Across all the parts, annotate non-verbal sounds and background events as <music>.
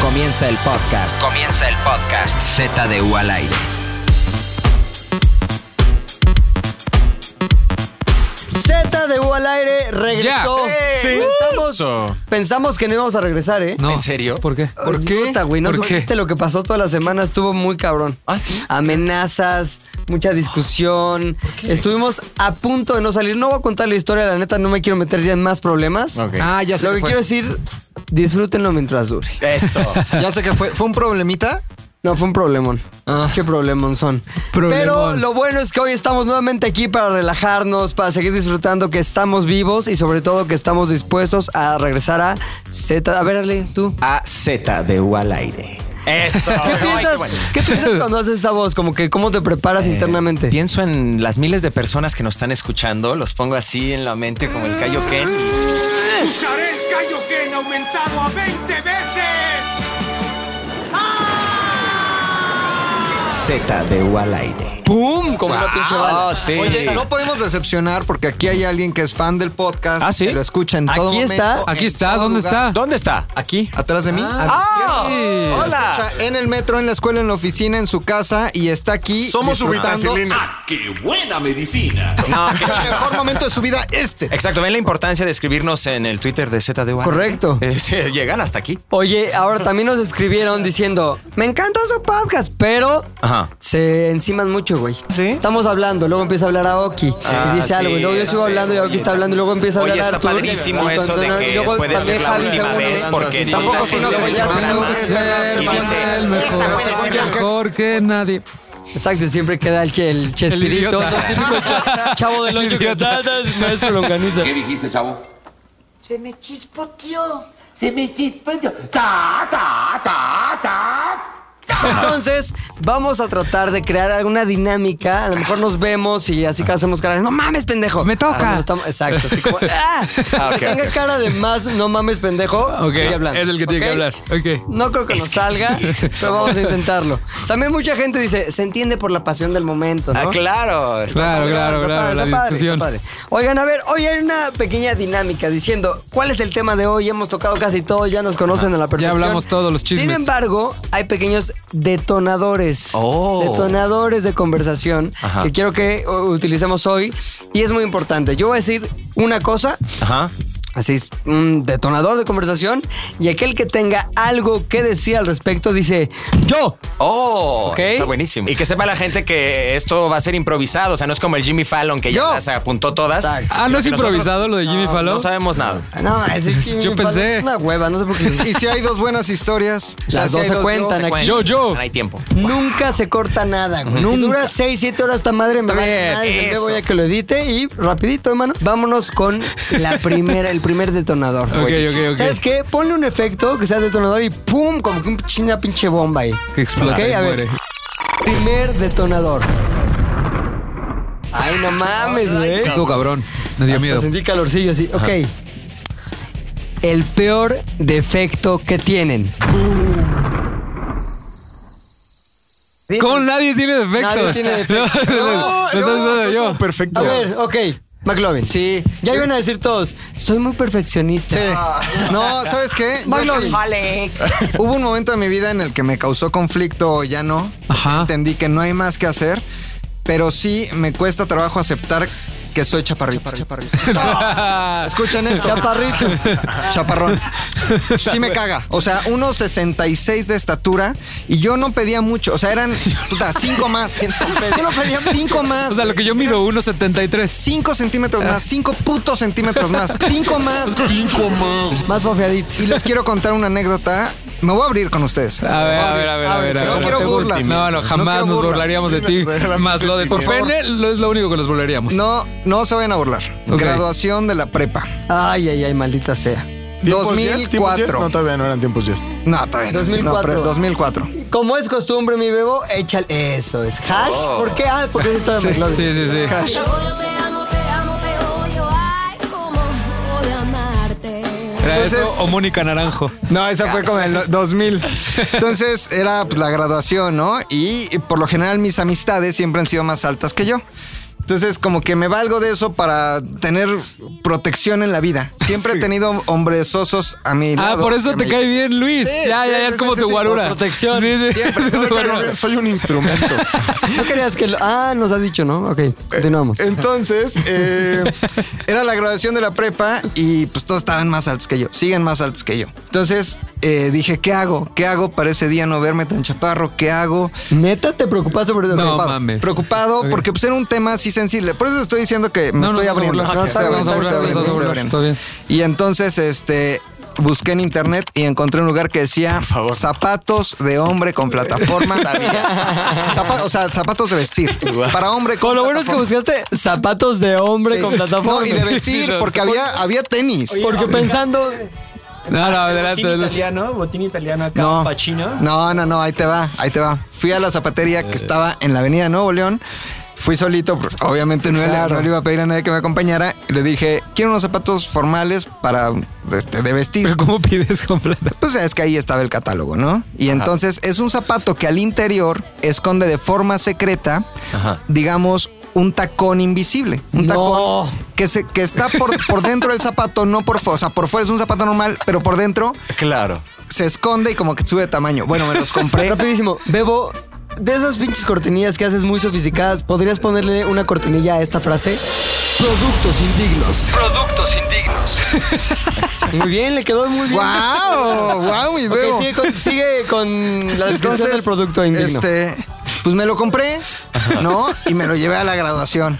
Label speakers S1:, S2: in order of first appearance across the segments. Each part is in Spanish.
S1: Comienza el podcast. Comienza el podcast. Z de U al aire.
S2: Z de U al aire regresó.
S3: Ya. Sí.
S2: Pensamos,
S3: Eso.
S2: pensamos que no íbamos a regresar, ¿eh?
S3: No.
S4: ¿En serio?
S3: ¿Por qué?
S2: Ay, puta, güey, no
S3: ¿Por qué?
S2: supiste lo que pasó toda la semana, estuvo muy cabrón.
S3: Ah, sí.
S2: Amenazas, mucha discusión. Estuvimos a punto de no salir. No voy a contar la historia, la neta, no me quiero meter ya en más problemas.
S3: Ok.
S4: Ah, ya sé
S2: Lo
S4: que
S2: que
S4: fue.
S2: quiero decir, disfrútenlo mientras dure.
S4: Eso. ya sé que fue. ¿Fue un problemita?
S2: No, fue un problemón.
S4: Ah.
S2: Qué problemón son.
S3: Problemón.
S2: Pero lo bueno es que hoy estamos nuevamente aquí para relajarnos, para seguir disfrutando que estamos vivos y sobre todo que estamos dispuestos a regresar a Z. A ver, Ale, tú.
S1: <laughs> A Z de U al aire. <laughs>
S4: Eso.
S2: ¿Qué, piensas, ¿Qué piensas cuando haces esa voz? Como que cómo te
S5: Eh,
S2: preparas internamente.
S4: Pienso en las miles de personas que nos están escuchando, los pongo así en la mente como el Cayo Ken. y-
S6: Usaré el gallo que han aumentado a 20 veces.
S1: Z de U al aire. Ah,
S2: ¡Pum! Como una
S4: Wow,
S2: pinche bala.
S4: sí.
S2: Oye,
S4: Sí.
S2: no-
S4: no
S5: No podemos decepcionar porque aquí hay alguien que es fan del podcast.
S4: Ah, ¿sí?
S5: Que lo escucha en todo
S2: Aquí está.
S5: momento,
S3: Aquí
S5: en
S3: está,
S5: todo
S3: ¿dónde
S5: lugar.
S3: está?
S4: ¿Dónde está?
S5: Aquí, atrás de mí.
S4: ¡Ah! ¡Hola!
S5: Escucha en el metro, en la escuela, en la oficina, en su casa y está aquí.
S3: Somos su
S5: disfrutando
S3: vitacilina.
S6: ¡Ah, ¡Qué buena medicina!
S4: No, qué
S5: El
S4: <laughs> chido.
S5: mejor momento de su vida este.
S4: Exacto, ven la importancia de escribirnos en el Twitter de ZDU. <laughs>
S2: Correcto.
S4: Eh, sí, llegan hasta aquí.
S2: Oye, ahora también nos escribieron diciendo, me encanta su podcast, pero
S4: Ajá.
S2: se enciman mucho, güey.
S4: ¿Sí?
S2: Estamos hablando, luego empieza a hablar Aoki.
S4: Ah,
S2: y dice
S4: sí,
S2: algo, y luego yo
S4: eso,
S2: sigo hablando y Aoki
S4: oye,
S2: está hablando, y luego empieza a
S4: oye,
S2: hablar
S4: está
S2: Arturo.
S4: padrísimo
S2: Y
S4: eso de
S2: cuando-
S4: que
S2: y luego
S4: puede ser
S2: también
S4: la
S2: Javi
S4: última
S2: seguro.
S4: vez porque
S2: Sí,
S4: tú
S2: tampoco
S4: estás
S2: si no
S4: en
S2: te
S4: el
S2: llamas,
S4: programa.
S2: no te
S4: Y
S2: llamas.
S4: dice,
S3: el
S5: Esta puede
S3: mejor,
S5: ser la
S3: mejor que nadie.
S2: Exacto, y siempre queda el, che- el chespirito.
S3: idiota.
S2: ¿no? Típico
S4: <laughs>
S2: cha- chavo del ocho que
S3: idiota.
S2: "Ah, no, maestro longaniza.
S7: Se me chispoteó. Se me chispoteó. Ta, ta, ta, ta.
S2: Entonces, vamos a tratar de crear alguna dinámica. A lo mejor nos vemos y así que hacemos cara de no mames, pendejo.
S3: Me toca.
S2: Ah, no, estamos- exacto. Así como,
S3: <laughs>
S2: "Ah".
S4: Ah, ok,
S2: Que tenga
S4: ok.
S2: cara de más, no mames, pendejo.
S3: Ok,
S2: sigue hablando.
S3: es el que tiene que
S2: ¿Ok?
S3: hablar. Ok.
S2: No creo que nos salga, pero vamos a intentarlo. También mucha gente dice, se entiende por la pasión del momento, ¿no?
S4: Ah, claro. está-
S3: Claro, claro,
S2: Está
S3: claro,
S2: padre,
S3: la
S2: está padre,
S3: discusión.
S2: está padre. Oigan, a ver, hoy hay una pequeña dinámica diciendo cuál es el tema de hoy. Hemos tocado casi todo, ya nos conocen a la perfección.
S3: Ah, hablamos todos los
S2: Sin
S3: chismes.
S2: embargo, hay pequeños detonadores.
S4: Oh.
S2: Detonadores de conversación
S4: Ajá.
S2: que quiero que uh, utilicemos hoy. Y es muy importante. Yo voy a decir una cosa
S4: Ajá.
S2: Así es, un detonador de conversación. Y aquel que tenga algo que decir al respecto dice, yo.
S4: Oh,
S2: Ok.
S4: está buenísimo. Y que sepa la gente que esto va a ser improvisado, o sea, no es como el Jimmy Fallon que
S5: Yo.
S4: ya se apuntó todas.
S2: Exacto.
S3: Ah, ¿no es
S4: Que nosotros-
S3: improvisado lo de Jimmy Fallon?
S4: No sabemos nada.
S2: No, ese Jimmy
S3: <laughs> Yo
S2: Fallon
S3: pensé.
S2: es una hueva, no sé
S3: <laughs>
S2: por qué. les gusta.
S5: Y si hay dos buenas historias, o sea,
S2: Las
S5: si
S2: dos
S5: hay
S2: se cuentan
S5: dos-
S2: aquí.
S4: Bueno,
S3: Yo, yo.
S4: No hay tiempo.
S2: Nunca se corta nada, güey. Si dura 6, 7 horas esta madre, me vale
S3: bien,
S2: madre. Yo
S4: eso.
S2: voy a que lo edite y rapidito, hermano. Vámonos con la primera, el primer detonador.
S3: Ok,
S2: Buenísimo.
S3: ok, ok.
S2: ¿Sabes qué? Ponle un efecto que sea detonador y ¡pum! Como que un pinche- una pinche bomba ahí.
S3: Que explota
S2: Ok,
S3: y
S2: a ver.
S3: muere.
S2: Primer detonador. Ay, no mames, güey.
S3: Estuvo cabrón. Me dio
S2: Hasta
S3: miedo.
S2: Sentí calorcillo así. Ok. El peor defecto que tienen.
S3: ¿Cómo nadie tiene defectos?
S2: Nadie tiene defectos.
S3: <laughs> No,
S5: No,
S3: lo
S5: no,
S3: estás diciendo
S5: soy
S3: yo.
S5: como perfecto.
S2: A ver, ok. McLovin.
S5: Sí.
S2: Ya iban a decir todos, soy muy perfeccionista.
S5: Sí. Ah, No, ¿sabes <laughs> qué? Yo
S2: McLovin.
S5: soy- Hubo un momento de mi vida en el que me causó conflicto, ya no.
S3: Ajá.
S5: Entendí que no hay más que hacer, pero sí me cuesta trabajo aceptar que soy chaparrito.
S3: Ah,
S5: <laughs> Escuchen esto.
S2: Chaparrito.
S5: <laughs> Chaparrón. Sí me caga. O sea, 1.66 de estatura y yo no pedía mucho. O sea, eran puta, cinco más. <laughs> Yo no pedía cinco más.
S3: O sea, lo que yo mido, 1.73.
S5: 5 centímetros más, 5 putos centímetros más, 5 más.
S2: Más bofeaditos.
S5: Y les quiero contar una anécdota. Me voy a abrir con ustedes.
S3: A ver, a ver, a ver, a ver. a
S5: No
S3: ver.
S5: quiero
S3: Como te guste.
S5: burlas.
S3: No, no,
S5: No
S3: jamás
S5: quiero
S3: nos
S5: burlas.
S3: burlaríamos de ti. Más lo de tu pene, lo es lo único que nos burlaríamos.
S5: No, no se vayan a burlar.
S3: Ok.
S5: Graduación de la prepa.
S2: Ay, ay, ay, maldita sea.
S8: ¿Tiempos yes?
S5: 2004.
S8: No, todavía no eran tiempos yes.
S5: No, todavía no.
S2: 2004.
S5: No, pre- 2004.
S2: Como es costumbre, mi bebo, échale. Eso es. ¿Hash? ¿Por qué? Ah, porque es historia de McLovin.
S3: Sí, sí, sí.
S9: Yo te amo, te amo, te odio, ay, cómo de amarte.
S3: ¿Era
S5: Entonces-
S3: eso o Mónica Naranjo?
S5: No, esa fue como en el 2000. Entonces era pues, la graduación, ¿no? Y por lo general mis amistades siempre han sido más altas que yo. Entonces, como que me valgo de eso para tener protección en la vida. Siempre he tenido hombres osos a mi
S10: Ah,
S5: lado.
S10: por eso
S5: que
S10: te
S5: me-
S10: cae bien Luis.
S5: Sí,
S10: ya,
S5: sí,
S10: ya, ya
S5: sí,
S10: es como
S5: sí,
S10: tu
S5: sí,
S10: guarura.
S5: por protección.
S10: Sí, <laughs> sí.
S5: Siempre.
S10: Tu guarura.
S11: Soy un instrumento.
S2: No querías que lo... Ah, nos ha dicho, ¿no? Ok, continuamos.
S5: Entonces, eh, era la graduación de la prepa y pues todos estaban más altos que yo, siguen más altos que yo. Entonces eh, dije, ¿qué hago? ¿Qué hago para ese día no verme tan chaparro? ¿Qué hago?
S2: ¿Neta te preocupaste por eso?
S10: No,
S5: preocupado.
S10: mames.
S5: Preocupado
S10: Ok.
S5: porque pues, era un tema así sensible. Por eso estoy diciendo que
S10: No,
S5: me
S10: no,
S5: estoy
S10: no,
S5: abriendo.
S10: no, no,
S5: Me estoy
S2: no,
S5: abriendo,
S2: no,
S5: me estoy
S2: no,
S5: abriendo,
S2: no,
S5: me
S2: no,
S5: estoy
S2: no,
S5: abriendo.
S10: está bien.
S5: Y entonces, este. Busqué en internet y encontré un lugar que decía
S12: favor.
S5: zapatos de hombre con plataforma. Zapa- o sea, zapatos de vestir. Para hombre con
S2: Con lo bueno es que
S5: plataforma.
S2: buscaste zapatos de hombre
S5: Sí.
S2: con plataforma.
S5: No, y de vestir,
S10: Sí, no.
S5: porque había, había tenis.
S2: Porque pensando...
S10: No, no, adelante.
S3: Botín
S10: adelante.
S3: italiano, botín italiano acá,
S5: No.
S3: pachino.
S5: No, no, no, ahí te va, ahí te va. Fui a la zapatería que estaba en la avenida Nuevo León. Fui solito, pues, obviamente no, le- no le iba a pedir a nadie que me acompañara. Y le dije, quiero unos zapatos formales para este, de vestir.
S10: Pero ¿cómo pides con plata?
S5: Pues es que ahí estaba el catálogo, ¿no? Y entonces es un zapato que al interior esconde de forma secreta,
S12: Ajá.
S5: digamos, un tacón invisible. Un tacón que, se, que está por, por dentro del zapato, no por fuera. O sea, por fuera es un zapato normal, pero por dentro
S12: Claro.
S5: se esconde y como que sube de tamaño. Bueno, me los
S2: <laughs>
S5: compré.
S2: Rapidísimo, Bebo, de esas pinches cortinillas que haces muy sofisticadas, ¿podrías ponerle una cortinilla a esta frase? Productos indignos.
S1: Productos indignos.
S2: <laughs> Muy bien, le quedó muy bien.
S5: ¡Wow! ¡Wow! Y
S2: Ok,
S5: veo.
S2: sigue, con, sigue con la descripción del producto indigno.
S5: Este, pues me lo compré, ¿no? Y me lo llevé a la graduación.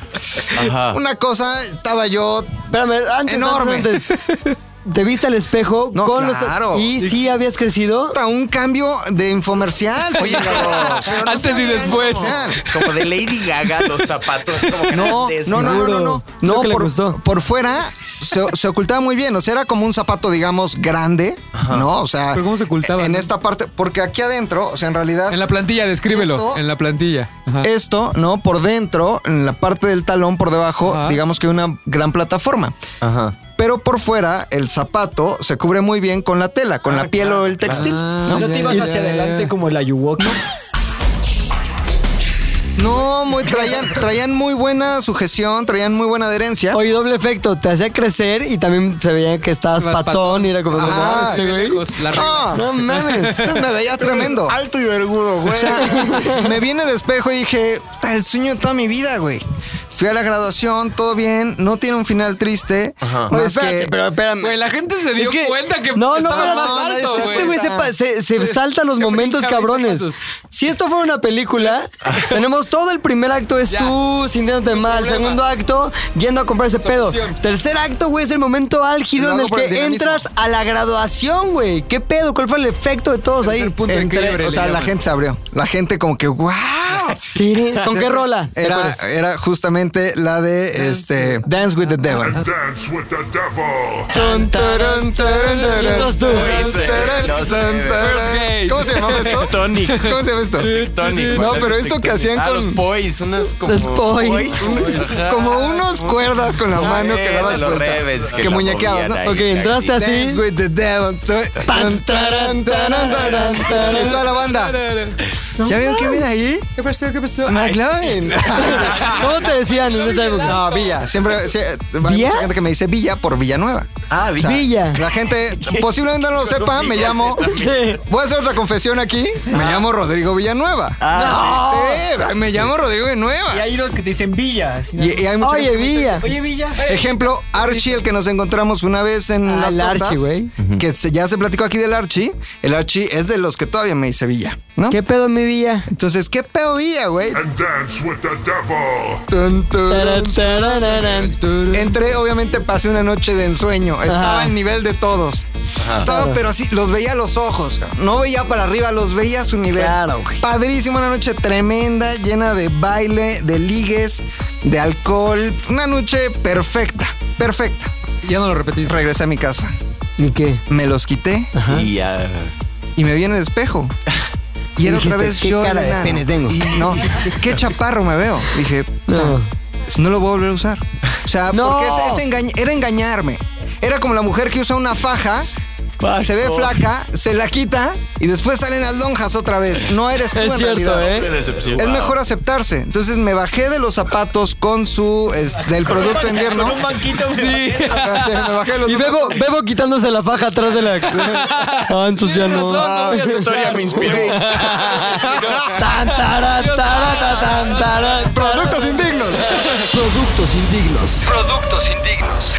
S2: Ah.
S12: Ajá.
S5: Una cosa, estaba yo.
S2: Espérame, antes,
S5: Enorme.
S2: antes, antes. Te viste al espejo
S5: No,
S2: con los-
S5: claro.
S2: y sí habías crecido.
S5: puta, Un cambio de infomercial. Oye, cabrón. Pero
S10: <laughs>
S5: no
S10: Antes y
S5: sabía
S10: después.
S5: infomercial.
S12: Como de Lady Gaga, los zapatos. Como
S5: No,
S12: grandes,
S5: no, no, no, no, no.
S2: Seguro. Creo
S5: No,
S2: que le
S5: por,
S2: gustó.
S5: por fuera se, se ocultaba muy bien. O sea, era como un zapato, digamos, grande, ¿no? O sea.
S10: Pero ¿cómo se ocultaba,
S5: En
S10: no?
S5: esta parte, porque aquí adentro, o sea, en realidad.
S10: En la plantilla, descríbelo.
S5: Esto-
S10: En la plantilla. Ajá.
S5: Esto, ¿no? Por dentro, en la parte del talón, por debajo,
S10: Ajá.
S5: digamos que una gran plataforma.
S12: Ajá.
S5: Pero por fuera, el zapato se cubre muy bien con la tela, con la piel o el textil.
S10: Ah,
S3: ¿No
S10: ya,
S3: te ibas
S10: ya,
S3: hacia
S10: ya, ya.
S3: adelante como el ayuwoki?
S10: pues,
S5: No, muy, traían, traían muy buena sujeción, traían muy buena adherencia.
S2: Oye, doble efecto, te hacía crecer y también se veía que estabas
S10: Más
S2: patón, y era como,
S5: Ajá,
S2: no, este güey.
S10: Lejos, la regla.
S5: Ah,
S2: No mames.
S5: entonces me veía tremendo.
S11: <laughs> Alto y vergudo, güey.
S5: O sea, me vi en el espejo y dije, "Puta, el sueño de toda mi vida, güey. Fui a la graduación, todo bien, no tiene un final triste.
S2: Oye,
S5: Más
S2: espérate,
S5: que...
S2: pero espérame.
S10: Güey, la gente se dio
S2: Es que-
S10: cuenta que
S2: no, no,
S10: estaba
S2: pero-
S10: más
S5: no, nadie
S10: alto,
S5: se dio
S10: güey.
S2: Este güey se, pa- se,
S10: <laughs>
S2: se salta los
S10: Se
S2: momentos
S10: brinca, brinca
S2: cabrones.
S10: pasos.
S2: Si esto fuera una
S10: <laughs>
S2: película, tenemos todo el primer acto es
S10: Ya.
S2: tú sintiéndote mal.
S10: problema.
S2: Segundo acto, yendo a comprar ese pedo.
S10: Solución.
S2: Tercer acto, güey, es el momento álgido
S5: Lo
S2: en
S5: hago
S2: el
S5: por el
S2: que
S5: dinamismo.
S2: entras a la graduación, güey. ¿Qué pedo? ¿Cuál fue el efecto de todos ahí?
S10: Tercer punto de
S5: entre-
S10: quiebre,
S5: o
S10: le
S5: sea, la
S10: llaman.
S5: gente se abrió. La gente como que, wow.
S2: <laughs> Tiri- ¿Con qué rola?
S5: Era, era justamente la de este Dance with the Devil.
S11: Dance with the devil.
S2: Tun, tarun, tarun, tarun. Y entonces tú.
S5: ¿Cómo se llamaba esto?
S12: Tonic.
S5: ¿Cómo se llama esto?
S12: Tonic.
S5: No, pero esto que hacían
S12: Ah,
S5: con-
S12: los boys, unas como...
S2: Los boys.
S12: Ajá.
S5: Como unos cuerdas con la mano que
S12: eh,
S5: dabas
S12: los
S5: vuelta.
S12: Rebels que
S5: que
S12: la
S5: muñequeabas,
S12: movían
S5: ¿no?
S2: Ok,
S12: ahí.
S2: entraste
S5: Dance
S2: así.
S5: with the devil. Tan, taran, taran, taran, taran. Y toda la banda. ¿Ya vieron que viene ahí?
S10: ¿Qué pasó? ¿Qué pasó?
S5: McLovin.
S2: ¿Cómo te decían en esa época?
S5: <laughs> No, Villa. Siempre, sí, eh, hay
S2: ¿Villa?
S5: mucha gente que me dice Villa por Villanueva.
S12: Ah,
S5: O sea,
S2: Villa.
S5: La gente posiblemente no lo sepa, me llamo.
S2: Sí.
S5: Voy a hacer otra confesión aquí. Me llamo Rodrigo Villanueva. Ah, sí. me llamo Rodrigo
S3: Y
S5: Villanueva.
S3: hay unos que te dicen Villa. así, ¿no?
S5: Y, y hay mucha
S2: Oye,
S5: gente que me dice- Eh,
S2: Villa.
S3: Oye, Villa.
S5: Ejemplo, Archie, el que nos encontramos una vez en
S2: Ah,
S5: las
S2: el
S5: tortas,
S2: Archie, güey.
S5: Que se- ya se platicó aquí del Archie. El Archie es de los que todavía me dice Villa, ¿no?
S2: ¿Qué pedo, mi villa?
S5: Entonces, ¿qué pedo Villa, güey?
S11: And dance with the devil.
S5: Tun, tun.
S2: Taran, taran, taran, turun.
S5: Entré, obviamente pasé una noche de ensueño. Estaba
S2: Ajá.
S5: en nivel de todos. Estaba, pero así, los veía a los ojos. cabrón. No veía para arriba, los veía a su nivel.
S2: Claro, güey.
S5: Padrísimo, una noche tremenda, llena de baile, de ligues, de alcohol. Una noche perfecta, perfecta.
S10: Ya no lo repetís.
S5: Regresé a mi casa.
S2: ¿Y qué?
S5: Me los quité
S12: Y ya...
S5: y me vi en
S2: <laughs>
S5: el espejo. Y era otra
S2: Dijiste,
S5: vez
S2: "¿Qué
S5: yo.
S2: cara de
S5: enano".
S2: pene tengo?
S5: Y no, qué chaparro me veo. Dije,
S2: No.
S5: no lo voy a volver a usar. O sea,
S2: No.
S5: porque es- es engañ- era engañarme. Era como la mujer que usa una faja se ve flaca, se la quita y después salen las lonjas otra vez. No eres tú
S3: Es
S5: en
S3: cierto,
S5: realidad.
S3: ¿eh?
S13: Qué decepción.
S5: Es mejor aceptarse. Entonces me bajé de los zapatos con su es- del producto invierno.
S2: Con un
S5: <laughs>
S2: banquito.
S14: Sí.
S5: Sí, me bajé de los
S3: Y Bebo, Bebo quitándose la faja atrás de la. <laughs> Ah, entonces ya no.
S13: La historia me inspiró.
S3: Tan, tara, tara, ta, tan, tara, tara.
S5: Productos indignos.
S3: Productos indignos.
S15: Productos indignos.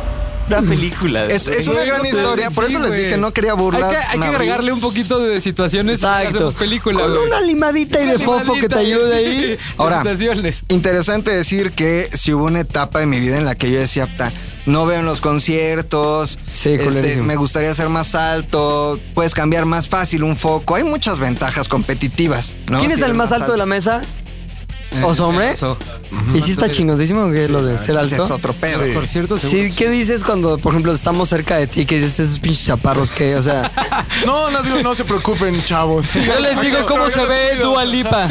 S4: Una película.
S5: Es, es una gran historia, por eso les
S14: güey.
S5: dije, no quería
S14: Hay que,
S5: burlar.
S14: hay que
S5: me abrí.
S14: agregarle un poquito de situaciones que
S3: Exacto.
S14: hacemos película,
S3: Con
S14: güey.
S3: una limadita y de fofo que te ayude ahí.
S5: Ahora.
S14: Ahora. Situaciones.
S5: Interesante decir que si hubo una etapa en mi vida en la que yo decía, "Puta, no veo en los conciertos,
S3: Sí,
S5: este,
S3: culerísimo.
S5: me gustaría ser más alto, puedes cambiar más fácil un foco. Hay muchas ventajas competitivas. ¿no? Eh,
S3: ¿Quién
S5: Si
S3: es el
S5: eres
S3: más alto de la mesa? ¿Os hombre?
S14: Eso.
S3: ¿Y si está chingotísimo que lo de ser
S5: Ese es
S3: alto?
S5: otro pedo.
S14: Por cierto,
S3: Sí, ¿qué dices cuando, por ejemplo, estamos cerca de ti? Que dices esos pinches chaparros que, o
S2: <laughs>
S3: sea.
S13: No, no, digo, no se preocupen,
S3: <laughs>
S13: chavos.
S3: Yo les digo cómo se ve Dua
S2: <laughs>
S3: Lipa.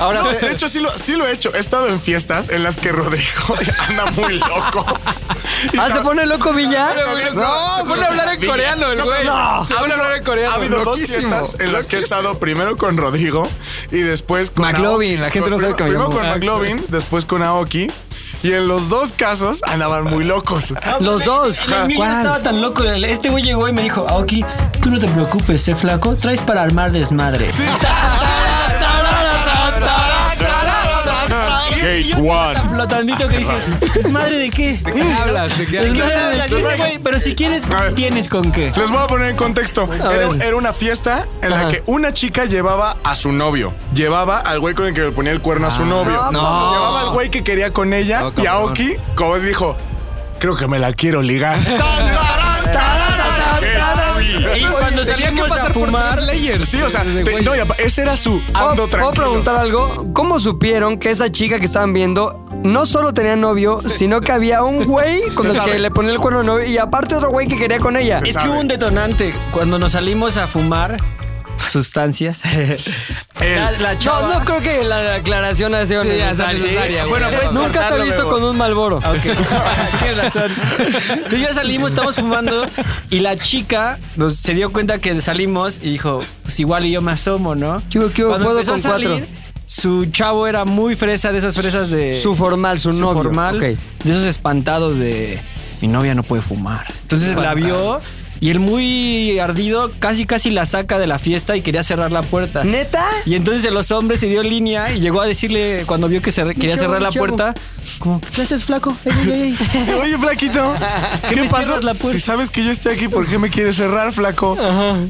S5: Ahora,
S13: No,
S5: te-
S13: de hecho, sí lo, sí lo he hecho. He estado en fiestas en las que Rodrigo <laughs> anda
S14: <laughs>
S13: muy loco. Y
S3: Ah, se pone loco Villa.
S5: No,
S14: se pone a hablar en
S13: Viña.
S14: coreano el
S13: No,
S14: güey.
S13: no.
S14: Se pone a hablar en coreano.
S13: Ha habido dos
S5: Loquísimo,
S13: fiestas en las que
S5: loquísimo.
S13: he estado primero con Rodrigo y después con
S5: McLovin, la gente no sabe que me
S13: Primero
S5: llamo.
S13: con McLovin, después con Aoki. Y en los dos casos andaban muy
S14: Ah,
S13: locos.
S3: Los dos.
S2: El mío
S5: ¿Cuál?
S2: estaba tan loco. el- Este güey llegó y me dijo, Aoki, tú no te preocupes, sé flaco, traes para armar desmadre. <laughs>
S13: Gate
S2: Tan flotandito
S13: <laughs>
S2: que dije, ¿desmadre de qué?
S14: ¿De qué hablas? ¿De qué hablas?
S2: Desmadre de la fiesta, este güey, pero si quieres,
S13: A ver.
S2: tienes con qué.
S13: Les voy a poner en contexto. Era,
S3: ver.
S13: era una fiesta en la
S3: Ajá.
S13: que una chica llevaba a su novio. Llevaba al güey con el que le ponía el cuerno a su novio.
S5: no.
S13: Llevaba al güey que quería con ella.
S14: No,
S13: y
S14: cabrón.
S13: Aoki, como es, dijo, creo que me la quiero ligar. <laughs>
S2: Y cuando
S14: Tenía que
S2: salimos a
S14: pasar por
S2: fumar,
S14: tres layers.
S13: Sí, o sea,
S14: Desde
S13: te-
S14: güey.
S13: no, y apa- ese era su ando
S3: ¿Puedo,
S13: tranquilo.
S3: puedo preguntar algo? ¿Cómo supieron que esa chica que estaban viendo no solo tenía novio, sino que había un güey con
S13: Se
S3: el que
S13: sabe.
S3: le ponía el cuerno de novio y aparte otro güey que quería con ella?
S2: Es
S13: sabe.
S2: que hubo un detonante. Cuando nos salimos a fumar sustancias, <laughs> la, la
S3: No,
S2: chava...
S3: no creo que la aclaración haya sido
S14: Sí, ya
S3: necesaria.
S14: sea necesaria, güey.
S3: Bueno, pues
S2: Debemos
S3: nunca te he
S2: cortarlo,
S3: visto
S2: Bebo.
S3: con un malboro.
S2: Ah, ok. <laughs> Tienes razón. Entonces ya salimos, estamos fumando y la chica nos, se dio cuenta que salimos y dijo, pues igual y yo me asomo, ¿no?
S3: ¿Qué hubo, qué hubo?
S2: Cuando
S3: Puedo
S2: empezó a
S3: con cuatro.
S2: salir, su chavo era muy fresa, de esas fresas de...
S3: Su formal, su,
S2: su
S3: novio.
S2: formal,
S3: Ok.
S2: de esos espantados de mi novia no puede fumar. Entonces la vio y el muy ardido casi casi la saca de la fiesta y quería cerrar la puerta.
S3: ¿Neta?
S2: <laughs> Y entonces los hombres se dio línea y llegó a decirle cuando vio que se re- quería
S3: chavo,
S2: cerrar la
S3: mi chavo.
S2: puerta, como, ¿qué haces flaco? Ey, ey, ey, ey". <laughs>
S13: Oye, flaquito, ¿qué,
S2: me
S13: pasó?
S2: cierras la puerta?
S13: si sabes que yo estoy aquí, ¿por qué me quieres cerrar, flaco?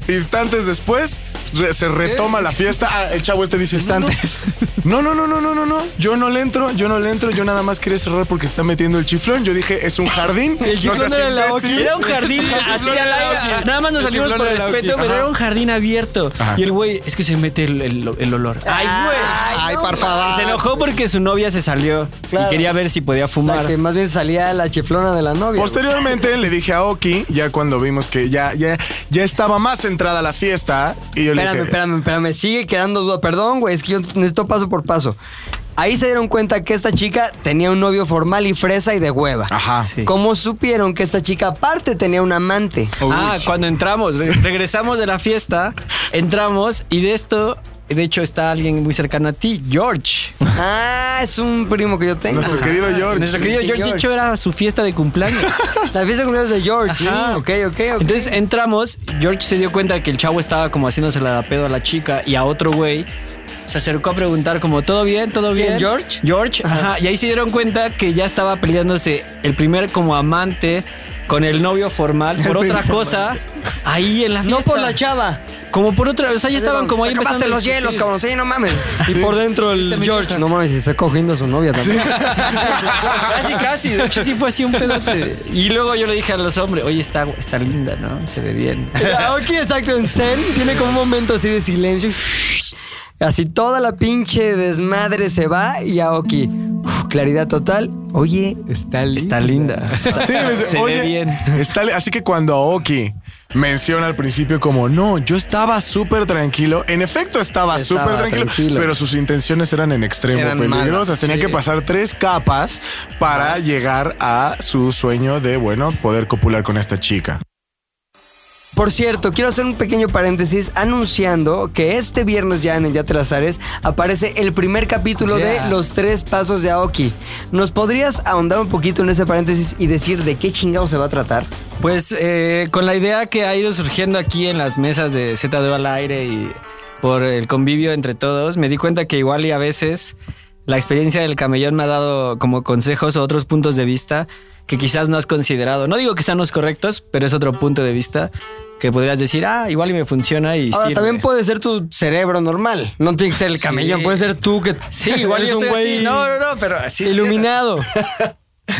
S13: Instantes después, re- se retoma la fiesta. Ah, el chavo este dice... Instantes. No, no, no, no, no, no, no. Yo no le entro, yo no le entro. Yo nada más quería cerrar porque está metiendo el chiflón. Yo dije, es un jardín.
S3: <laughs> El chiflón
S13: no seas
S3: era la
S13: imbécil.
S2: Era un jardín así al aire. Nada más nos
S14: El
S2: salimos
S14: chiflón
S2: por
S14: era la
S2: respeto,
S14: Oki.
S2: pero
S14: Ajá.
S2: era un jardín abierto.
S13: Ajá.
S2: Y el güey, es que se mete el, el- el olor. Ay, güey.
S5: Ay, por favor.
S2: Se enojó porque su novia se salió
S3: Claro.
S2: y quería ver si podía
S3: La
S2: fumar.
S3: que más bien salía la chiflona de la novia.
S13: Posteriormente le dije a Oki, ya cuando vimos que ya, ya, ya estaba más entrada la fiesta, y yo le
S3: Espérame,
S13: dije,
S3: espérame, espérame. Sigue quedando duda. Perdón, güey. Es que yo necesito paso por paso. Ahí se dieron cuenta que esta chica tenía un novio formal y fresa y de hueva.
S13: Ajá.
S3: ¿Cómo supieron que esta chica aparte tenía un amante?
S2: Ah, cuando entramos, re- regresamos de la fiesta, entramos y de esto, de hecho está alguien muy cercano a ti, George.
S3: Ah, es un primo que yo tengo.
S13: nuestro querido George.
S2: Nuestro querido
S3: Sí,
S2: George, de
S3: George.
S2: hecho era su fiesta de cumpleaños.
S3: La fiesta de cumpleaños de George.
S2: Ajá.
S3: Sí, ok, ok, ok.
S2: Entonces entramos, George se dio cuenta que el chavo estaba como haciéndose la pedo a la chica y a otro güey. Se acercó a preguntar como, ¿todo bien? ¿Todo
S3: ¿Quién,
S2: bien?
S3: George?
S2: George, ajá. Y ahí se dieron cuenta que ya estaba peleándose el primer como amante con el novio formal por otra cosa ahí en la
S3: no
S2: fiesta.
S3: por la chava.
S2: Como por otra, o sea, ya estaban como ahí
S3: Te acabaste
S2: empezando a
S3: los
S2: discutir.
S3: hielos, cabrón. Sí, no mames. Y por dentro el George. No mames, se está cogiendo a su novia también.
S2: casi, casi. De hecho, sí fue así un pedote. Y luego yo le dije a los hombres, oye, está, está linda, ¿no? Se ve
S3: <laughs>
S2: bien.
S3: Aoki, exacto, en Zen tiene como un momento así de silencio. Así toda la pinche desmadre se va y Aoki, uf, claridad total. Oye,
S14: Está lindo.
S2: Está linda.
S13: <laughs> Sí, me dice,
S2: Se ve
S13: oye,
S2: bien.
S13: está li- así que cuando Aoki menciona al principio como, no, yo estaba súper tranquilo, en efecto estaba
S3: Estaba
S13: súper tranquilo,
S3: tranquilo.
S13: pero sus intenciones eran en extremo
S5: Eran
S13: peligrosas.
S5: malas,
S13: Tenía que pasar tres capas para llegar a su sueño de, bueno, poder copular con esta chica.
S2: Por cierto, quiero hacer un pequeño paréntesis anunciando que este viernes ya en el Ya Te Las Ares aparece el primer capítulo
S3: Yeah.
S2: de Los Tres Pasos de Aoki. ¿Nos podrías ahondar un poquito en ese paréntesis y decir de qué chingado se va a tratar?
S3: Pues eh, con la idea que ha ido surgiendo aquí en las mesas de Z2 al aire y por el convivio entre todos, me di cuenta que igual y a veces la experiencia del camellón me ha dado como consejos o otros puntos de vista que quizás no has considerado. No digo que sean los correctos, pero es otro punto de vista que podrías decir, ah, igual y me funciona y
S2: Ahora,
S3: sirve".
S2: también puede ser tu cerebro normal. No tiene que ser el camellón, puede ser tú que. <laughs>
S3: Sí, igual
S2: eres
S3: yo soy así. No, no, no, pero así. <laughs>
S2: Iluminado.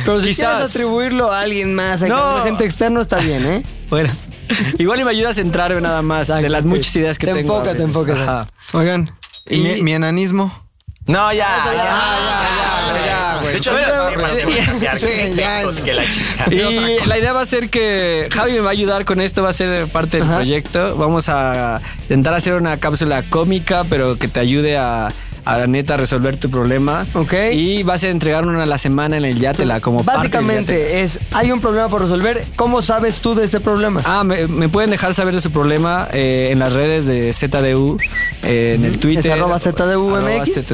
S2: Pero si
S3: Quizás.
S2: quieres atribuirlo a alguien más, a
S3: No.
S2: que la gente externa está bien, ¿eh?
S3: Bueno, <laughs> igual y me ayudas a centrarme nada más de las muchas ideas que
S2: Te
S3: tengo. a
S2: enfocas, te
S3: veces.
S2: enfocas. <laughs>
S3: Ajá.
S5: Oigan, ¿y, Mi, mi enanismo?
S12: No, ya, Ah, ya, De hecho,
S3: Bueno,
S12: es más
S3: eh,
S12: que cambiar
S5: sí,
S12: que
S5: ya.
S12: efectos que la chica.
S3: Y la idea va a ser que Javi me va a ayudar con esto, va a ser parte del proyecto. Vamos a intentar hacer una cápsula cómica, pero que te ayude a, a la neta resolver tu problema.
S2: Ok.
S3: Y vas a entregar una a la semana en el Yatela como parte del Yatela.
S2: Básicamente es, hay un problema por resolver, ¿cómo sabes tú de ese problema?
S3: Ah, me, me pueden dejar saber de su problema eh, en las redes de ZDU, eh, en el Twitter.
S2: arroba ZDU
S3: arroba
S2: MX,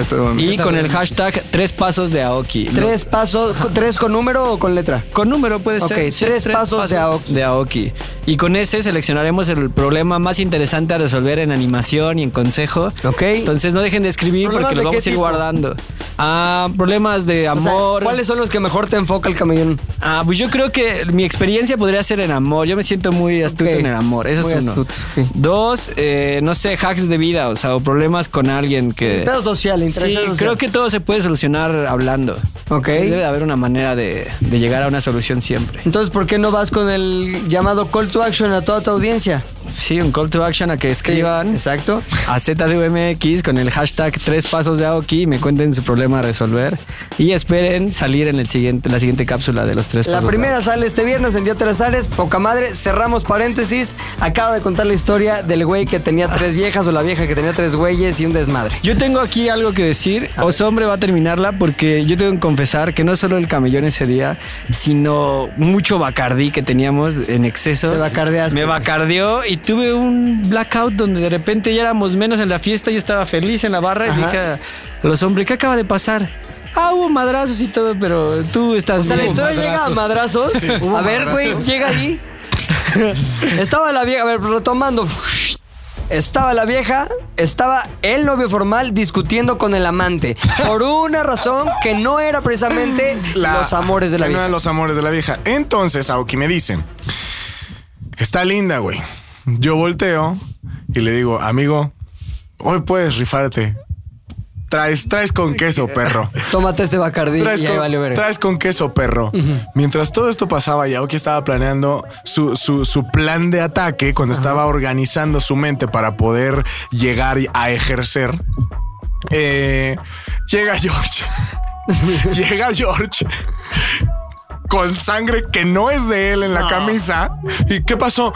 S3: ZDUMX. Y con el hashtag Tres Pasos de Aoki.
S2: ¿Tres pasos, co- tres con número o con letra?
S3: Con número puede ser.
S2: Ok, tres pasos de Aoki.
S3: de Aoki. Y con ese seleccionaremos el problema más interesante a resolver en animación y en consejo.
S2: Ok.
S3: Entonces no dejen de escribir
S2: ¿Problemas
S3: porque
S2: de
S3: los vamos
S2: qué
S3: a ir
S2: tipo?
S3: guardando. Ah, problemas de
S2: O sea,
S3: amor.
S2: ¿Cuáles son los que mejor te enfoca el camellón?
S3: Ah, pues yo creo que mi experiencia podría ser en amor. Yo me siento muy astuto
S2: Ok.
S3: en el amor. Eso
S2: Muy
S3: es uno.
S2: astuto, sí.
S3: Dos, eh, no sé, hacks de vida, o sea, o problemas con alguien que.
S2: Pedo social, interés
S3: Sí,
S2: social.
S3: creo que todo se puede solucionar hablando.
S2: Ok.
S3: Debe de haber una manera de, de llegar a una solución siempre.
S2: Entonces, ¿por qué no vas con el llamado call to action a toda tu audiencia?
S3: Sí, un call to action a que escriban
S2: Exacto.
S3: a ZDUMX con el hashtag tres pasos de Aoki y me cuenten su problema a resolver. Y esperen salir en el siguiente, la siguiente cápsula de los tres
S2: La
S3: pasos. de
S2: primera sale este viernes en Día Tres Ares. Poca madre, cerramos paréntesis. Acabo de contar la historia del güey que tenía tres viejas o la vieja que tenía tres güeyes y un desmadre.
S3: Yo tengo aquí algo que decir. Osombre va a terminarla porque yo tengo que confesar que no solo el camellón ese día, sino mucho bacardí que teníamos en exceso.
S2: Te bacardeaste.
S3: Me bacardeó y tuve un blackout donde de repente ya éramos menos en la fiesta. Yo estaba feliz en la barra y
S2: Ajá.
S3: dije a los hombres, ¿qué acaba de pasar? Ah, hubo madrazos y todo, pero tú estás.
S2: O sea, la
S3: bien".
S2: historia llega a madrazos. A ver, güey, llega ahí. Estaba la vieja, a ver, retomando. Estaba la vieja, estaba el novio formal discutiendo con el amante. Por una razón que no era precisamente
S13: La-
S2: los amores de la
S13: que no eran
S2: vieja.
S13: los amores de la vieja. Entonces, Aoki me dicen, está linda, güey. Yo volteo y le digo, amigo, hoy puedes rifarte. Traes, traes con queso, perro.
S2: Tómate este Bacardí
S13: Traes
S2: y ahí
S13: con,
S2: vale verga.
S13: traes con queso, perro. Mientras todo esto pasaba, Yaoki estaba planeando su, su- su plan de ataque cuando estaba organizando su mente para poder llegar a ejercer. Eh,
S2: <laughs>
S13: llega George. llega George. Con sangre que no es de él en la camisa. ¿Y qué pasó?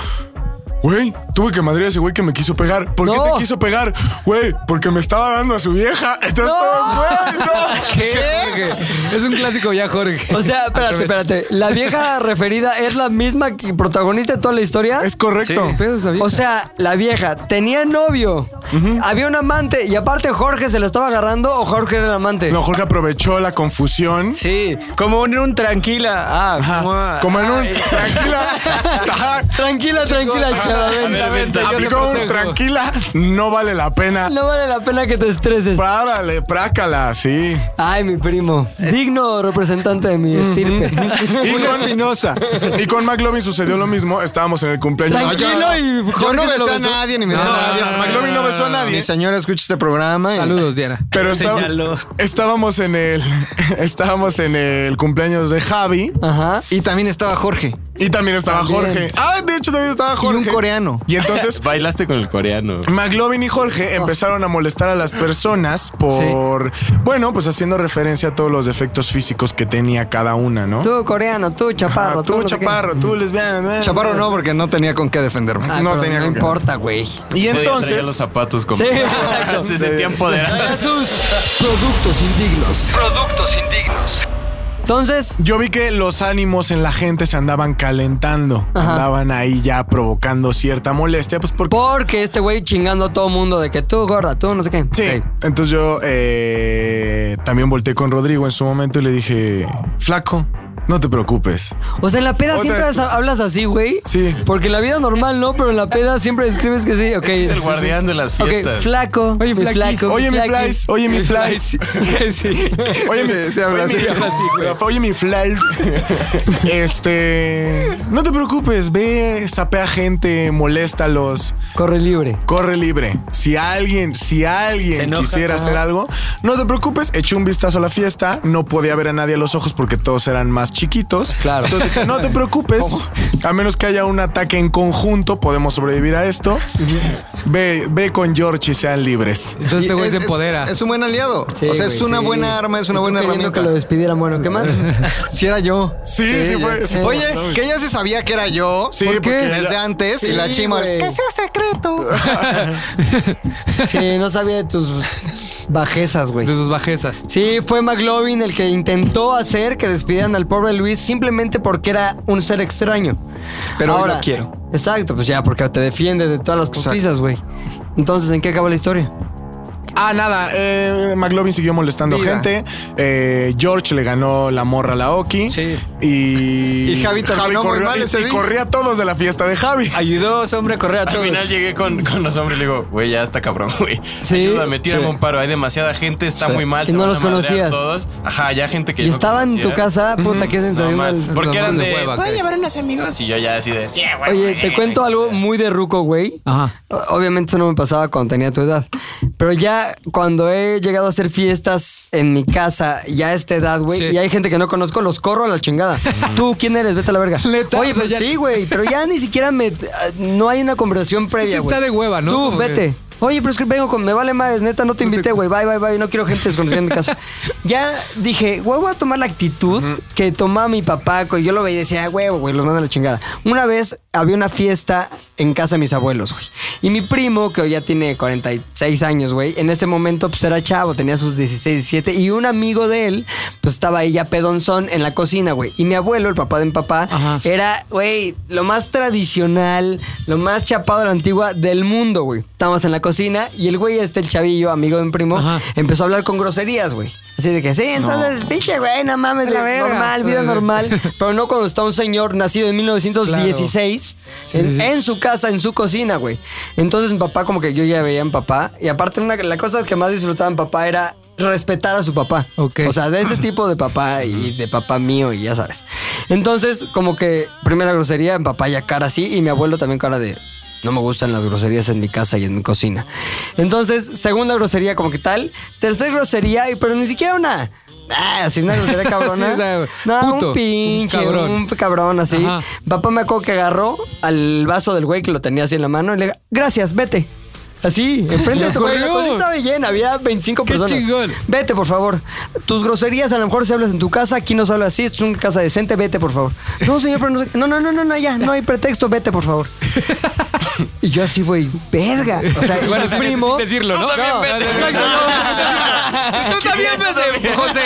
S13: Güey, tuve que madrear a ese güey que me quiso pegar. ¿Por qué
S2: No.
S13: te quiso pegar? Güey, porque me estaba dando a su vieja. Entonces, güey,
S2: <laughs>
S13: no.
S10: Es un clásico ya, Jorge.
S2: O
S3: <laughs>
S2: sea, espérate, espérate. La vieja referida es la misma que protagonista de toda la historia.
S13: Es correcto.
S10: ¿Qué pedo sabía?
S2: O sea, la vieja tenía novio, había un amante y aparte Jorge se la estaba agarrando o Jorge era el amante.
S13: No, Jorge aprovechó la confusión.
S3: Sí, como en un tranquila. Ah,
S13: Ajá.
S3: mua.
S13: Como en un
S3: Ay. <laughs>
S13: tranquila. Ajá.
S2: Tranquila, tranquila, chava, ven,
S10: ver,
S2: ven.
S10: vente, yo te
S13: Aplicó un
S10: protejo.
S13: tranquila. No vale la pena.
S2: No vale la pena que te estreses.
S13: Párale, prácala, sí.
S2: Ay, mi primo. Digno representante de mi estirpe.
S13: Y con Espinosa. Y con McLovin sucedió lo mismo. Estábamos en el cumpleaños.
S2: Tranquilo y
S5: Yo
S2: Jorge
S5: no
S2: se lo
S5: besé a
S2: besó.
S5: nadie ni me besé a nadie.
S13: no, McLovin no besó a nadie.
S5: Mi señora escucha este programa. y-
S10: Saludos, Diana.
S13: Pero estaba-
S3: Señaló.
S13: estábamos en el <laughs> estábamos en el cumpleaños de Javi
S2: Ajá.
S5: Y también estaba Jorge.
S13: y también estaba Jorge. Ah, de hecho también estaba Jorge.
S5: un coreano.
S13: Y entonces
S12: Bailaste con el coreano.
S13: McLovin y Jorge empezaron a molestar a las personas por, bueno, pues haciendo referencia a todos los defectos físicos que tenía cada una, ¿no?
S2: Tú coreano, tú chaparro,
S13: Ah, tú,
S2: no sé qué.
S13: chaparro, tú lesbiana. bla, bla,
S5: Chaparro
S13: bla.
S5: no, porque no tenía con qué defenderme.
S2: Ah,
S13: no
S2: pero
S13: tenía
S2: no
S13: con qué.
S2: importa, güey.
S13: Y
S12: los
S13: entonces,
S12: zapatos como.
S2: Sí, exacto.
S12: Se sentía empoderado.
S2: Sus productos indignos.
S1: Productos indignos.
S2: Entonces.
S13: Yo vi que los ánimos en la gente se andaban calentando.
S2: Ajá.
S13: Andaban ahí ya provocando cierta molestia. Pues porque.
S2: Porque este güey chingando a todo mundo de que tú, gorda, tú, no sé qué.
S13: Sí. Entonces yo eh, también volteé con Rodrigo en su momento y le dije: Flaco, no te preocupes.
S2: O sea, en la peda
S13: Otra
S2: siempre
S13: vez tú.
S2: has- hablas así, güey.
S13: Sí.
S2: Porque en la vida normal no, pero en la peda siempre describes que sí. Ok.
S12: Es el
S2: Sí, sí.
S12: guardián de las
S2: Ok,
S12: fiestas.
S2: flaco. Oye, mi
S13: flaqui.
S2: flaco.
S13: Oye, mi
S2: flaqui.
S13: flies.
S12: <laughs>
S13: Oye, mi flies.
S2: <laughs>
S12: sí.
S13: Oye, mi,
S5: se habla
S13: oye,
S5: así.
S13: mi- Oye, mi fly. <laughs> este. No te preocupes, ve, sapea gente, moléstalos.
S2: Corre libre.
S13: Corre libre. Si alguien, si
S3: Se
S13: alguien
S3: enoja,
S13: quisiera
S3: ajá.
S13: hacer algo, no te preocupes, eché un vistazo a la fiesta, no podía ver a nadie a los ojos porque todos eran más chiquitos.
S2: Claro.
S13: Entonces dije, no te preocupes, a menos que haya un ataque en conjunto, podemos sobrevivir a esto. Ve, ve con George y sean libres.
S10: Entonces este
S5: Y
S10: güey
S5: es-
S10: se
S5: es-
S10: empodera.
S5: Es, un buen aliado.
S2: Sí,
S5: o sea, es
S2: güey,
S5: una
S2: sí.
S5: buena arma, es
S2: Y
S5: una
S2: tú
S5: buena
S2: queriendo que lo
S5: herramienta.
S2: despidieran, bueno, ¿qué más?
S5: Si era yo.
S13: Sí, sí,
S5: ya.
S13: fue- sí fue.
S5: Oye, que ya se sabía que era yo.
S13: Sí,
S5: porque
S13: porque
S5: desde
S13: ya-
S5: antes y la
S2: Sí,
S5: chima.
S2: güey.
S5: Que sea secreto.
S2: <laughs> sí, no sabía de tus bajezas, güey.
S10: De sus bajezas.
S2: Sí, fue McLovin el que intentó hacer que despidieran al pobre Luis simplemente porque era un ser extraño.
S5: Pero hoy lo quiero.
S2: Exacto, pues ya, porque te defiende de todas las
S5: Exacto.
S2: postizas, güey. Entonces, ¿en qué acaba la historia?
S13: Ah, nada, eh, McLovin siguió molestando
S5: Vida.
S13: gente. eh, George le ganó la morra a la Oki.
S10: Sí.
S13: Y,
S5: Y Javi terminó muy
S13: corrió,
S5: mal
S13: y-
S5: ese
S13: y
S5: día.
S13: corría a todos de la fiesta de Javi.
S3: Ayudó, hombre, a correr a
S12: Al
S3: todos.
S12: final llegué con, con los hombres y le digo, güey, ya está cabrón, güey.
S2: Sí,
S12: Ayúdame, tírame
S2: sí.
S12: un paro. Hay demasiada gente, está
S5: Sí.
S12: muy mal.
S2: Que
S12: se
S2: no
S12: van a
S2: los
S12: madrear
S2: conocías.
S12: Todos. Ajá, ya gente que
S2: y
S12: yo no
S2: estaba en tu
S12: conocía.
S2: casa, puta, qué
S12: No,
S2: sensación.
S12: mal.
S2: al-
S12: Porque eran
S10: de
S12: de,
S10: hueva,
S12: "Voy a
S10: ok".
S12: llevar unos amigos? Y yo ya así de, sí, güey.
S2: Oye,
S12: güey".
S2: te cuento algo muy de ruco, güey.
S10: Ajá.
S2: O- Obviamente eso no me pasaba cuando tenía tu edad. Pero ya cuando he llegado a hacer fiestas en mi casa, ya a esta edad, güey,
S10: Sí.
S2: y hay gente que no conozco, los corro a la chingada. Tú, ¿quién eres? Vete a la verga.
S10: Neta,
S2: Oye,
S10: o sea,
S2: pues
S10: ya-
S2: sí, güey, pero ya ni siquiera me... No hay una conversación
S10: que sí
S2: previa, güey.
S10: está de hueva, ¿no?
S2: Tú,
S10: Como
S2: vete. Oye, pero es que vengo con... Me vale madres, neta, no te invité, güey. Bye, bye, bye. No quiero gente desconocida en mi casa. ya dije, güey, voy a tomar la actitud que tomaba mi papá. cu- Yo lo veía y decía, "Ah, huevo, güey, los mando a la chingada. Una vez había una fiesta en casa de mis abuelos, güey. Y mi primo, que hoy ya tiene 46 años, güey, en ese momento pues era chavo, tenía sus 16, 17. Y un amigo de él, pues estaba ahí ya pedonzón en la cocina, güey. Y mi abuelo, el papá de mi papá,
S10: Ajá.
S2: era, güey, lo más tradicional, lo más chapado de la antigua del mundo, güey. Estábamos en la cocina y el güey este, el chavillo, amigo de mi primo,
S10: Ajá.
S2: empezó a hablar con groserías, güey. Así de que, sí, entonces, pinche güey, no mames,
S10: La verga.
S2: normal, vida
S10: Ajá. <laughs>
S2: normal. pero no cuando está un señor nacido en 1916 en,
S10: sí, sí.
S2: en su casa, en su cocina, güey. Entonces mi papá, como que yo ya veía a mi papá. Y aparte, una- la cosa que más disfrutaba mi papá era respetar a su papá.
S10: Ok.
S2: O sea,
S10: <clears throat>
S2: de ese tipo de papá y de papá mío y ya sabes. Entonces, como que primera grosería, mi papá ya cara así y mi abuelo también cara de no me gustan las groserías en mi casa y en mi cocina. Entonces, segunda grosería como que tal, tercera grosería, y- pero ni siquiera una Ah, así una grosería
S10: <laughs>
S2: cabrona.
S10: Sí, o sea,
S2: no,
S10: puto,
S2: un
S10: un
S2: pinche, un cabrón,
S10: cabrón.
S2: así.
S10: Ajá.
S2: Papá me acuerdo que agarró al vaso del güey que lo tenía así en la mano y le dijo, gracias, vete. Así, enfrente de tu güey. La
S10: corrió.
S2: cocina estaba llena, había 25
S10: Qué
S2: personas.
S10: chingón.
S2: Vete, por favor. Tus groserías a lo mejor se hablas en tu casa, aquí no se habla así, es una casa decente, vete, por favor. No, señor, pero no sé- No, no, no, no, no, ya, no hay pretexto, vete,
S10: <laughs>
S2: por favor. y yo así, güey, verga. O sea, y
S10: Bueno,
S2: mi
S10: sin-
S2: primo.
S10: sin decirlo, ¿no? No, exacto, no. Tú también vete, <laughs> José.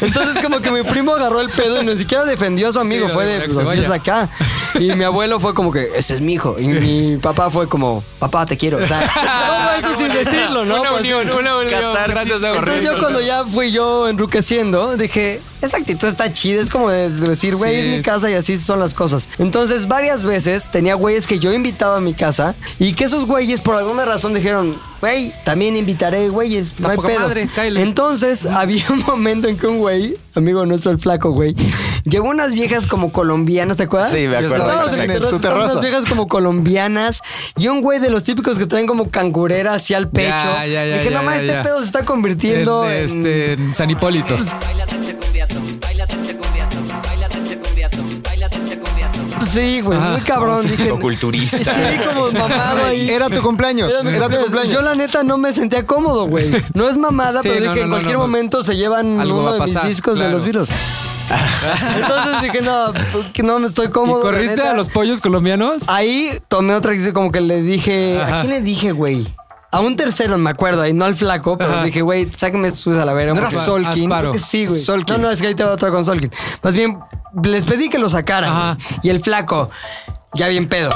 S2: <laughs> Entonces como que mi primo agarró el pedo y ni siquiera defendió a su amigo,
S10: Sí,
S2: fue
S10: para
S2: de
S10: que
S2: pues,
S10: se
S2: así
S10: vaya.
S2: es acá. Y mi abuelo fue como que, ese es mi hijo. Y mi papá fue como, papá, te quiero. O sea,
S10: <laughs>
S2: todo eso sin decirlo, ¿no?
S10: Una
S2: Pues,
S10: unión, una unión.
S12: Catarsis
S10: Gracias a
S2: Entonces yo cuando ya fui yo enriqueciendo, dije, esa actitud está chida, es como de decir, güey,
S10: Sí.
S2: es mi casa y así son las cosas. Entonces varias veces tenía güeyes que yo invitaba a mi casa y que esos güeyes por alguna razón dijeron, güey, también invitaré güeyes, no hay
S10: poca
S2: pedo.
S10: madre, cáele.
S2: Entonces <laughs> había un momento en que un güey, amigo nuestro el flaco, güey, llegó unas viejas como colombianas, ¿te acuerdas?
S12: Sí, me
S5: Ya
S12: acuerdo.
S5: estaba
S2: Estábamos en
S12: perfecto.
S2: mi terraza,
S5: perfecto. Tu
S2: estaban
S5: terraza.
S2: unas viejas como colombianas y un güey de los típicos que traen como cangurera hacia el pecho.
S10: Ya, ya, ya,
S2: Dije,
S10: ya,
S2: no más,
S10: ya,
S2: este
S10: ya.
S2: pedo se está convirtiendo
S10: En,
S2: en... Pues,
S10: este, en San Hipólito.
S2: Sí, güey,
S10: Ajá.
S2: muy cabrón.
S12: Un
S2: Dije,
S12: fisicoculturista.
S2: Sí, como mamado ahí.
S5: Era tu cumpleaños.
S2: Era mi
S5: Era tu
S2: cumpleaños.
S5: cumpleaños.
S2: Yo la neta no me sentía cómodo, güey. No es mamada,
S10: Sí,
S2: pero
S10: no,
S2: dije
S10: no,
S2: en
S10: no,
S2: cualquier
S10: no, pues,
S2: momento se llevan
S10: algo
S2: uno
S10: va a
S2: de mis
S10: pasar,
S2: discos de
S10: claro.
S2: los virus.
S10: <laughs>
S2: Entonces dije, no, pu- que no me estoy
S10: ¿Y
S2: cómodo. la
S10: corriste
S2: neta.
S10: a los pollos colombianos?
S2: Ahí tomé otra actitud, como que le dije. ¿A
S10: Ajá.
S2: quién le dije, güey? a un tercero, me acuerdo, ahí, no al flaco, pero
S5: Ajá.
S2: dije, güey, sáquenme sus calaveras.
S5: ¿No era
S2: porque-
S5: Solkin?
S2: Creo que Sí, güey.
S5: Solkin.
S2: No, no, es que ahí te va otra con Solkin. Más bien, les pedí que lo sacaran. güey. Y el flaco, ya bien pedo.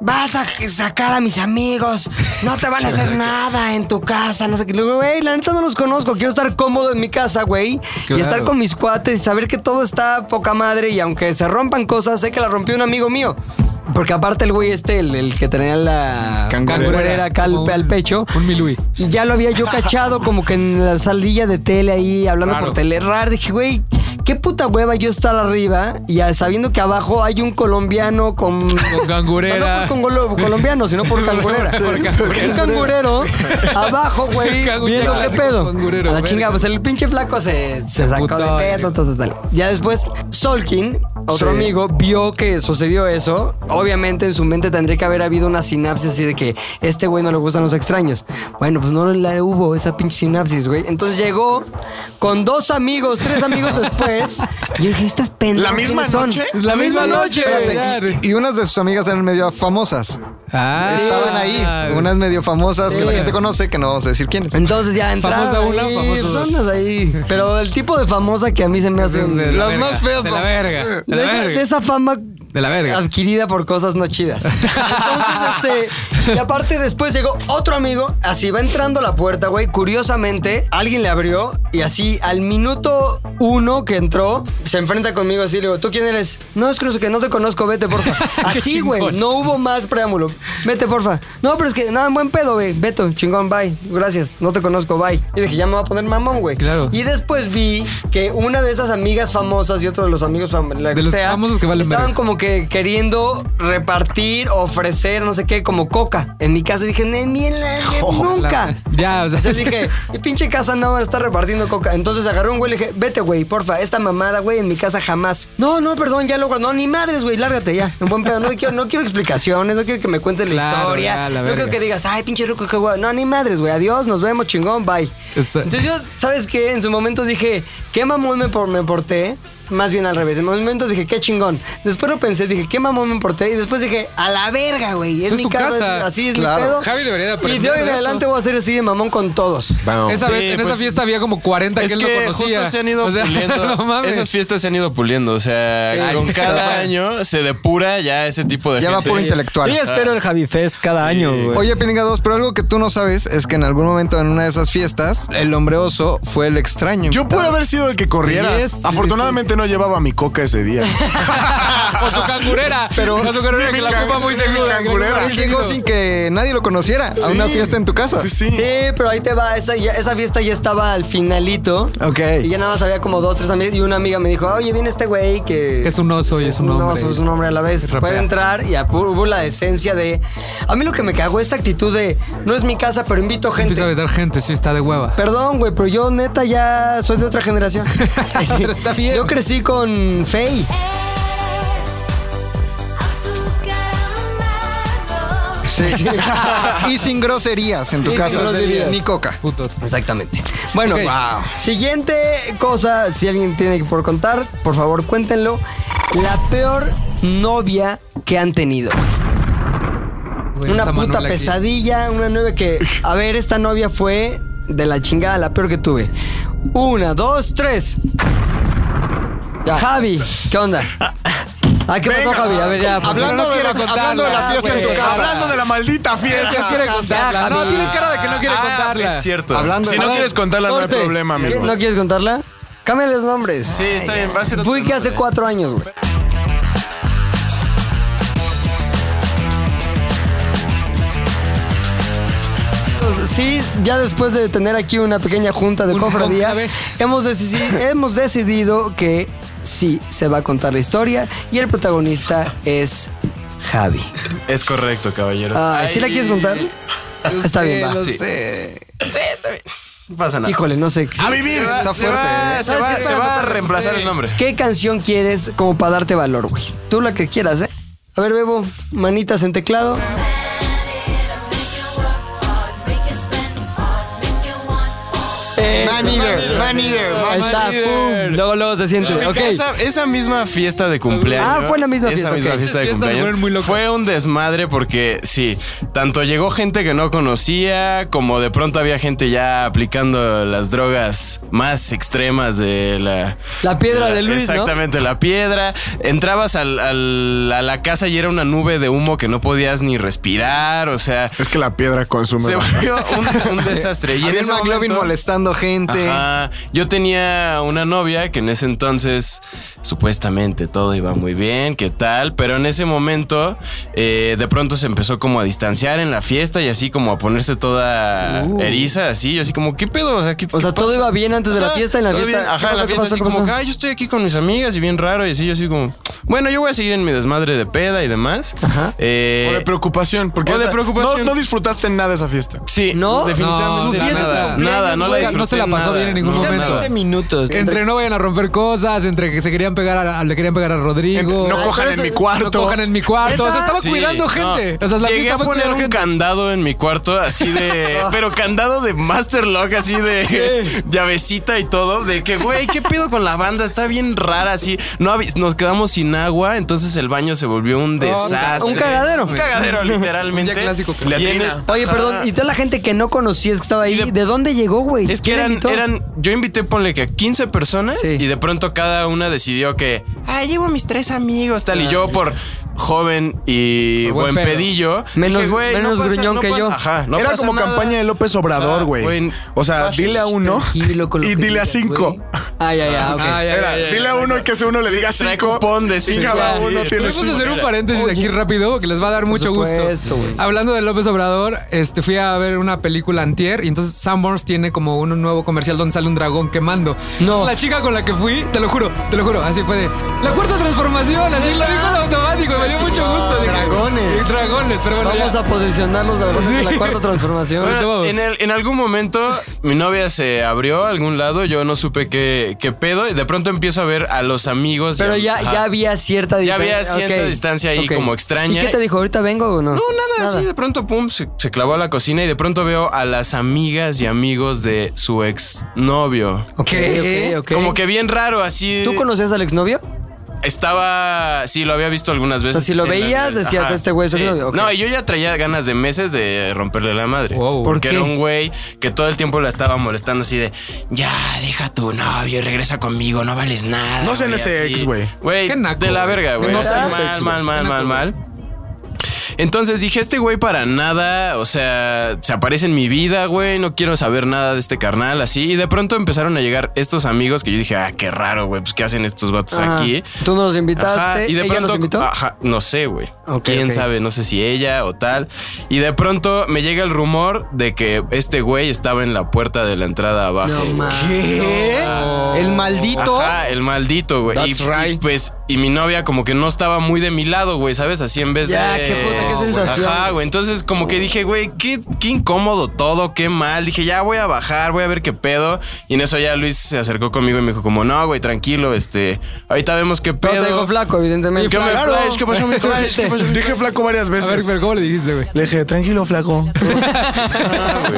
S2: Vas a sacar a mis amigos, no te van a hacer nada en tu casa, no sé qué. Le digo, güey, la neta no los conozco, quiero estar cómodo en mi casa, güey. Y
S4: Claro.
S2: estar con mis cuates y saber que todo está poca madre y aunque se rompan cosas, sé que la rompió un amigo mío. Porque aparte el güey este, el, el que tenía la
S4: Cangurera.
S2: cangurera acá al, al pecho. Un milui. Y ya lo había yo cachado como que en la salilla de tele ahí, hablando por tele. Raro, dije, güey, qué puta hueva yo estar arriba y a- sabiendo que abajo hay un colombiano con... Con
S10: cangurera.
S2: no por congolo- colombiano, sino por
S10: <laughs>
S2: cangurera.
S10: Por cangurera.
S2: Un cangurero abajo,
S10: <laughs>
S2: güey,
S10: Cangurera
S2: viendo qué
S10: clásico,
S2: pedo.
S10: cangurero,
S2: A la
S10: verga.
S2: chinga, pues el pinche flaco se, se
S10: Se
S2: sacó
S10: emputó,
S2: de pedo, tal, tal, tal. Ya después, Solkin, otro
S10: Sí.
S2: amigo, vio que sucedió eso. Obviamente en su mente tendría que haber habido una sinapsis así de que este güey no le gustan los extraños. Bueno, pues no la hubo esa pinche sinapsis, güey. Entonces llegó con dos amigos, tres amigos
S13: <laughs>
S2: después. Y yo dije, estas pendejos.
S13: ¿La misma
S2: ¿quiénes son?
S13: noche?
S2: La misma noche,
S5: Espérate,
S2: güey. Ah,
S5: y, y unas de sus amigas eran medio famosas.
S10: Ah.
S5: Estaban ahí. Unas medio famosas que la
S2: Sí.
S5: gente conosa que no vamos a decir quiénes.
S2: Entonces ya entraron
S5: Famosa una,
S2: ahí,
S5: famosa dos.
S2: personas ahí. Pero el tipo de famosa que a mí se me hace...
S5: de la Las verga, más feas, de la ¿no? verga,
S10: de la
S2: De esa-
S10: verga.
S2: de esa fama
S10: De la verga.
S2: adquirida por cosas no chidas. Entonces, este, y aparte después llegó otro amigo, así va entrando a la puerta, güey. Curiosamente, alguien le abrió y así al minuto uno que entró, se enfrenta conmigo así, le digo, ¿tú quién eres? No, es que no sé qué, no te conozco, vete, porfa.
S10: <laughs>
S2: Así, güey, no hubo más preámbulo. Vete, porfa. No, pero es que, nada, buen pedo, güey. Beto, chingón, bye. Gracias, no te conozco, bye. Y dije, ya me va a poner mamón, güey. Claro. Y después vi que una de esas amigas famosas y otro de los amigos fam- la
S10: De
S2: que
S10: los
S2: sea,
S10: famosos que valen
S2: estaban
S10: verga.
S2: como que queriendo repartir, ofrecer, no sé qué, como coca. En mi casa dije, "Ne- ni en la-
S10: <laughs>
S2: ni- nunca.
S10: Ya, o sea,
S2: Entonces dije, mi pinche casa no van a estar repartiendo coca. Entonces agarré un güey y le dije, vete, güey, porfa, esta mamada, güey, en mi casa jamás. No, no, perdón, ya lo No, ni madres, güey, lárgate ya. En buen pedo. No quiero, no quiero explicaciones, no quiero que me cuentes la
S10: Claro,
S2: historia.
S10: ya, la
S2: no
S10: verga.
S2: quiero que digas, ay, pinche ruco, qué guay. No, ni madres, güey. Adiós, nos vemos, chingón, bye. Entonces yo, ¿sabes qué? En su momento dije, qué mamón me, por, me porté. Más bien al revés. En momento dije, qué chingón. Después lo pensé, dije, qué mamón me porté. Y después dije, a la verga, güey. Es,
S10: Es
S2: mi
S10: tu
S2: casa,
S10: casa.
S2: es- así es
S10: Claro.
S2: mi pedo.
S10: Javi debería de
S2: Y
S10: aprender
S2: de hoy en
S10: de eso.
S2: adelante voy a ser así de mamón con todos.
S10: Esa vez, en
S4: pues,
S12: pues
S10: esa fiesta había como 40
S13: Es
S10: que él
S13: que
S10: no conocía.
S13: justo se han ido
S10: O sea, <laughs>
S2: <laughs>
S13: puliendo.
S10: no mames.
S13: Esas fiestas se han ido puliendo. O sea,
S10: Sí.
S13: con
S10: Ay,
S13: cada
S10: sí.
S13: año se depura ya ese tipo de
S5: Ya va
S13: gente.
S5: puro intelectual. Yo ya espero
S3: el Javi Fest cada año, güey.
S5: Oye, Pilinga 2, pero algo que tú no sabes es que en algún momento en una de esas fiestas, el hombre oso fue el extraño.
S13: Yo pude haber sido el que corrieras.
S5: Sí, es-
S13: Afortunadamente no llevaba mi coca ese día.
S10: O su cangurera.
S5: Pero-
S10: o su cangurera que la ocupa muy seguro.
S5: Él llegó sin que nadie lo conociera a una fiesta en tu casa.
S2: pero ahí te va. Esa, ya- esa fiesta ya estaba al finalito.
S5: Ok.
S2: Y ya nada más había como dos, tres amigos. Y una amiga me dijo, oye, viene este güey que...
S10: Que es un oso y es un
S2: un
S10: hombre.
S2: oso, es un hombre a la vez.
S10: Rapea.
S2: Puede entrar y apu- hubo la decencia de... A mí lo que me cagó es esa actitud de, no es mi casa, pero invito gente.
S10: Empieza a vetar gente, sí, está de hueva.
S2: Perdón, güey, pero yo neta ya soy de otra generación.
S10: <laughs> Pero está bien.
S2: Yo crecí con Faye.
S5: Sí. <laughs> y sin groserías en tu
S2: Y sin
S5: casa.
S2: groserías.
S5: Ni coca.
S10: Putos.
S2: Exactamente. Bueno,
S5: Ok.
S2: wow. siguiente cosa, si alguien tiene por contar, por favor cuéntenlo. La peor novia que han tenido. una
S10: está
S2: puta
S10: Manuel aquí.
S2: pesadilla, una novia que... A ver, esta novia fue de la chingada, la peor que tuve. Una, dos, tres. Javi, ¿qué onda? Ah, ¿qué pasó,
S13: Venga.
S2: Javi? A ver, ya. por favor.
S13: Hablando,
S2: No
S13: de,
S2: quiero
S13: la,
S2: contarla,
S13: hablando de la fiesta en tu
S2: güey.
S13: casa. Hablando de la maldita fiesta.
S10: Ya quiere contarla. No, tiene cara de que no
S13: Ah,
S10: quiere
S13: pues
S10: contarla.
S13: Es cierto.
S2: Hablando
S13: si
S2: de-
S13: no
S2: A ver,
S13: quieres contarla, no hay
S2: cortes.
S13: problema,
S2: ¿Qué?
S13: amigo.
S2: ¿No quieres contarla? Cámbiale los nombres. Sí,
S13: está bien, va a ser otro
S2: Fui que hace
S13: nombre.
S2: cuatro años, güey. Pues, Sí, ya después de tener aquí una pequeña junta de cofradía, hemos, decidi- <laughs> hemos decidido que sí se va a contar la historia y el protagonista es Javi.
S13: Es correcto, caballero.
S2: Ah, ¿Sí la quieres contar? Está bien, va.
S13: Sí. No pasa nada.
S2: Híjole, no sé.
S13: A vivir. Se va- Está se fuerte, va- ¿eh? se va- se va a reemplazar el nombre.
S2: ¿Qué canción quieres como para darte valor, güey? Tú la que quieras, ¿eh? A ver, Bebo, manitas en teclado.
S4: Eh,
S16: Man eater, man eater, man
S2: Ahí está,
S16: eater.
S2: pum. Luego, luego se siente.
S4: Oiga,
S2: Ok.
S4: Esa, esa misma fiesta de cumpleaños.
S2: Ah, fue la misma
S4: esa
S2: fiesta,
S4: misma
S2: ok.
S4: fiesta de
S2: Fiestas se
S4: cumpleaños.
S2: vuelven muy locas.
S4: fue un desmadre porque, sí, tanto llegó gente que no conocía, como de pronto había gente ya aplicando las drogas más extremas de la.
S2: La piedra de Luis, ¿no?
S4: Exactamente, la piedra. Entrabas al- al- a la casa y era una nube de humo que no podías ni respirar, o sea.
S13: Es que la piedra consume.
S4: Se
S13: ¿verdad?
S4: volvió un,
S2: <laughs>
S4: un desastre. Y en
S16: Había
S4: ese
S16: McLovin
S4: momento-
S16: molestando gente.
S4: Ajá. Yo tenía una novia que en ese entonces supuestamente todo iba muy bien, qué tal, pero en ese momento eh, de pronto se empezó como a distanciar en la fiesta y así como a ponerse toda
S2: Uh.
S4: eriza, así, yo así como, ¿qué pedo? O sea, ¿qué-
S2: O sea,
S4: qué
S2: todo
S4: pasa?
S2: iba bien antes de la
S4: Ajá,
S2: fiesta. En la
S4: todo
S2: fiesta.
S4: bien. Ajá,
S2: ¿Qué
S4: en la
S2: pasó? ¿Qué
S4: fiesta
S2: pasó?
S4: así
S2: ¿Qué
S4: como,
S2: pasó?
S4: "Ay, yo estoy aquí con mis amigas y bien raro y así, yo así como, bueno, yo voy a seguir en mi desmadre de peda y demás. Eh,
S13: O de preocupación. Porque
S4: o de
S13: esa-
S4: preocupación.
S13: No, no disfrutaste nada de esa fiesta.
S4: Sí,
S2: ¿No?
S4: definitivamente
S5: No,
S4: nada,
S5: no,
S4: nada, no la
S5: güey,
S4: disfruté
S5: no se la pasó
S4: nada,
S5: bien en ningún
S4: no,
S5: momento.
S4: nada.
S3: 20 minutos.
S5: Entre no vayan a romper cosas, entre que se querían pegar a, a- le querían pegar a Rodrigo.
S13: Entre no cojan en mi cuarto.
S5: No cojan en mi cuarto. O sea, estaba
S4: Sí,
S5: cuidando
S4: no.
S5: gente. O sea, la
S4: Llegué
S5: fiesta
S4: a
S5: fue
S4: poner
S5: cuidar
S4: un
S5: gente.
S4: candado en mi cuarto, así
S2: <laughs>
S4: de. pero candado de Master Lock, así de llavecita y todo. De que, güey, ¿qué pedo con la banda? Está bien rara, así. No, habí- nos quedamos sin agua, entonces el baño se volvió un desastre.
S2: Oh, un cagadero.
S4: Un
S2: <laughs>
S4: cagadero, literalmente.
S5: Un día clásico.
S4: Y en e-
S13: Letrina.
S4: es-
S2: Oye, perdón, y toda la gente que no conocías que estaba ahí,
S4: Y
S2: de,
S4: de-
S2: dónde llegó, güey?
S4: Es que
S2: ¿Quién la
S4: eran,
S2: invitó?
S4: eran, yo invité, ponle que a 15 personas
S2: Sí.
S4: y de pronto cada una decidió que, ah, llevo a mis tres amigos, tal, y yo por joven y
S5: Por buen
S4: buen,
S5: pedo.
S4: pedillo.
S2: Menos-
S4: dije, "Güey,
S2: menos gruñón que
S4: pasa-
S2: yo".
S4: Ajá, Ah, no
S13: Era
S4: pasa
S13: como
S4: nada.
S13: campaña de López Obrador,
S4: Ah,
S13: güey.
S4: güey,
S13: o sea,
S4: fácil,
S13: dile a uno
S2: Tranquilo con lo
S13: y
S2: que
S13: dile a
S2: digas,
S13: cinco.
S2: güey. Ay, ay,
S4: Ah,
S2: ay, ok.
S5: Ay, ay,
S13: Era,
S5: ay, ay.
S13: <laughs> dile a uno y que ese uno le diga
S4: Trae
S13: cinco.
S4: cupón de
S13: y
S4: cinco.
S13: cada
S4: Sí,
S13: uno
S4: sí.
S13: tiene
S5: Podemos
S13: cinco.
S5: hacer un paréntesis aquí rápido que les va a dar mucho
S2: supuesto,
S5: gusto.
S2: güey.
S5: Hablando de López Obrador, este, fui a ver una película antier y entonces Sanborns tiene como un nuevo comercial donde sale un dragón quemando.
S2: No.
S5: Entonces, la chica con la que fui, te lo juro, te lo juro, así fue de la cuarta transformación, así lo dijo en automático y me dio mucho gusto. dije,
S2: Dragones.
S5: "Y dragones, pero bueno,
S2: Vamos
S5: ya.
S2: a posicionar los dragones en la cuarta transformación.
S4: Bueno,
S5: vamos.
S4: en, el- en algún momento mi novia se abrió a algún lado, yo no supe qué, qué pedo y de pronto empiezo a ver a los amigos. y
S2: Pero
S4: a-
S2: ya,
S4: ajá.
S2: ya había cierta
S4: Ya
S2: distancia.
S4: había cierta
S2: ok,
S4: distancia ahí
S2: ok.
S4: como extraña.
S2: ¿Y qué te dijo? ¿Ahorita vengo o no?
S4: No, nada, así de pronto, pum, se, se clavó a la cocina y de pronto veo a las amigas y amigos de su exnovio.
S2: Ok,
S16: ¿Qué?
S2: ok, ok.
S4: Como que Pues bien raro, así.
S2: ¿Tú conocías al exnovio?
S4: Estaba. Sí, lo había visto algunas veces.
S2: O sea, si lo
S4: en la-
S2: veías, decías,
S4: Ajá,
S2: este güey es
S4: sí.
S2: exnovio, ok.
S4: No, y yo ya traía ganas de meses de romperle la madre.
S5: Wow.
S4: Porque
S2: ¿Por qué?
S4: era un güey que todo el tiempo la estaba molestando, así de. Ya, deja a tu novio y regresa conmigo, no vales nada.
S13: No sean
S4: güey",
S13: ese
S4: así.
S13: ex, güey.
S4: Güey,
S5: Qué naco,
S4: de la
S5: güey.
S4: verga, güey.
S13: No
S4: Así,
S13: sean ese
S4: mal,
S13: ex,
S4: mal, mal,
S5: Qué
S4: mal,
S5: naco,
S4: mal. Entonces dije, este güey para nada, o sea, se aparece en mi vida, güey, no quiero saber nada de este carnal, así. Y de pronto empezaron a llegar estos amigos que yo dije, ah, qué raro, güey, pues qué hacen estos vatos
S2: Ajá.
S4: aquí.
S2: Ah, Tú no los invitaste.
S4: Ajá, y de
S2: ¿Ella
S4: pronto,
S2: los invitó?
S4: Ajá, no sé, güey.
S2: Ok,
S4: Quién
S2: ok.
S4: sabe, no sé si ella o tal. Y de pronto me llega el rumor de que este güey estaba en la puerta de la entrada abajo.
S2: No
S4: güey.
S2: mames.
S16: ¿Qué? El maldito.
S4: Ajá, el maldito, güey.
S16: That's
S4: y,
S16: right.
S4: y, pues, y mi novia como que no estaba muy de mi lado, güey, ¿sabes? Así en vez
S2: Ya,
S4: de...
S2: qué puta, qué sensación.
S4: Ajá, güey. Entonces como que dije, güey, qué, qué incómodo todo, qué mal. Dije, ya voy a bajar, voy a ver qué pedo. Y en eso ya Luis se acercó conmigo y me dijo como, no, güey, tranquilo, este... Ahorita vemos qué
S2: Pero te dejó
S4: pedo. <laughs>
S2: flaco, evidentemente.
S4: ¿Qué me flash? ¿Qué pasó, mi
S2: <laughs>
S4: flash? ¿Qué pasó, mi
S13: Dije flaco varias
S5: A ver,
S13: veces.
S5: pero ¿cómo le dijiste, güey?
S13: Le dije,
S4: <laughs>
S13: tranquilo, flaco.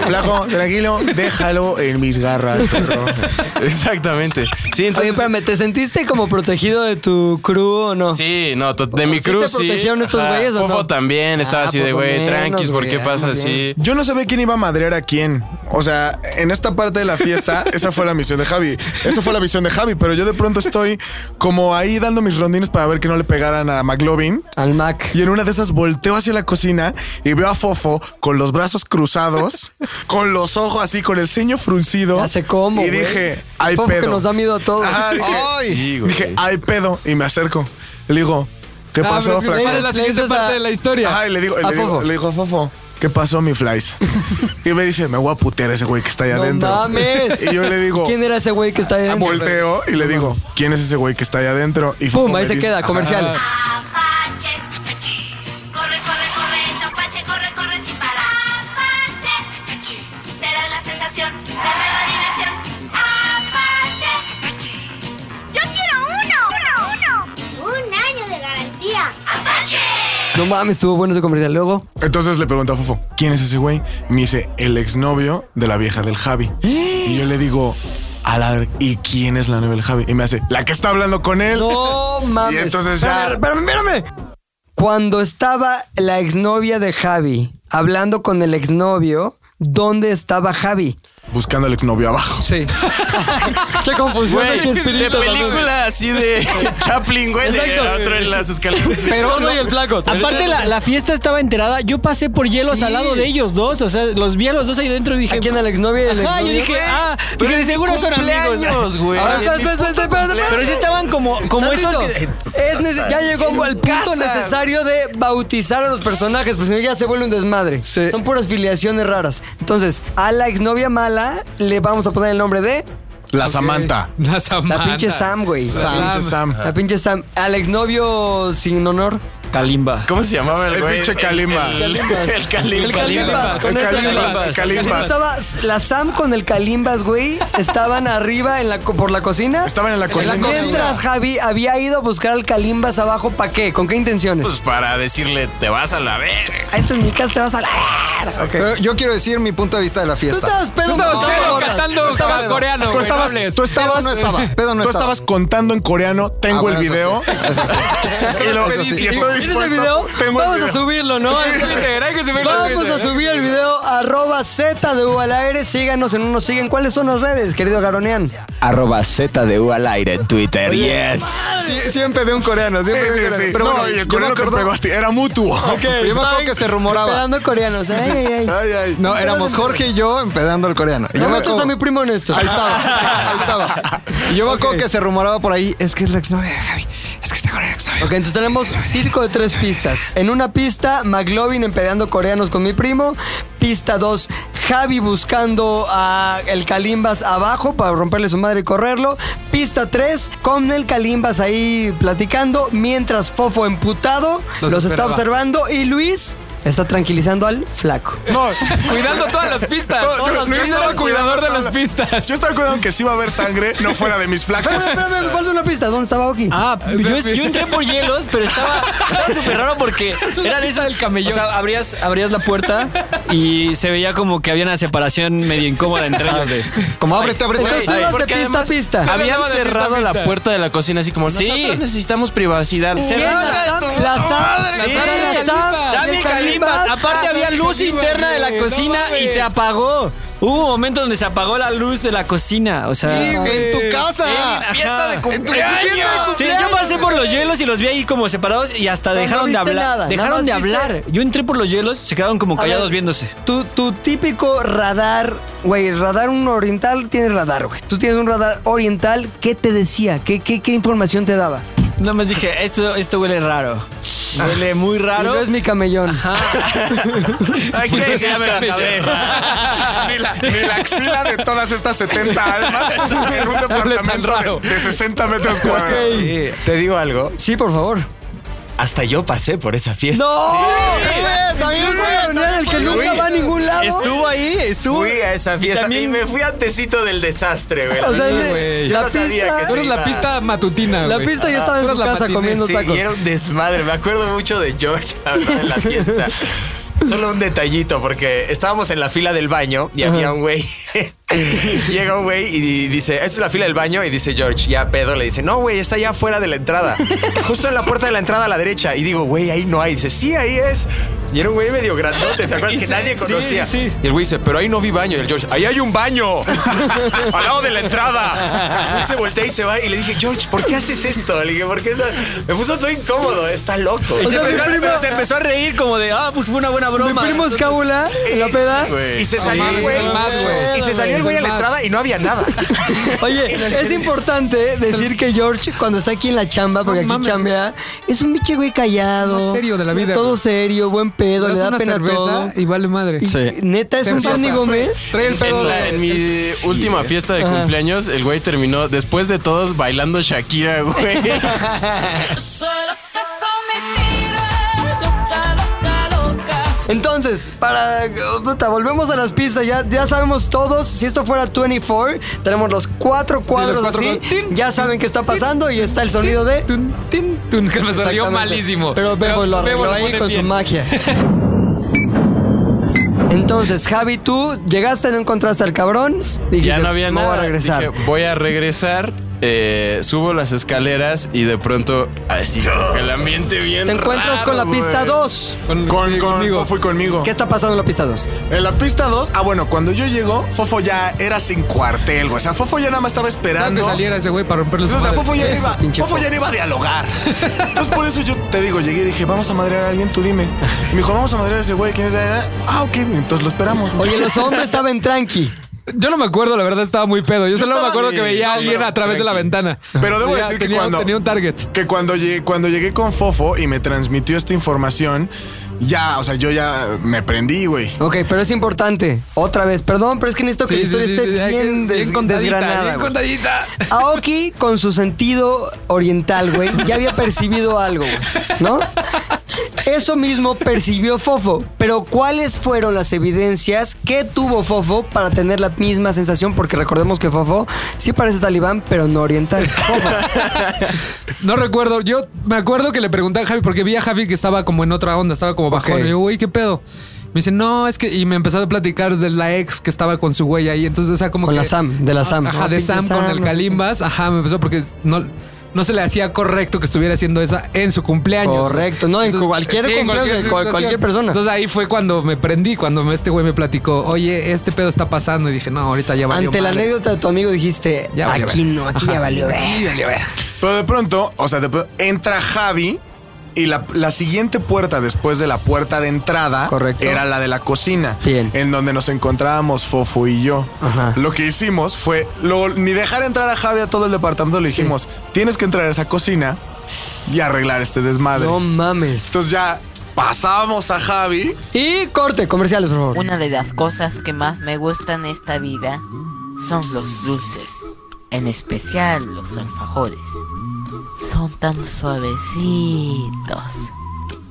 S13: flaco, tranquilo, déjalo en mis garras, perro.
S12: <laughs>
S4: flash? Exactamente. Sí,
S2: Oye,
S4: entonces...
S2: espérame, ¿te sentiste como protegido de tu crew o no?
S4: Sí, no, to- de mi
S2: ¿Sí te
S4: cruz sí.
S2: protegieron estos
S4: Ajá.
S2: güeyes o no?
S4: Fofo también estaba
S2: Ah,
S4: así de,
S2: poco
S4: güey,
S2: menos,
S4: tranquis, ¿por qué
S2: güey, ah,
S4: pasa
S2: muy bien.
S4: así?
S12: <laughs>
S13: Yo no sabía quién iba a madrear a quién. O sea, en esta parte de la fiesta, esa fue la misión de Javi. Esa fue la misión de Javi, pero yo de pronto estoy como ahí dando mis rondines para ver que no le pegaran a McLovin.
S2: Al Mac.
S13: Y en una de esas volteo hacia la cocina y veo a Fofo con los
S2: <laughs>
S13: brazos cruzados, con los ojos así, con el ceño fruncido.
S2: Ya sé cómo,
S13: Y
S2: güey.
S13: dije, hay
S2: Fofo que
S13: pedo.
S2: nos da miedo a todos. Ah,
S13: Ajá, dije,
S16: Ay.
S4: Sí, güey.
S13: dije, hay pedo. Y me acerco. Le digo, ¿qué
S5: Ah, pero
S13: pasó,
S2: pues,
S5: es que
S13: flaco?
S5: esa es la
S2: Le
S5: siguiente
S2: dices a-
S5: parte de la historia.
S13: Ajá, y le digo,
S2: A
S13: le digo,
S2: Ah, Fofo.
S13: le digo, Fofo, ¿qué pasó,
S2: <laughs>
S13: mi flies? y me dice, me voy a putear a ese güey que está allá
S2: No
S13: adentro.
S2: mames.
S13: <laughs> Y yo le digo, "Ah,
S2: ¿Quién era ese güey que está ahí? adentro?
S13: volteo y le digo, ¿quién es ese güey que está allá adentro? Y
S2: Pum,
S13: Fofo
S2: ahí
S13: me
S2: se
S13: dice,
S2: queda,
S13: ajá.
S2: comerciales.
S9: Apache, corre, corre, corre, Apache, corre, corre sin parar. Apache, será la sensación, la nueva diversión. Apache, yo quiero uno, uno, uno. Un año de garantía. Apache.
S2: No mames, estuvo bueno ese comercial. Luego,
S13: Entonces le pregunto a Fofo, ¿quién es ese güey? Y me dice, el exnovio de la vieja del Javi. Y yo le digo, a la, ¿y quién es la novia del Javi? Y me hace, la que está hablando con él.
S2: No mames.
S13: <laughs> Y entonces ya.
S2: Espérame, espérame, espérame. Cuando estaba la exnovia de Javi hablando con el exnovio, ¿dónde estaba Javi?
S13: Buscando al exnovio abajo.
S2: Sí. Qué confusión.
S12: Güey,
S2: qué
S12: de
S2: espíritu,
S12: película así
S2: <laughs>
S12: de Chaplin, güey. de
S3: Exacto.
S12: otro en las escaleras.
S3: Gordo y el flaco. Aparte, la, la fiesta estaba enterada. Yo pasé por hielos
S2: Sí.
S3: al lado de ellos dos. O sea, los vi a los dos ahí dentro y dije.
S2: ¿A quién? ¿Al exnovio y el
S3: Ajá, yo
S2: exnovio?
S3: dije, ah, dije, de seguro son amigos.
S12: güey.
S2: Ahora, espera, espera, espera, espera, espera.
S3: Pero sí estaban como, como esos. que-
S2: Es nece- ya llegó al punto
S3: Casa.
S2: necesario de bautizar a los personajes, porque si no ya se vuelve un desmadre. Son puras filiaciones raras. Entonces, a la exnovia mala le vamos a poner el nombre de
S13: La Samantha.
S10: La Samantha.
S2: la pinche Sam, güey.
S13: La pinche Sam.
S2: La pinche Sam. Al exnovio sin honor.
S3: Kalimba.
S12: ¿Cómo se llamaba el
S13: El
S12: güey?
S13: pinche Kalimba.
S12: El, el, el Kalimba.
S2: El Kalimbas. con
S13: El
S2: el
S13: Kalimbas. El
S2: Kalimbas.
S13: Kalimbas.
S2: Estaba la Sam con el Kalimbas, güey. Estaban arriba en la, co- por la cocina.
S13: Estaban en la cocina.
S2: Mientras Javi había ido a buscar al Kalimbas abajo, ¿para qué? ¿Con qué intenciones? Ah,
S12: Pues para decirle, te vas a la verga.
S2: A estas micas te <laughs> vas a la...
S5: Pero yo quiero decir mi punto de vista de la
S2: Tú
S5: fiesta.
S2: estabas pedo,
S10: estabas
S2: mamá,
S10: pedo
S2: gorda.
S10: cantando
S5: estabas pedo.
S10: coreano,
S13: Tú
S10: güey, no
S13: estabas,
S10: hables.
S13: tú estabas,
S5: Pedo no estaba, pedo no
S13: tú
S5: estaba.
S13: estabas contando en coreano, tengo
S5: Ah, bueno,
S13: el video. <laughs>
S5: eso sí, eso sí.
S13: Y lo
S5: Eso sí.
S13: y estoy
S2: ¿Tienes el
S13: dispuesto.
S2: video?
S13: Tengo
S2: Vamos
S13: el
S2: a
S13: video.
S2: subirlo, ¿no?
S10: Hay que subir, hay que subirlo,
S2: Vamos a
S10: gente.
S2: subir el video ¿eh? arroba Z de U al aire. Síganos en unos siguen. ¿Cuáles son las redes, querido Garonean?
S1: Arroba Z de U al aire en Twitter. yes.
S5: Sí, siempre de un coreano, siempre de un
S13: Sí, sí,
S5: coreano.
S13: sí.
S5: Pero
S13: no,
S5: bueno,
S13: y
S5: yo
S13: el
S5: me
S13: coreano te
S5: acuerdo-
S13: pegó a ti. Era mutuo.
S5: Yo me acuerdo que se rumoraba.
S2: Pedando coreanos. Ay, ay, ay.
S13: Ay, ay.
S5: No, éramos Jorge y yo empedando el coreano. Y Yo
S2: No
S5: me
S2: metas
S5: acuerdo-
S2: a mi primo en esto.
S5: Ahí estaba, ahí estaba. Y yo me acuerdo que se rumoraba por ahí, es que es la exnovia de Javi, es que está con el exnovio.
S2: Ok, entonces tenemos circo de tres pistas. En una pista, McLovin empeñando coreanos con mi primo. Pista 2, Javi buscando a el Kalimbas abajo para romperle su madre y correrlo. Pista 3, con el Kalimbas ahí platicando, mientras Fofo emputado los,
S10: Los
S2: está
S10: esperaba.
S2: observando. Y Luis está tranquilizando al
S12: <laughs>
S2: flaco.
S13: No,
S10: Cuidando todas las pistas.
S13: No, no,
S10: Todas las
S13: no
S10: pistas.
S13: estaba
S10: el cuidador de
S13: cuidando
S10: las
S13: todas las-
S10: pistas.
S13: yo estaba cuidando que si iba a haber sangre, no fuera de mis flacos.
S2: Espérame, espérame, me falta una pista. ¿Dónde estaba Oki?
S3: Ah, yo, yo entré por hielos, pero estaba estaba súper raro porque era de esas del camellón. O sea, abrías, abrías la puerta y se veía como que había una separación medio incómoda entre ellos. de-
S5: Como ábrete, ábrete.
S2: Entonces
S5: ábrete.
S2: tú
S12: Ay,
S2: ibas de
S12: porque
S2: pista a
S12: además-
S2: pista.
S12: Habían
S10: Hablaba de
S12: cerrado
S10: pista,
S12: la
S10: pista.
S12: puerta de la cocina así como,
S3: Sí.
S12: nosotros necesitamos privacidad.
S2: ¿Quién? La Sam, la Sam,
S3: Sí,
S2: la Sam,
S3: Sam y
S2: el
S3: Kalimba.
S2: Kalimbas.
S3: Aparte había luz interna de la cocina y se apagó. Hubo un momento donde se apagó la luz de la cocina, o sea...
S5: En tu casa.
S3: Fiesta de
S2: cumpleaños.
S3: Sí, yo pasé por los hielos y los vi ahí como separados y hasta
S2: No, no
S3: dejaron de
S2: viste
S3: hablar.
S2: nada, nada
S3: dejaron
S2: más
S3: de
S2: viste-
S3: hablar. Yo entré por los hielos, se quedaron como
S2: A ver,
S3: callados viéndose.
S2: Tu, tu típico radar, güey, el radar un oriental tiene radar, güey. Tú tienes un radar oriental, ¿qué te decía? ¿Qué, qué, qué información te daba?
S3: Nada más dije, esto, esto huele raro. Huele muy
S2: Y
S3: raro.
S2: no
S3: <laughs>
S2: es mi camellón.
S12: Hay que <laughs>
S2: <laughs>
S12: dejarme la
S3: <laughs>
S13: Ni la, ni la axila de todas estas 70 almas
S4: <laughs>
S13: en un departamento
S10: raro.
S13: de, de 60 metros cuadrados.
S4: Te digo algo,
S2: Sí, por favor.
S4: hasta yo pasé por esa fiesta.
S2: ¡No!
S5: también
S2: Incluso Leonel, el que nunca va a ningún lado.
S4: Estuvo ahí, estuvo. Fui a esa fiesta y,
S3: también-
S4: me fui antecito del desastre, güey.
S2: <laughs> O sea,
S10: No,
S2: le-
S10: güey.
S2: la
S4: Yo no
S2: pista,
S4: sabía que
S10: Tú eres la pista matutina,
S2: la
S10: güey.
S2: pista ya estaba
S10: Tú
S2: en
S10: eres
S2: su
S10: la
S2: casa
S10: matiné.
S2: comiendo
S4: Sí,
S2: tacos.
S4: y era un desmadre. Me acuerdo mucho de George <laughs> hablando de la fiesta. Solo un detallito, porque estábamos en la fila del baño y había un güey. <laughs> Llega un güey y dice, esta es la fila del baño. Y dice George, ya pedo, le dice, no, güey, está allá afuera de la entrada. Justo en la puerta de la entrada a la derecha. Y digo, güey, ahí no hay. Dice, sí, ahí es. Y era un güey medio grandote, ¿te acuerdas? Que nadie conocía. Y el güey dice, pero ahí no vi baño. Y el George, ahí hay un baño. al lado de la entrada. Y se voltea y se va. Y le dije, George, ¿por qué haces esto? Le dije, ¿por qué está-?" Me puso todo incómodo, está loco.
S3: Y se, empezó, pero se empezó a reír como de, ah, pues fue una buena broma.
S2: Mi primo Escábula, en la peda.
S4: Y se salió
S10: Sí,
S4: el güey.
S10: es más, güey.
S4: Y se salió el güey a la entrada y <laughs> no había nada.
S2: Oye, es importante decir que George, cuando está aquí en la chamba, porque
S10: No mames.
S2: aquí
S10: eh.
S2: chambea, es un biche güey callado.
S10: Más serio de la vida,
S2: Todo
S10: güey.
S2: serio, buen pedo,
S10: Le das
S2: le da
S10: una
S2: pena
S10: cerveza
S2: todo.
S10: y vale madre.
S2: Y-
S5: Sí.
S2: Neta, es un
S5: Cerveza.
S2: Bernie Gómez.
S10: Trae el pedo.
S12: En, la- en mi última
S4: eh.
S12: fiesta de cumpleaños, el güey terminó después de todos bailando Shakira, <laughs> güey.
S4: <laughs>
S2: Entonces, para. puta, volvemos a las pistas. Ya, ya sabemos todos. Si esto fuera 24, tenemos los cuatro cuadros
S10: cuatro
S2: así.
S10: cuadros. Tin,
S2: Ya saben qué está pasando y está el sonido de.
S10: Tun, tin, tun, que me salió
S2: Exactamente.
S10: malísimo.
S2: Pero Bebo lo arregló
S10: Bebo lo
S2: ahí
S10: pone
S2: con su
S10: bien.
S2: magia. Entonces, Javi, tú llegaste, no encontraste al cabrón. Dijiste,
S5: ya no había
S2: "Me
S5: nada.
S2: Voy a regresar.
S5: Dije, voy a regresar. eh, subo las escaleras y de pronto
S12: ah,
S5: así como que el ambiente bien
S2: Te encuentras
S5: raro,
S2: con la
S5: güey.
S2: pista 2.
S13: Con, con- Fofo y conmigo.
S2: ¿Qué está pasando en la pista 2?
S13: En la pista 2, ah, bueno, cuando yo llego, Fofo ya era sin cuartel, güey. O sea, Fofo ya nada más estaba
S4: Esperando
S13: esperando.
S4: que saliera ese güey para romperle su
S13: O sea,
S4: madre.
S13: Fofo ya, no
S4: Eso,
S13: iba,
S4: pinche
S13: Fofo ya no iba a dialogar. Entonces, por eso yo te digo, llegué y dije, vamos a madrear a alguien, tú dime. Me dijo, vamos a madrear a ese güey. ¿Quién es? Ah, ok, entonces lo esperamos.
S2: Oye, los hombres saben tranqui.
S4: Yo no me acuerdo, la verdad estaba muy pedo. Yo, solo me
S13: estaba
S4: acuerdo que
S13: bien,
S4: veía a
S13: no,
S4: alguien
S13: pero
S4: a través de la ventana.
S13: Pero debo
S4: Veía-
S13: decir que
S4: tenía-
S13: cuando.
S4: tenía un target.
S13: Que cuando llegué, cuando llegué con Fofo y me transmitió esta información, ya, o sea, yo ya me prendí, güey.
S2: Ok, pero es importante. Otra vez, perdón, pero es que necesito que
S13: Sí,
S2: la
S13: sí,
S2: historia
S13: sí,
S2: esté
S13: sí, hay que-
S2: bien, des-
S4: bien contadita,
S2: desgranada.
S4: bien
S2: güey.
S4: contadita.
S2: Aoki, con su sentido oriental, güey, ya había percibido algo, güey, ¿no? Eso mismo percibió Fofo, pero ¿cuáles fueron las evidencias que tuvo Fofo para tener la misma sensación? Porque recordemos que Fofo sí parece talibán, pero no
S4: <laughs>
S2: oriental.
S4: No recuerdo. Yo me acuerdo que le pregunté a Javi, porque vi a Javi que estaba como en otra onda, estaba como bajón.
S2: Ok.
S4: Y yo, güey, ¿qué pedo? Me dice, no, es que. Y me empezó a platicar de la ex que estaba con su güey ahí. Entonces, o sea, como.
S2: Con
S4: que-
S2: la Sam, de la Sam.
S4: Ah, Ajá, de
S2: Pinche
S4: Sam con
S2: Sam,
S4: el
S2: no sé
S4: Calimbas. Ajá, me empezó porque no. No se le hacía correcto que estuviera haciendo esa en su cumpleaños. güey.
S2: Correcto, no, en cualquier
S4: en
S2: cumpleaños, en cual-
S4: situación.
S2: cualquier persona.
S4: Entonces ahí fue cuando me prendí, cuando este güey me platicó, oye, este pedo está pasando. Y dije, no, ahorita ya valió
S2: Ante la
S4: madre.
S2: anécdota de tu amigo dijiste,
S4: Ya valió
S2: aquí
S4: ver.
S2: no, aquí ya
S4: Ajá.
S2: valió. ver".
S4: Aquí valió ver.
S13: Pero de pronto, o sea, de pronto entra Javi y la, la siguiente puerta después de la puerta de entrada era la de la cocina. En donde nos encontrábamos Fofo y yo. Lo que hicimos fue luego, ni dejar entrar a Javi a todo el departamento, le dijimos, tienes que entrar a esa cocina y arreglar este desmadre. No
S2: mames.
S13: Entonces ya pasamos a Javi.
S2: Y corte, comerciales, por favor.
S9: Una de las cosas que más me gustan en esta vida son los dulces, en especial los alfajores. Son tan suavecitos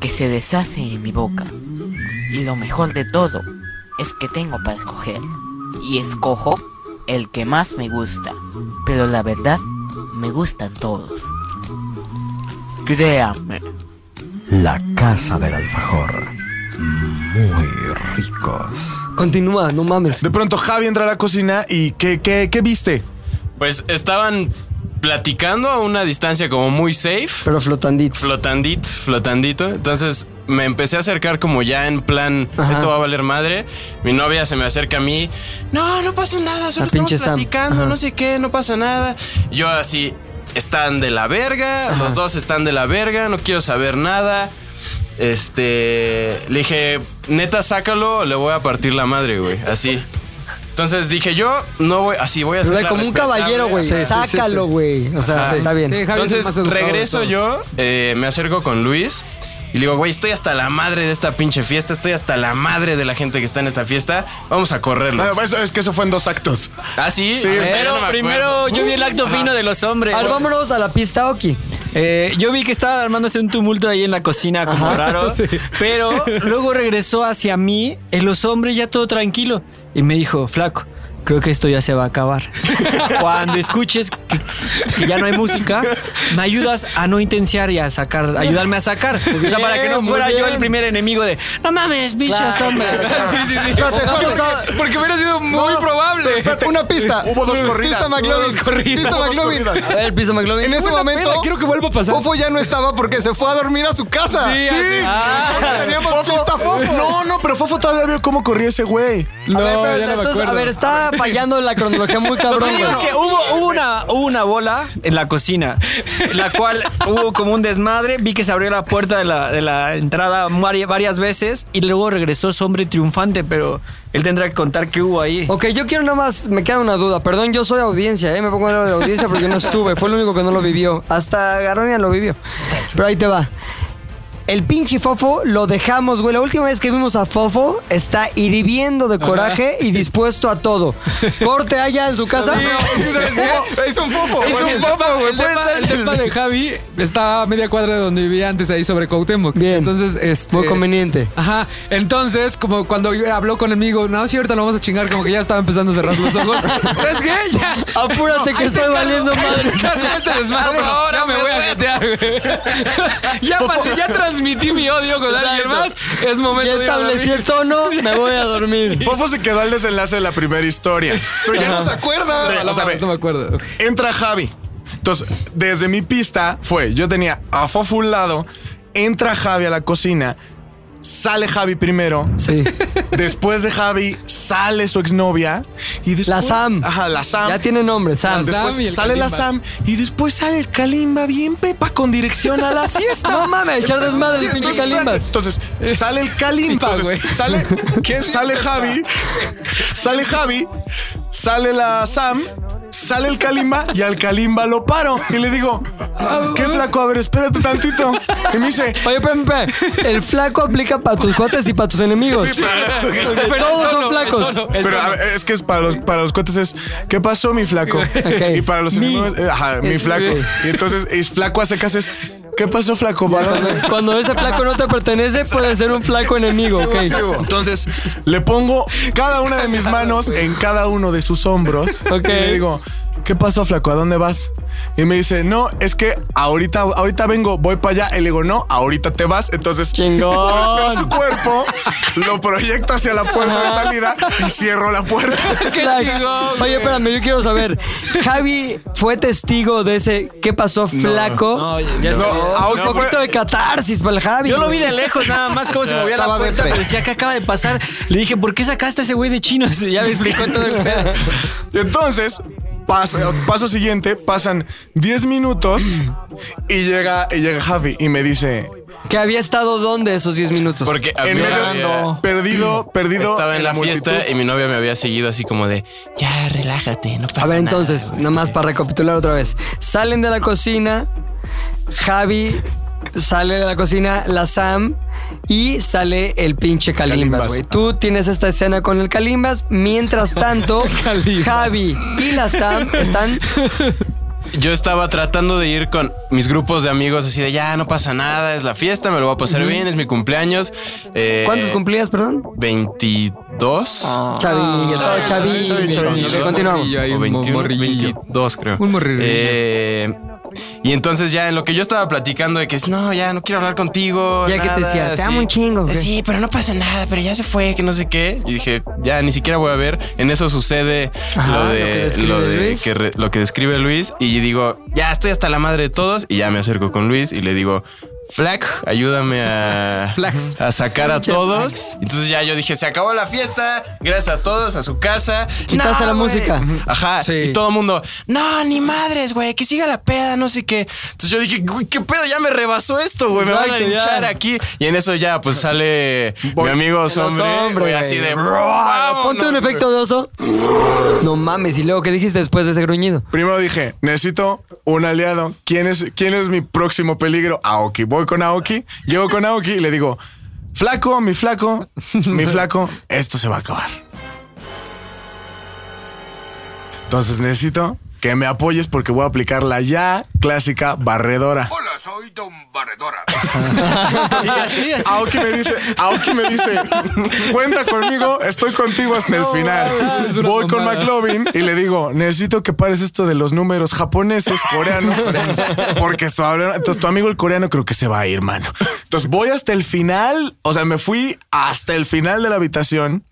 S9: que se deshacen en mi boca. Y lo mejor de todo es que tengo para escoger. Y escojo el que más me gusta. Pero la verdad, me gustan todos. Créame.
S17: La casa del alfajor. Muy ricos.
S2: Continúa, no mames.
S13: De pronto Javi entra a la cocina y ¿qué, qué, qué viste?
S5: Pues estaban platicando a una distancia como muy safe.
S2: Pero flotandito.
S5: Flotandito, flotandito. Entonces me empecé a acercar como ya en plan,
S2: Ajá.
S5: esto va a valer madre. Mi novia se me acerca a mí. No, no pasa nada, solo
S2: La
S5: estamos
S2: pinche Sam.
S5: platicando,
S2: Ajá.
S5: no sé qué, no pasa nada. Yo así, están de la verga, los dos están de la verga, no quiero saber nada. Este, le dije, neta, sácalo, o le voy a partir la madre, güey, así. Entonces dije, yo no voy, así voy a hacer
S2: Güey,
S5: la
S2: como un
S5: respetable,
S2: caballero, güey.
S5: ajá.
S2: Sácalo, güey. O sea,
S5: Ajá.
S2: está bien.
S5: Entonces regreso yo, eh, me acerco con Luis y le digo, güey, estoy hasta la madre de esta pinche fiesta, estoy hasta la madre de la gente que está en esta fiesta, vamos a correrlo.
S13: Bueno, eso- Ah, pues, es que eso fue en dos actos.
S5: Ah, sí.
S13: Sí.
S5: A ver,
S13: Primero-
S5: ya me
S13: primero
S5: acuerdo.
S3: yo vi el acto
S5: Ajá.
S3: fino de los hombres.
S2: Al- vámonos a la pista Oki.
S3: Eh, yo vi que estaba armándose un tumulto ahí en la cocina, como
S4: <laughs>
S2: Ajá,
S3: raro.
S2: sí.
S3: Pero luego regresó hacia mí, en los hombres ya todo tranquilo. Y me dijo, flaco, creo que esto ya se va
S4: <laughs>
S3: a acabar. Cuando escuches que, que ya no hay música, me ayudas a no intensiar y a sacar, ayudarme a sacar. o sea, para que no
S4: Bien,
S3: fuera
S4: muy
S3: yo
S4: bien.
S3: el primer enemigo de, no mames, bichos,
S4: Claro,
S3: hombres.
S4: claro. <laughs> Sí, sí, sí.
S3: Espérate,
S4: Porque-
S3: espérate.
S4: Porque hubiera sido muy probable.
S18: Una
S5: <laughs>
S18: pista.
S4: Hubo dos corridas.
S18: Pista McLovin.
S4: Hubo dos corridas.
S18: Pista
S4: Hubo dos
S18: McLovin.
S4: corridas. A ver, pista McLovin.
S18: En ese
S4: Buena
S18: momento.
S4: peda, quiero que vuelva a pasar.
S18: Fofo ya no estaba porque se fue a dormir a su casa.
S4: Sí, así. Ah.
S18: Porque teníamos
S13: Fofo-
S18: fiesta Fofo.
S13: No, no, pero Fofo todavía vio cómo corría ese güey.
S4: No,
S2: A ver, pero entonces, a ver, está fallando la cronología muy
S3: <laughs> Lo
S2: cabrón,
S3: que digo
S2: güey.
S3: es que hubo, hubo una, hubo una bola en la cocina, en la cual hubo como un desmadre. Vi que se abrió la puerta de la, de la entrada vari- varias veces y luego regresó su hombre triunfante, pero él tendrá que contar qué hubo ahí.
S2: Ok, yo quiero nada más, me queda una duda. Perdón, yo soy audiencia, ¿eh? Me pongo en la audiencia porque yo no estuve. Fue el único que no lo vivió. Hasta Garonia lo vivió. Pero ahí te va. El pinche Fofo lo dejamos, güey. La última vez que vimos a Fofo está hirviendo de coraje y dispuesto a todo. Corte allá en su casa.
S18: Es un Fofo.
S4: Es
S18: güey.
S4: un fofo, güey. Puede estar el depa de Javi. Está a media cuadra de donde vivía antes, ahí sobre Cuauhtémoc. Bien. Entonces, este...
S2: Muy conveniente.
S4: Ajá. Entonces, como cuando yo- habló con el amigo, no, sí, ahorita lo vamos a chingar, como que ya estaba empezando a cerrar los ojos. ¿Sabes qué? Ya.
S2: Apúrate que
S4: ahí te
S2: estoy
S4: encargo.
S2: valiendo madre.
S4: Ya se me hace desmadre.
S2: Por favor,
S4: Ya me voy a jetear, güey. Ya pasé, ya tras
S10: transmití mi odio con alguien más, es momento
S13: Ya
S10: de ir a
S13: establecí
S10: dormir.
S13: el tono, me voy a dormir. Fofo se quedó al desenlace de la primera historia. Pero ya no se acuerda.
S10: No, no
S13: O sea,
S10: mames,
S13: ve,
S10: no me acuerdo.
S13: Entra Javi. Entonces, desde mi pista fue, yo tenía a Fofo un lado, entra Javi a la cocina, sale Javi primero.
S2: Sí.
S13: Después de Javi sale su exnovia y después la Sam. Ajá, la Sam.
S2: Ya tiene nombre, Sam.
S13: Después sale la Sam y después sale el Kalimba bien pepa con dirección a la fiesta.
S2: No mames, echar desmadre,
S13: Sí,
S2: el pinche
S13: entonces,
S2: Kalimba.
S13: Entonces, sale el Kalimba. Entonces, sale, ¿quién? Sale Javi. Sale Javi. Sale la Sam. Sale el Kalimba y al Kalimba lo paro. Y le digo, qué flaco, a ver, espérate tantito. Y me dice,
S2: Oye, espérame, espérame. El flaco aplica para tus cuates y para tus enemigos.
S13: Sí, pero-
S2: Porque todos son flacos.
S13: Pero a ver, es que es para los, para los cuates es, ¿qué pasó, mi flaco?
S2: Ok.
S13: Y para los
S2: Mi.
S13: enemigos, eh, ajá, mi
S2: Es-
S13: flaco. Y entonces, es flaco a secas es, ¿qué pasó, flaco? varón?"
S2: Cuando, cuando ese flaco no te pertenece, puede ser un flaco enemigo, ok.
S13: Entonces, le pongo cada una de mis manos en cada uno de sus hombros.
S2: Ok.
S13: Y le digo, ¿qué pasó, flaco? ¿A dónde vas? Y me dice, no, es que ahorita, ahorita vengo, voy para allá. Y le digo, no, ahorita te vas. Entonces,
S2: chingón.
S13: Su cuerpo lo proyecto hacia la puerta de salida y cierro la puerta.
S2: Like, Oye, espérame, yo quiero saber. Javi fue testigo de ese ¿qué pasó, flaco?
S3: No, ya- ya
S2: No,
S3: está.
S2: un
S3: No,
S2: poquito
S3: fue-
S2: de catarsis para el Javi.
S3: Yo lo vi
S2: güey.
S3: de lejos nada más cómo se movía la
S2: Estaba de
S3: puerta,
S2: pre.
S3: pero decía que acaba de pasar. Le dije, ¿por qué sacaste a ese güey de <laughs> chinos? Y ya me explicó todo el pedo.
S13: Y entonces, pasa- paso siguiente, pasan 10 minutos y llega, y llega Javi y me dice...
S2: Que había estado dónde esos 10 minutos. Porque
S13: En medio, perdido, perdido.
S4: Estaba en la,
S13: multitud.
S4: fiesta y mi novia me había seguido así como de.
S2: Ya, relájate, no pasa A ver, entonces, nada más para recapitular otra vez. Salen de la cocina, Javi sale de la cocina, la Sam y sale el pinche Kalimbas,
S3: Kalimbas.
S2: güey. Tú tienes esta escena con el Kalimbas, mientras tanto, Javi y la Sam están
S4: Yo estaba tratando de ir con mis grupos de amigos así de ya no pasa nada, es la fiesta, me lo voy a pasar
S2: Ujú.
S4: bien, es mi cumpleaños. Eh,
S2: ¿Cuántos cumplías, perdón?
S4: 22.
S2: Chavillo, todo chavillo. Ok, Continuamos.
S4: O 21, 22 creo. Un morrillo. y entonces ya en lo que yo estaba platicando de que es, no, ya no quiero hablar contigo.
S2: Ya que te
S4: nada",
S2: decía, te
S4: así.
S2: amo un chingo. güey.
S4: Sí, pero no pasa nada, pero ya se fue, que no sé qué. Y dije, ya ni siquiera voy a ver. En eso sucede
S2: Ajá,
S4: lo
S2: lo que
S4: de,
S2: describe
S4: lo, de
S2: Luis.
S4: que re- lo que describe Luis. Y digo, ya estoy hasta la madre de todos. Y ya me acerco con Luis y le digo, Flac, ayúdame
S2: <laughs>
S4: a,
S10: Flax.
S4: a sacar a
S10: Pinche
S4: todos. Entonces ya yo dije, se acabó la fiesta. Gracias a todos, a su casa.
S2: Quitaste
S4: No,
S2: la
S4: güey.
S2: música.
S4: Ajá.
S2: Sí.
S4: Y todo el mundo, no, ni madres, güey, que siga la peda, no sé qué. Entonces yo dije, güey, qué pedo, ya me rebasó esto, güey, me van a
S2: Exacto, ya.
S4: linchar aquí. Y en eso ya, pues sale mi amigo hombre, güey, así de.
S2: Ponte un efecto de oso. No mames, y luego qué dijiste después de ese gruñido.
S13: Primero dije, necesito un aliado. ¿Quién es, ¿Quién es mi próximo peligro? Aoki. Voy con Aoki, llego con Aoki y le digo, flaco, mi flaco, mi flaco, esto se va a acabar. Entonces necesito que me apoyes porque voy a aplicar la ya clásica barredora.
S11: Hola, soy Don Barredora.
S13: Sí, así, así. Aoki me dice, Aoki me dice, cuenta conmigo, estoy contigo hasta el final.
S11: es una
S13: Voy con
S11: mamada.
S13: McLovin y le digo, necesito que pares esto de los números japoneses, coreanos, porque esto habla- entonces tu amigo el coreano creo que se va a ir, mano. Entonces voy hasta el final, o sea, me fui hasta el final de la habitación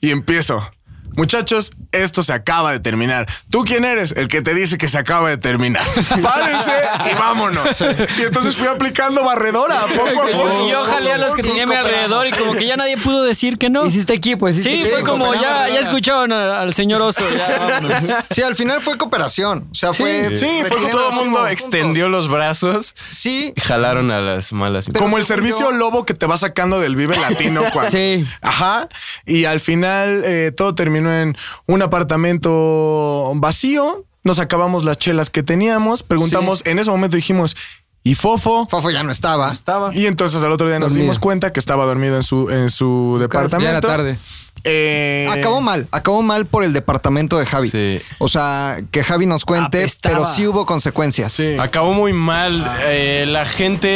S13: y empiezo. Muchachos, esto se acaba de terminar. ¿Tú quién eres? El que te dice que se acaba de
S3: <laughs>
S13: terminar. Párense y vámonos. Y entonces fui aplicando barredora poco a poco.
S3: Y yo jalé a los que tenía a mi alrededor y como que ya nadie pudo decir que no.
S2: Hiciste equipo,
S3: Sí,
S2: hiciste
S3: fue como ya, ya escucharon a- al señor Oso. Ya, vámonos.
S13: <laughs>
S5: Sí, al final fue cooperación. O sea, fue.
S4: Sí, fue que todo el mundo extendió los brazos.
S5: Sí.
S4: Jalaron a las malas.
S13: Como el servicio lobo que te va sacando del Vive
S3: <laughs>
S13: Latino. cuando-
S4: Sí.
S13: Ajá. Y al final eh, todo terminó en un apartamento vacío. Nos acabamos las chelas que teníamos. Preguntamos, en ese momento dijimos, ¿y Fofo?
S5: Fofo ya no estaba.
S13: estaba. Y entonces al otro día nos
S5: Dormido.
S13: dimos cuenta que estaba dormido en su, en su
S5: casa.
S13: departamento.
S5: Ya era tarde.
S3: Eh,
S5: Acabó mal, acabó mal por el departamento de Javi. O sea, que Javi nos
S13: Ah,
S5: cuente,
S3: Apestaba.
S5: pero sí hubo consecuencias.
S3: Acabó muy mal. Eh, la gente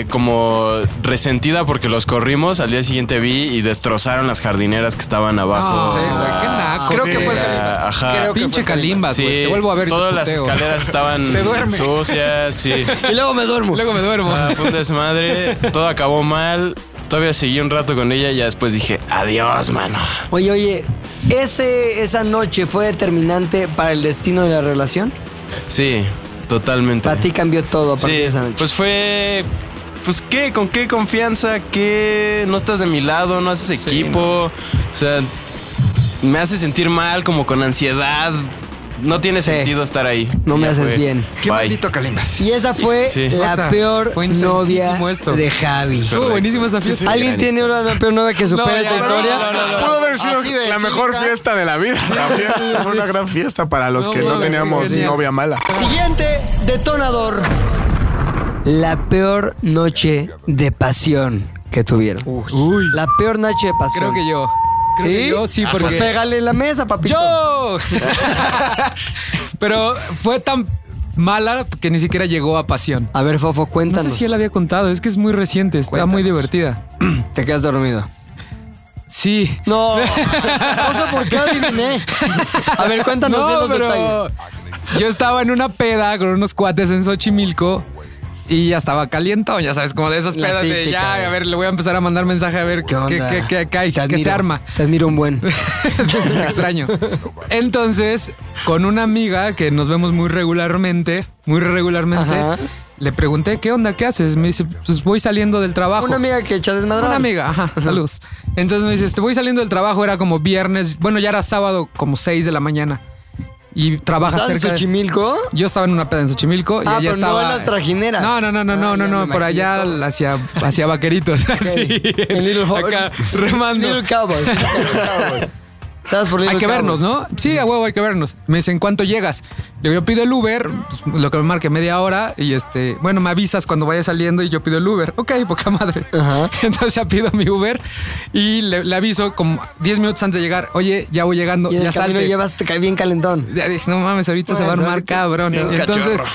S3: eh, como resentida porque los corrimos. Al día siguiente vi y destrozaron las jardineras que estaban abajo.
S13: Ah, Qué naco. Creo que fue el Calimbas.
S3: Ajá.
S13: Pinche Calimbas, güey. Te vuelvo a ver. y te
S3: Todas las
S13: puteo.
S3: escaleras estaban
S13: <laughs> Te duermes.
S3: sucias, sí.
S2: Y luego me duermo.
S13: Luego me duermo.
S3: Ah, fue un desmadre. Todo acabó mal. Todavía seguí un rato con ella y ya después dije, adiós, mano.
S2: Oye, oye, ¿ese, ¿esa noche fue determinante para el destino de la relación?
S3: Sí, totalmente.
S2: Para ti cambió todo a partir
S3: Sí,
S2: de esa noche.
S3: pues fue... Pues qué, con qué confianza, qué... No estás de mi lado, no haces equipo. O sea, me hace sentir mal, como con ansiedad. No tiene sentido estar ahí.
S2: No me
S3: Ya
S2: haces
S3: fue.
S2: bien.
S5: Qué
S3: Bye.
S5: maldito Calimbas.
S2: Y esa fue
S3: Sí.
S2: la
S3: Neta,
S2: peor
S3: fue
S2: novia
S3: intensísimo esto.
S2: de Javi.
S3: Es correcto. Estuvo buenísima esa fiesta.
S2: ¿Alguien
S3: Sí, sí.
S2: tiene una peor novia que supere
S19: No, ya,
S2: esta
S19: no,
S2: historia?
S19: no, no, no. Pudo haber
S13: Ah,
S19: sido
S5: Así de
S19: la
S5: cínica.
S19: mejor fiesta de la vida.
S13: <laughs>
S19: También fue una gran fiesta para los
S2: No,
S19: que no
S2: mames,
S19: teníamos
S2: qué genial.
S19: novia mala.
S2: Siguiente detonador. La peor noche de pasión que tuvieron. La peor noche de pasión.
S13: Creo que yo. Creo
S2: ¿Sí?
S13: que yo, sí,
S2: Ah,
S13: porque.
S2: pues <laughs> pégale la mesa, papito.
S13: ¡Yo! <laughs> Pero fue tan mala que ni siquiera llegó a pasión.
S2: A ver, Fofo, cuéntanos.
S13: No sé si él había contado, es que es muy reciente, está muy divertida.
S2: Te quedas dormido.
S13: Sí.
S2: No.
S13: <laughs>
S2: No sé por qué adiviné. A ver, cuéntanos bien los detalles.
S13: Yo estaba en una peda con unos cuates en Xochimilco y ya estaba calientón, ya sabes, como de esas
S2: La
S13: pedas de
S2: típica,
S13: ya,
S2: eh.
S13: a ver, le voy a empezar a mandar mensaje a ver qué, qué,
S2: onda?
S13: qué, qué cae,
S2: Te
S13: qué se
S2: admiro,
S13: arma.
S2: Te admiro un buen.
S13: extraño. Entonces, con una amiga que nos vemos muy regularmente, muy regularmente,
S2: Ajá.
S13: le pregunté, ¿qué onda? ¿Qué haces? Me dice, pues voy saliendo del trabajo.
S2: Una amiga que echa desmadrón.
S13: Una amiga, ajá, saludos. Entonces me dice, este, voy saliendo del trabajo, era como viernes, bueno, ya era sábado, como 6 de la mañana. Y trabaja
S2: ¿Estás en
S13: cerca de-
S2: Xochimilco?
S13: Yo estaba en una peda en Xochimilco y
S2: Ah,
S13: ella
S2: pero no
S13: estaba...
S2: en las trajineras.
S13: No, no, no, no,
S2: Ah,
S13: no,
S2: ya
S13: no,
S2: me
S13: no, por
S2: imagino
S13: allá hacia, hacia vaqueritos. así,
S2: En Little Ho-
S13: acá, remando.
S2: Little Cowboy. Estabas por Little
S13: Hay que vernos,
S2: Cowboys.
S13: ¿no? Sí, a huevo, hay que vernos. Me dice, ¿en cuánto llegas? Le digo, yo pido el Uber, pues, lo que me marque media hora, y este, bueno, me avisas cuando vaya saliendo y yo pido el Uber. Ok, poca madre.
S2: Ah.
S13: Entonces ya pido mi Uber y le, le aviso como 10 minutos antes de llegar, oye, ya voy llegando,
S2: Y en
S13: ya
S2: el camino
S13: salte.
S2: llevas te cae bien calentón.
S13: Ya dije, no mames, ahorita se va a
S2: Pues,
S13: armar
S2: ahorita-
S13: cabrón.
S2: Sí, un
S13: Entonces
S2: cachorro.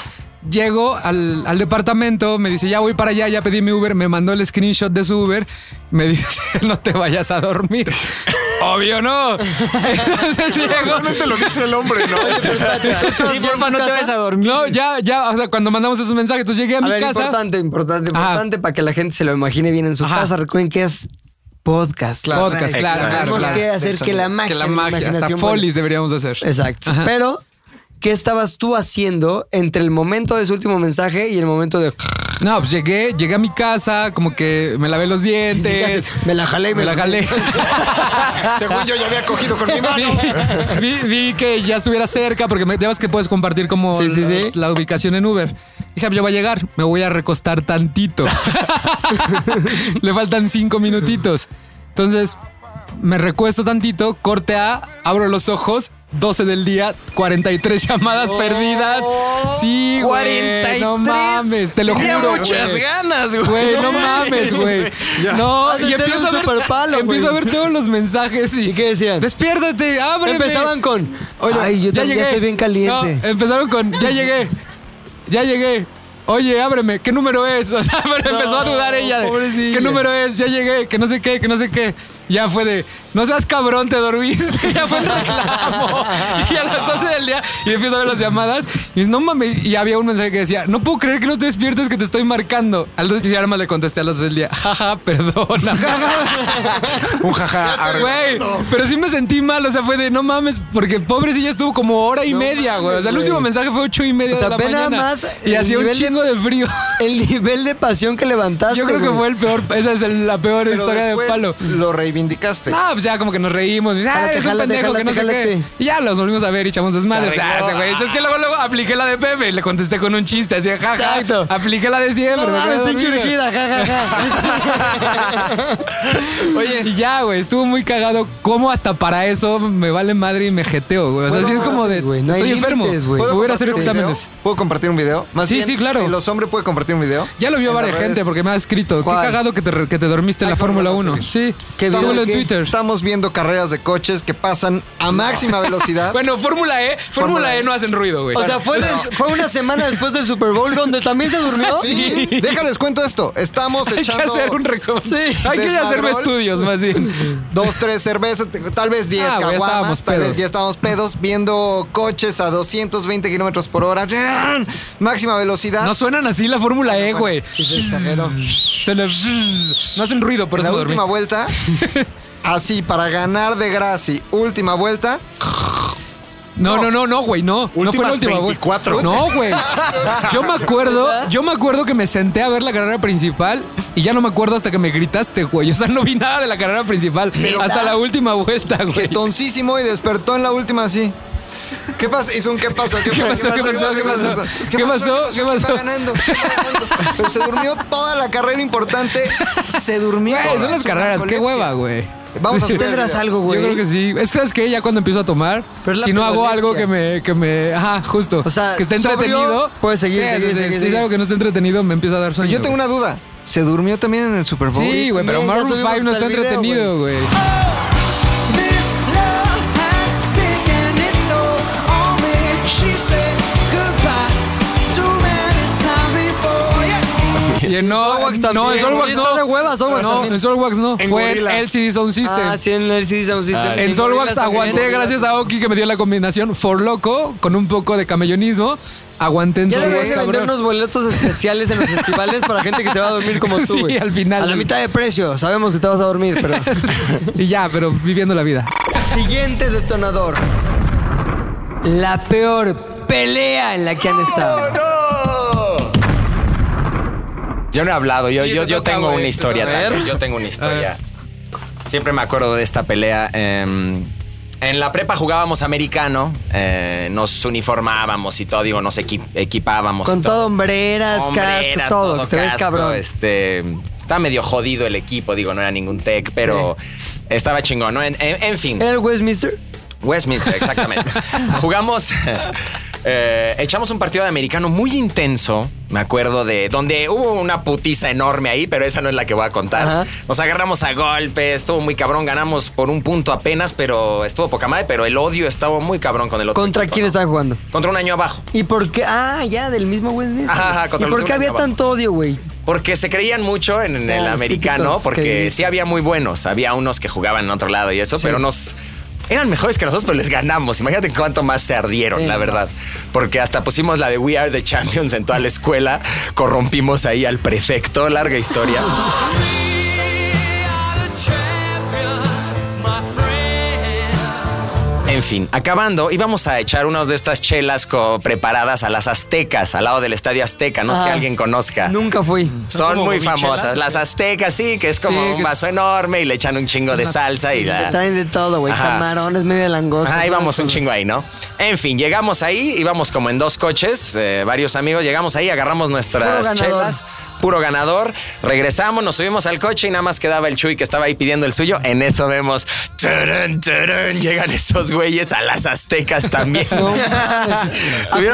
S13: llego al, al departamento, me dice, ya voy para allá, ya pedí mi Uber, me mandó el screenshot de su Uber, me <laughs> dice, no te vayas a dormir. Obvio no. Entonces llego.
S19: Normalmente lo que dice el hombre, ¿no?
S13: Sí, porfa, no te vayas a dormir. No, ya, ya, o sea, cuando mandamos esos mensajes, entonces llegué a, mi
S2: ver,
S13: casa.
S2: importante, importante,
S13: Ajá.
S2: importante para que la gente se lo imagine bien en su
S13: Ajá.
S2: casa. Recuerden que es podcast.
S13: Podcast, claro, claro,
S2: Tenemos
S13: claro.
S2: que hacer
S13: Eso,
S2: que la magia,
S13: Que la
S2: de
S13: magia, hasta
S2: imaginación
S13: folies deberíamos hacer.
S2: Exacto.
S13: Ajá.
S2: Pero, ¿qué estabas tú haciendo entre el momento de su último mensaje y el momento de.
S13: No, pues llegué, llegué a mi casa, como que me lavé los dientes.
S2: Me la jalé y
S13: me,
S2: me-
S13: la jalé. <laughs>
S19: Según yo ya había cogido con mi mano.
S13: vi, vi que ya estuviera cerca, porque me, ya ves que puedes compartir como
S2: Sí, sí, sí.
S13: las- la ubicación en Uber. Dije, yo voy a llegar, me voy a recostar tantito. <laughs> Le faltan cinco minutitos. Entonces, me recuesto tantito, corte A, abro los ojos, 12 del día, 43 llamadas perdidas.
S2: Oh.
S13: Sí, güey. No
S3: 43.
S13: mames, te lo
S3: Tenía
S13: juro.
S3: muchas
S13: güey.
S3: ganas, güey.
S13: Güey, no mames, güey.
S3: Ah,
S13: No, y empiezo a ver Empiezo a ver todos los mensajes y
S2: ¿Qué decían?
S13: despiértate, ábreme.
S2: Empezaban con.
S13: Oye,
S2: Ay, yo
S13: ya
S2: también
S13: llegué.
S2: estoy bien caliente.
S13: No, empezaron con ya llegué. Ya llegué. Oye, ábreme, ¿qué número es? <laughs> O sea, pero empezó a dudar ella de
S2: pobrecilla.
S13: qué número es, ya llegué, que no sé qué, que no sé qué. Ya fue de, no seas cabrón, te dormiste, <laughs> ya fue el reclamo. Y a las 12 del día, y empiezo a ver las llamadas, y dice, no mames, y había un mensaje que decía, no puedo creer que no te despiertes, que te estoy marcando. Al dos, y ya nada más le contesté a las 12 del día, jaja, perdona.
S19: Un jaja.
S13: Güey, pero sí me sentí mal, o sea, fue de no mames, porque pobrecilla estuvo como hora y media, güey. O sea, el último mensaje fue ocho y media
S2: O sea,
S13: de la
S2: ve nada
S13: mañana.
S2: más
S13: y
S2: el
S13: hacía un
S2: nivel de-
S13: chingo de, frío.
S2: <laughs> El nivel de pasión que levantaste.
S13: Yo creo que
S2: güey.
S13: fue el peor, esa es el- la peor
S5: Pero
S13: historia de
S5: después
S13: palo.
S5: Lo reivindicaste.
S13: Ah, pues ya como que nos reímos, ah,
S2: Jálate,
S13: es un
S2: jálate,
S13: pendejo que no sé
S2: jálate,
S13: qué.
S2: jálate.
S13: Y ya los volvimos a ver y echamos desmadres.
S5: Se
S13: Ah,
S5: arregló.
S13: ese güey. Entonces que luego, luego apliqué la de Pepe, le contesté con un chiste, así, jaja.
S2: Exacto.
S13: Apliqué la de siempre.
S2: No
S13: me quedé
S2: mames, Ah, pinche
S13: dormido.
S2: urgida, ja,
S13: <laughs>
S2: ja, ja.
S13: Y ya, güey, estuvo muy cagado. ¿Cómo hasta para eso me vale madre y me jeteo, güey? O sea,
S2: Bueno,
S13: sí es como de.
S2: güey, no hay
S13: estoy enfermo.
S2: límites, güey.
S13: Me
S5: ¿Puedo
S13: voy a ir a hacer
S5: compartir un video?
S13: exámenes.
S5: ¿Puedo compartir un video? Más
S13: Sí,
S5: bien,
S13: sí, claro.
S5: ¿Los hombres pueden compartir un video?
S13: Ya lo vio
S5: En
S13: varias
S5: las redes.
S13: gente porque me ha escrito.
S2: ¿Cuál?
S13: Qué cagado que te, re- que te dormiste en la Fórmula 1. Sí.
S2: ¿Qué video?
S13: Está
S3: Síguelo en Twitter.
S5: Estamos viendo carreras de coches que pasan a máxima
S13: <laughs>
S5: velocidad.
S3: Bueno, Fórmula E, Fórmula E no hacen ruido, güey.
S2: O sea, fue,
S5: No.
S2: des- fue una semana después del Super Bowl donde también se durmió.
S5: Sí. Déjales cuento esto.
S3: <laughs>
S5: Estamos
S3: Hay que
S5: echando.
S3: hacer un reco- hay que hacer
S5: desmadrol.
S3: estudios más
S5: <laughs>
S3: bien.
S5: Dos, tres cervezas, te- tal vez diez
S3: Ah, güey, estábamos
S5: caguamas, tal
S3: pedos.
S5: vez ya estábamos pedos, viendo coches a 220 kilómetros por hora. Máxima velocidad.
S3: No suenan así la Fórmula E, güey. Se le- No hacen ruido, por
S5: En
S3: eso me
S5: la
S3: dormí. <laughs>
S5: última vuelta, así, para ganar de Graci, última vuelta.
S3: No, no, no, no, güey, no. No fue la
S5: Últimas
S3: última, güey.
S5: 24.
S3: No,
S5: <laughs>
S3: güey. Yo me acuerdo, yo me acuerdo que me senté a ver la carrera principal y ya no me acuerdo hasta que me gritaste, güey. O sea, no vi nada de la carrera principal hasta la última vuelta, güey.
S5: Jetoncísimo y despertó en la última así. ¿Qué pasa? Hizo un qué pasó.
S3: ¿Qué pasó? ¿Qué pasó? ¿Qué pasó? ¿Qué pasó? ¿Qué
S5: Está
S3: pasó?
S5: ganando, está ganando. Pero se durmió toda la carrera importante. Se durmió.
S3: Güey, son las
S5: Es una
S3: carreras, qué
S5: colección.
S3: hueva, güey.
S5: Vamos a subir el video.
S3: Yo creo que sí. Es que sabes que ya cuando empiezo a tomar,
S2: Pero es la
S3: si no hago
S2: predolencia.
S3: algo que me, que me. Ajá, justo. O sea, que esté
S2: sobrio,
S3: entretenido.
S2: puedes seguir,
S3: Sí,
S2: seguir,
S3: sí, sí.
S2: seguir,
S3: Si
S2: seguir.
S3: es algo que no esté entretenido, me empieza a dar sueño.
S5: Yo tengo una duda. ¿Se durmió también en el Super Bowl?
S3: Sí, güey, pero
S5: Ya
S3: Maroon
S5: subimos
S3: 5 no
S5: hasta
S3: está
S5: el video,
S3: entretenido, güey. Y en no, no, en Solwax no.
S2: Está de hueva, Solwax
S3: no,
S2: también.
S3: en Solwax no.
S2: En
S3: Fue
S2: Gorilas.
S3: en LCD Sound System.
S2: Ah, sí, en LCD Sound System.
S3: en Solwax aguanté, gracias a Oki que me dio la combinación For Loco con un poco de camellonismo. Aguanté en
S2: Ya le
S3: Solwax,
S2: vamos a vender
S3: cabrón.
S2: unos boletos especiales
S3: <laughs>
S2: en los festivales
S13: <laughs>
S2: para gente que se va a dormir como tú,
S3: Sí,
S2: güey.
S3: al final,
S2: A la
S3: güey.
S2: mitad de precio. Sabemos que te vas a dormir,
S13: <laughs>
S2: pero...
S3: Y ya, pero viviendo la vida.
S2: Siguiente detonador. La peor pelea en la que han estado.
S4: Yo no he hablado, yo,
S2: Sí,
S4: yo,
S2: te
S4: yo
S2: toca,
S4: tengo
S2: güey.
S4: una historia
S2: <laughs> A ver.
S4: también, Yo tengo una historia. Siempre me acuerdo de esta pelea. em, en la prepa jugábamos americano, eh, nos uniformábamos y todo, digo, nos equi- equipábamos.
S2: Con todo, hombreras,
S4: Hombreras,
S2: casco, todo. te ves
S4: casco,
S2: cabrón.
S4: Este, estaba medio jodido el equipo, digo, no era ningún tech, pero estaba chingón, ¿no? En, en- en fin.
S2: ¿Era el Westminster?
S4: Westminster,
S2: <laughs>
S4: exactamente. Jugamos, eh, echamos un partido de americano muy intenso, me acuerdo de donde hubo una putiza enorme ahí, pero esa no es la que voy a contar. Nos agarramos a golpes, estuvo muy cabrón, ganamos por un punto apenas, pero estuvo poca madre, pero el odio estaba muy cabrón con el otro.
S2: ¿Contra
S4: equipo,
S2: quién
S4: ¿no?
S2: están jugando?
S4: Contra un año abajo.
S2: ¿Y por qué? Ah, ya, del mismo Westminster.
S4: Ajá, ajá, contra
S2: ¿Y
S4: los
S2: por qué
S4: de
S2: había
S4: abajo.
S2: tanto odio, güey?
S4: Porque se creían mucho en, en
S2: Ah,
S4: el
S2: los
S4: americano,
S2: típicos
S4: porque
S2: que-
S4: sí había muy buenos. Había unos que jugaban en otro lado y eso, pero nos. Eran mejores que nosotros, pero les ganamos. Imagínate cuánto más se ardieron,
S2: Sí,
S4: la
S2: no
S4: verdad. Porque hasta pusimos la de We Are the Champions en toda la escuela. Corrompimos ahí al prefecto. Larga historia. En fin, acabando, íbamos a echar unas de estas chelas co- preparadas a las aztecas, al lado del estadio azteca. No sé si
S2: Ah.
S4: alguien conozca.
S2: Nunca fui.
S4: Son muy famosas. Las aztecas, sí, que es como
S2: Sí, que
S4: un vaso enorme y le echan un chingo de salsa y la.
S2: Traen de todo, güey.
S4: Ajá.
S2: Camarones, media langosta.
S4: Ahí
S2: todas
S4: vamos un
S2: esas
S4: chingo ahí, ¿no? En fin, llegamos ahí, íbamos como en dos coches, eh, varios amigos, llegamos ahí, agarramos nuestras
S2: Puro ganador.
S4: chelas, puro ganador, regresamos, nos subimos al coche y nada más quedaba el Chuy que estaba ahí pidiendo el suyo. En eso vemos, tarán, tarán, llegan estos güeyes a las aztecas
S2: <laughs>
S4: también. Tuvieron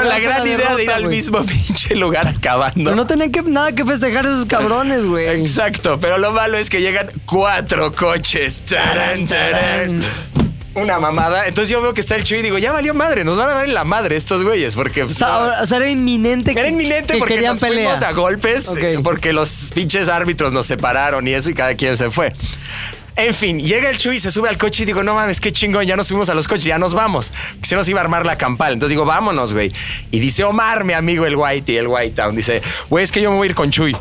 S4: la
S2: Aplaza
S4: gran
S2: la
S4: idea de ir
S2: derrota,
S4: al
S2: güey.
S4: mismo <laughs> pinche lugar acabando.
S2: Pero no tenían que, nada que festejar esos cabrones, güey.
S4: Exacto, pero lo malo es que llegan cuatro coches. Tarán, tarán. Una mamada. Entonces yo veo que está el Chuy y digo, ya valió madre, nos van a dar en la madre estos güeyes, porque pues,
S2: O sea, ahora- o sea, era inminente
S4: era inminente
S2: que
S4: porque
S2: querían
S4: nos fuimos
S2: pelear.
S4: a golpes,
S2: Ok.
S4: eh, porque los pinches árbitros nos separaron y eso y cada quien se fue. En fin, llega el Chuy, se sube al coche y digo, no mames, qué chingón, ya nos subimos a los coches, ya nos vamos. Se nos iba a armar la campal. Entonces digo, vámonos, güey. Y dice Omar, mi amigo, el Whitey, el White Town, dice, güey, es que yo me voy a ir con Chuy.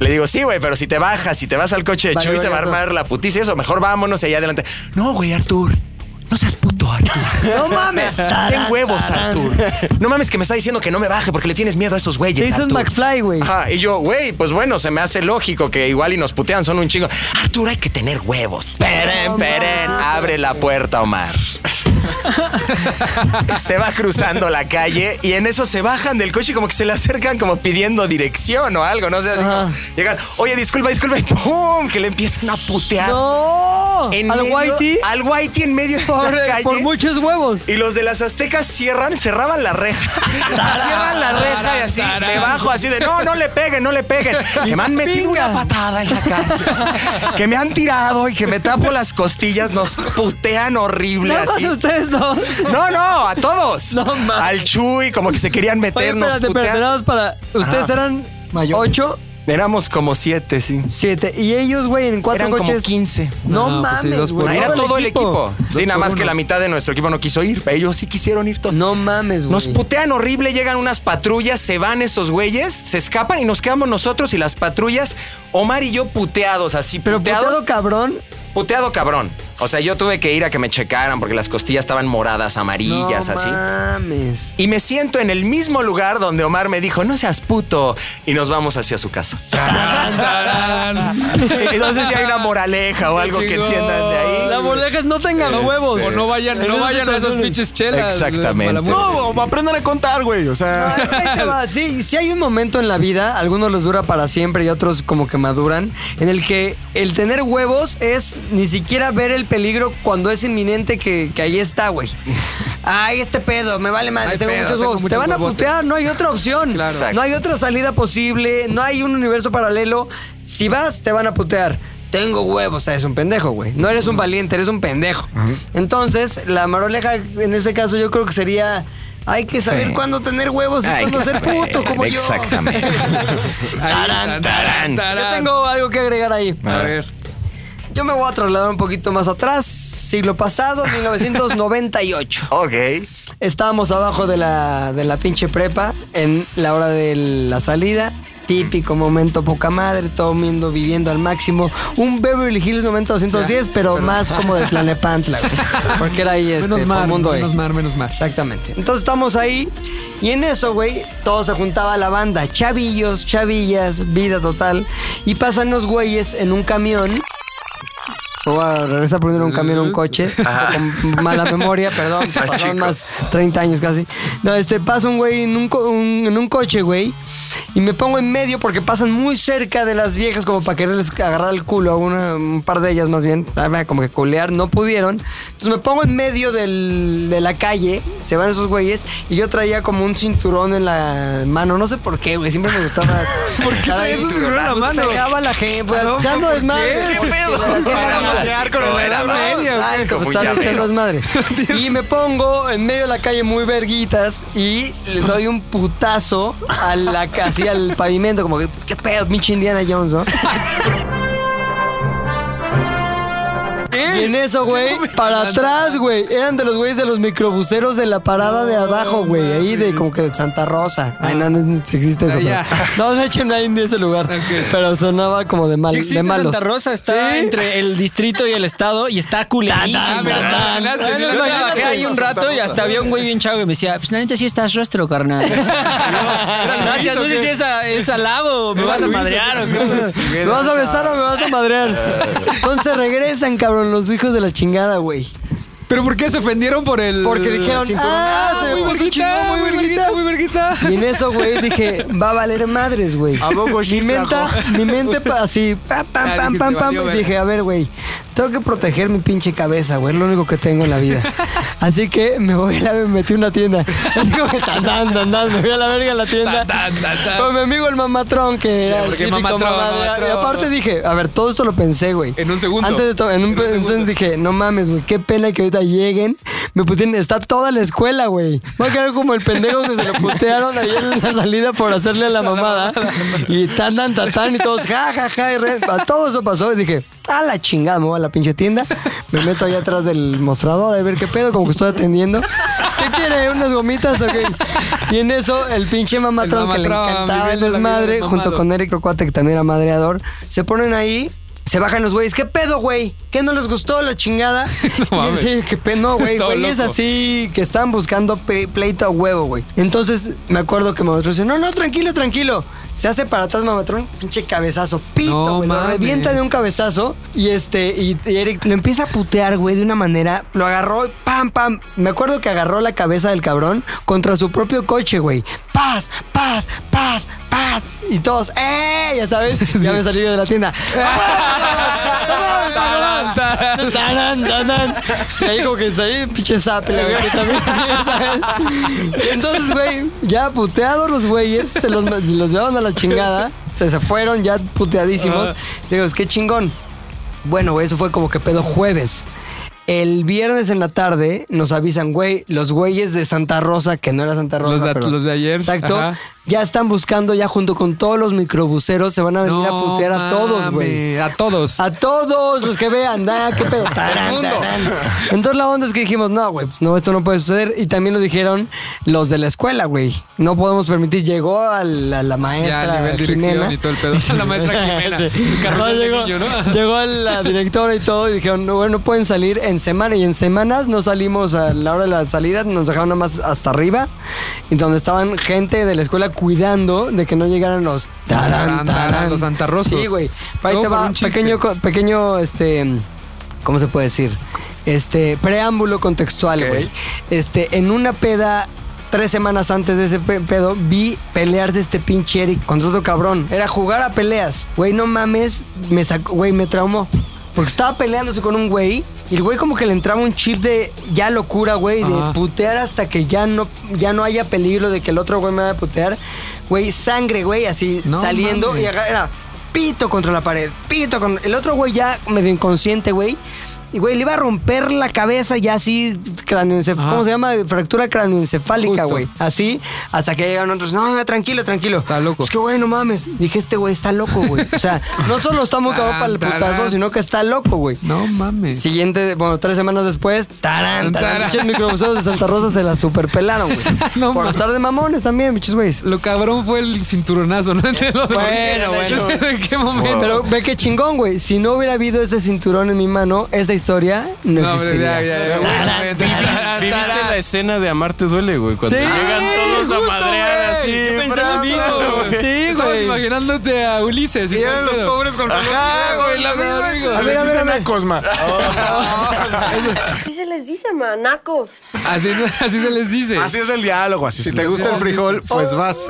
S4: Le digo, sí, güey, pero si te bajas, si te vas al coche de
S2: Vale,
S4: Chuy, se
S2: vale,
S4: va a
S2: vale.
S4: armar la putiza y eso, mejor vámonos y allá adelante. No, güey, Artur, no seas puto, Artur.
S2: No mames.
S4: Ten huevos, Artur. No mames que me está diciendo que no me baje porque le tienes miedo a esos
S2: Te
S4: güeyes.
S2: hizo un
S4: Artur.
S2: McFly, güey.
S4: Ajá, y yo, güey, pues bueno, se me hace lógico que igual y nos putean, son un chingo. Artur, hay que tener huevos. Peren, peren, abre la puerta,
S2: <laughs>
S4: Omar. se va cruzando la calle y en eso se bajan del coche y como que se le acercan como pidiendo dirección o algo, no sé, así como llegan, oye, disculpa, disculpa, y ¡pum! que le empiezan a putear.
S2: No, No,
S4: en
S2: al
S4: medio-
S2: Whitey.
S4: Al Whitey en medio de
S2: Por-
S4: la calle.
S2: por muchos huevos.
S4: Y los de las aztecas cierran, cerraban la reja. <laughs> cierran la reja y así
S12: Tarán.
S4: me bajo así de no, no le peguen, no le
S2: <laughs>
S4: peguen. Que me han metido una patada en la cara. que me han tirado y que me tapo las costillas, nos putean horrible
S2: Nada más
S4: así.
S2: a ustedes dos.
S4: No, no, a todos. Al Chuy, como que se querían
S2: Oye,
S4: meternos.
S2: espérate, espérate, nada más para. Ustedes
S4: Ajá.
S2: eran ocho.
S4: Éramos como siete, sí.
S2: Siete. Y ellos, güey, en cuatro
S4: Eran como
S2: coches.
S4: 15.
S2: No,
S4: No, pues sí,
S2: mames,
S4: dos por
S2: güey.
S4: uno. Era todo el equipo. Sí,
S2: Dos
S4: nada
S2: por
S4: más que
S2: uno.
S4: la mitad de nuestro equipo no quiso ir. Ellos sí quisieron ir todos.
S2: No mames, güey.
S4: Nos putean horrible, llegan unas patrullas, se van esos güeyes, se escapan y nos quedamos nosotros y las patrullas, Omar y yo puteados así,
S2: Pero
S4: puteados.
S2: puteado cabrón.
S4: Puteado cabrón. O sea, yo tuve que ir a que me checaran porque las costillas estaban moradas, amarillas,
S2: no
S4: así.
S2: mames.
S4: Y me siento en el mismo lugar donde Omar me dijo, no seas puto. Y nos vamos hacia su
S2: <laughs>
S4: casa. no sé si hay una moraleja o algo que
S10: chingón.
S4: entiendan de ahí.
S2: La moraleja es no tengan
S4: Este,
S2: huevos.
S10: O no vayan, no
S2: Esas
S10: vayan a esas
S2: situaciones.
S10: pinches chelas.
S4: Exactamente.
S10: Mala muerte.
S13: No, o aprendan a contar, güey. O sea.
S2: No, es que ahí te va. <laughs> Sí, sí hay un momento en la vida, algunos los dura para siempre y otros como que maduran, en el que el tener huevos es ni siquiera ver el peligro cuando es inminente que, que ahí está, güey. Ay, este pedo, me vale
S3: Ay,
S2: madre, tengo
S3: pedo,
S2: muchos
S3: tengo
S2: huevos.
S3: mucho
S2: te van a
S3: huevote.
S2: putear, Ah, no hay otra opción.
S3: Exacto.
S2: No hay otra salida posible, no hay un universo paralelo. Si vas, te van a putear. Tengo huevos, eres un pendejo, güey. No eres un valiente, eres un pendejo. Entonces, la maroleja en este caso yo creo que sería... Hay que saber
S4: Sí.
S2: cuándo tener huevos y
S4: Ay,
S2: cuándo ser puto como yo. <laughs>
S4: Exactamente. Tarán, tarán.
S2: Yo tengo algo que agregar ahí.
S4: A ver.
S2: Yo me voy a trasladar un poquito más atrás,
S4: <laughs>
S2: siglo pasado, 1998.
S4: ok.
S2: Estábamos abajo de la, de la pinche prepa en la hora de la salida. Típico momento poca madre, todo mundo viviendo al máximo. Un Beverly Hills 90210, pero más como de Tlanepantla, güey.
S10: <laughs>
S2: Porque era ahí este,
S10: Menos mar,
S2: por mundo E.
S10: menos mar, menos mar.
S2: Exactamente. Entonces estamos ahí y en eso, güey, todo se juntaba la banda. Chavillos, chavillas, vida total. Y pasan los güeyes en un camión. Me Voy a regresar a poner un camión a
S10: <laughs>
S2: un coche.
S3: Ajá.
S2: Con mala memoria, perdón.
S3: Más
S2: perdón,
S3: chico.
S2: más 30 años casi. No, este, pasa un güey en un, co- un- en un coche, güey. Y me pongo en medio porque pasan muy cerca de las viejas como para quererles agarrar el culo a una- un par de ellas más bien. Ah, Como que colear, no pudieron. Entonces me pongo en medio del- de la calle, se van esos güeyes. Y yo traía como un cinturón en la mano. No sé por qué, güey. Siempre
S10: <laughs>
S2: me gustaba... ¿Por qué
S10: traías un cinturón en la mano? Ah,
S2: Pegaba la gente. pues, echando
S10: ¿por
S2: desmadre.
S10: qué? ¿Qué
S2: Porque
S10: pedo?
S2: la hacía
S10: Para
S2: ganar.
S10: madrear con el
S2: Era
S10: Edad
S2: más.
S10: Media,
S2: Ay,
S10: güey.
S2: como
S10: Como
S2: están
S10: llavero.
S2: echando desmadre. Y me pongo en medio de la calle muy verguitas y le doy un putazo a la, así al pavimento, como que, ¿qué pedo, pinche Indiana Jones, no? Y en eso, güey, para atrás, güey. Eran de los güeyes de los microbuseros de la parada de abajo, güey. Ahí de como que de Santa Rosa. Ay, no, no es- existe eso.
S3: Ah, ya.
S2: pero- No, de hecho, no hay en ese lugar. Pero sonaba como de mal,
S3: Sí
S2: de
S3: existe
S2: malos.
S3: Santa Rosa está entre el distrito y el estado y está culerísima.
S10: Ah,
S2: Ta, ta, pero
S3: man.
S2: ta, la-
S3: Ay,
S2: sí,
S3: no,
S2: la-
S3: yo bajé ahí un rato y hasta había un güey bien chavo y me decía, pues la neta sí estás rostro, carnal. <laughs>
S10: Ah,
S3: Gracias, no sé si es, a- es halago, me vas a madrear o qué.
S2: ¿Me vas a besar o me vas a madrear? Entonces regresan, cabrón, los hijos de la chingada, güey.
S10: <laughs> ¿Pero por qué se ofendieron por el
S2: Porque dijeron,
S10: cinturón?
S2: ah, se
S10: muy
S2: puso
S10: verguita,
S2: chingón,
S10: muy verguita, muy verguita.
S3: <laughs>
S10: <laughs>
S2: Y en eso, güey, dije, va a valer madres, güey.
S10: ¿A poco sí,
S2: Mi mente,
S10: flaco?
S2: mi mente pa- así, pam, pam,
S10: Ah,
S2: pam,
S10: dijiste,
S2: pam, pam.
S10: valió
S2: Y dije, a ver, güey, tengo que proteger mi pinche cabeza, güey. Es lo único que tengo en la vida. Así que me voy a la, me metí a una tienda. <laughs> Así como que tan, tan, tan, tan, me fui a la verga a la tienda. Con mi amigo el mamatrón, que era el
S10: Porque
S2: típico
S10: mamatrón,
S2: mamadre. Y
S10: mamatrón.
S2: aparte dije, a ver, todo esto lo pensé, güey.
S10: En un segundo.
S2: Antes de todo, en un, pe- entonces dije, no mames, güey, qué pena que ahorita lleguen. Me puteen, está toda la escuela, güey. Va a quedar como el pendejo que se lo putearon ayer en la salida por hacerle <laughs> la mamada. Y tan, tan, tan, tan, y todos, ja, ja, ja, y re- pa- todo eso pasó. Y dije, a la chingada, me voy a la pinche tienda. Me meto allá atrás del mostrador a ver qué pedo, como que estoy atendiendo. ¿Qué quiere? ¿Unas gomitas o qué? Y en eso, el pinche mamatrón, que le
S10: mamatrón,
S2: encantaba el
S10: viviendo la vida del
S2: desmadre, junto
S10: mamado.
S2: con Eric Rocuate, que también era madreador, se ponen ahí, se bajan los güeyes. ¿Qué pedo, güey? ¿Qué no les gustó la chingada?
S10: <laughs> No mames.
S2: sí, qué pedo, no, güey.
S10: Estaba
S2: güey, es
S10: loco.
S2: así que están buscando pe- pleito a huevo, güey. Entonces, me acuerdo que Mamatrón dice, no, no, tranquilo, tranquilo. Se hace para atrás Mamatrón, pinche cabezazo, pito,
S10: No
S2: güey. Lo
S10: mames.
S2: revienta de un cabezazo y este, y, y Eric lo empieza a putear, güey, de una manera. Lo agarró, y pam, pam. Me acuerdo que agarró la cabeza del cabrón contra su propio coche, güey. Paz, paz, paz, paz. Y todos,
S10: <laughs>
S2: ¡eh! Ya sabes, ya me salí yo de la tienda.
S10: Tarán, tarán,
S2: nan, nan, nan. Y ahí como que ahí, pinche zape, la verga, también, <laughs> ¿sabes? Y Entonces, güey, ya puteados los güeyes, se los, los llevaron a la chingada, se, se fueron ya puteadísimos.
S3: Ajá.
S2: Digo, es que chingón. Bueno, güey, eso fue como que pedo jueves. El viernes en la tarde nos avisan, güey, los güeyes de Santa Rosa, que no era Santa Rosa.
S10: Los de- los de ayer,
S2: Exacto.
S10: ajá.
S2: Ya están buscando, ya junto con todos los microbuseros, se van a venir a
S10: No
S2: putear a todos, güey.
S10: mames, A todos.
S2: A todos los que vean, da, qué pedo. Tarán, tarán. Entonces la onda es que dijimos, no, güey, pues, no, esto no puede suceder. Y también lo dijeron los de la escuela, güey. No podemos permitir, llegó a la, la maestra.
S10: Ya, a nivel dirección
S2: Jimena.
S10: y todo el pedo.
S2: <laughs>
S10: La maestra Jimena. El carrusel
S2: No,
S10: de
S2: llegó,
S10: niño, ¿no? <laughs>
S2: llegó la directora y todo y dijeron, no, bueno, pueden salir en semana. Y en semanas no salimos a la hora de la salida, nos dejaron nada más hasta arriba. Y donde estaban gente de la escuela cuidando de que no llegaran los tarán,
S10: Tarán, tarán,
S2: tarán.
S10: los santarrosos.
S2: Sí, güey. Pero Ahí
S10: Todo
S2: te
S10: por
S2: va,
S10: un chiste.
S2: pequeño, co- pequeño, este... ¿Cómo se puede decir? Este, preámbulo contextual, güey. Este, en una peda, tres semanas antes de ese pe- pedo, vi pelearse este pinche Eric contra otro cabrón. Era jugar a peleas. Güey, no mames, me sacó, güey, me traumó. Porque estaba peleándose con un güey y el güey como que le entraba un chip de ya locura, güey, de
S3: Ajá.
S2: putear hasta que ya no, ya no haya peligro de que el otro güey me vaya a putear. Güey, sangre, güey, así
S3: No
S2: saliendo
S3: mames.
S2: y acá era pito contra la pared, pito con el otro güey ya medio inconsciente, güey. Y güey, le iba a romper la cabeza ya así cráneoencef-
S3: Ajá.
S2: ¿cómo se llama? Fractura cráneoencefálica,
S3: Justo.
S2: güey. Así, hasta que llegaron otros, no, no, tranquilo, tranquilo. Está loco. Es que güey, no mames. Dije, este güey está loco, güey. O sea, no solo está muy
S3: <laughs>
S2: cabrón para el
S10: Tarán,
S2: putazo,
S10: tarán.
S2: sino que está loco, güey.
S10: No mames.
S2: Siguiente, bueno, tres semanas después, tarán, tarán.
S10: Tarán.
S2: Pinches microbuseros de Santa Rosa se la superpelaron, güey.
S10: <laughs> No
S2: Por
S10: mames.
S2: estar de mamones también, bichos güeyes.
S10: Lo cabrón fue el cinturonazo, ¿no? <laughs> De lo de-
S2: Bueno, bueno.
S10: <laughs> ¿En qué momento?
S2: Pero ve qué chingón, güey. Si no hubiera habido ese cinturón en mi mano, esa historia no,
S10: No, hombre,
S2: existiría.
S10: ya, ya, ya.
S12: Tarán, Viviste viviste la escena de Amarte Duele, güey. Cuando
S10: Sí,
S12: llegan todos a
S10: justo,
S12: madrear
S10: güey.
S12: así.
S10: Yo pensé
S12: bravo,
S10: lo mismo, güey.
S12: güey.
S10: Estabas imaginándote a Ulises. Y
S12: eran los pobres con
S13: Ajá,
S12: güey, la
S13: misma- A ver, a ver, a ver. Cosma.
S20: Así se les dice, manacos.
S10: Así, así se les
S12: Ah,
S10: dice.
S13: Así es el diálogo, así
S5: Si te gusta el frijol, pues vas.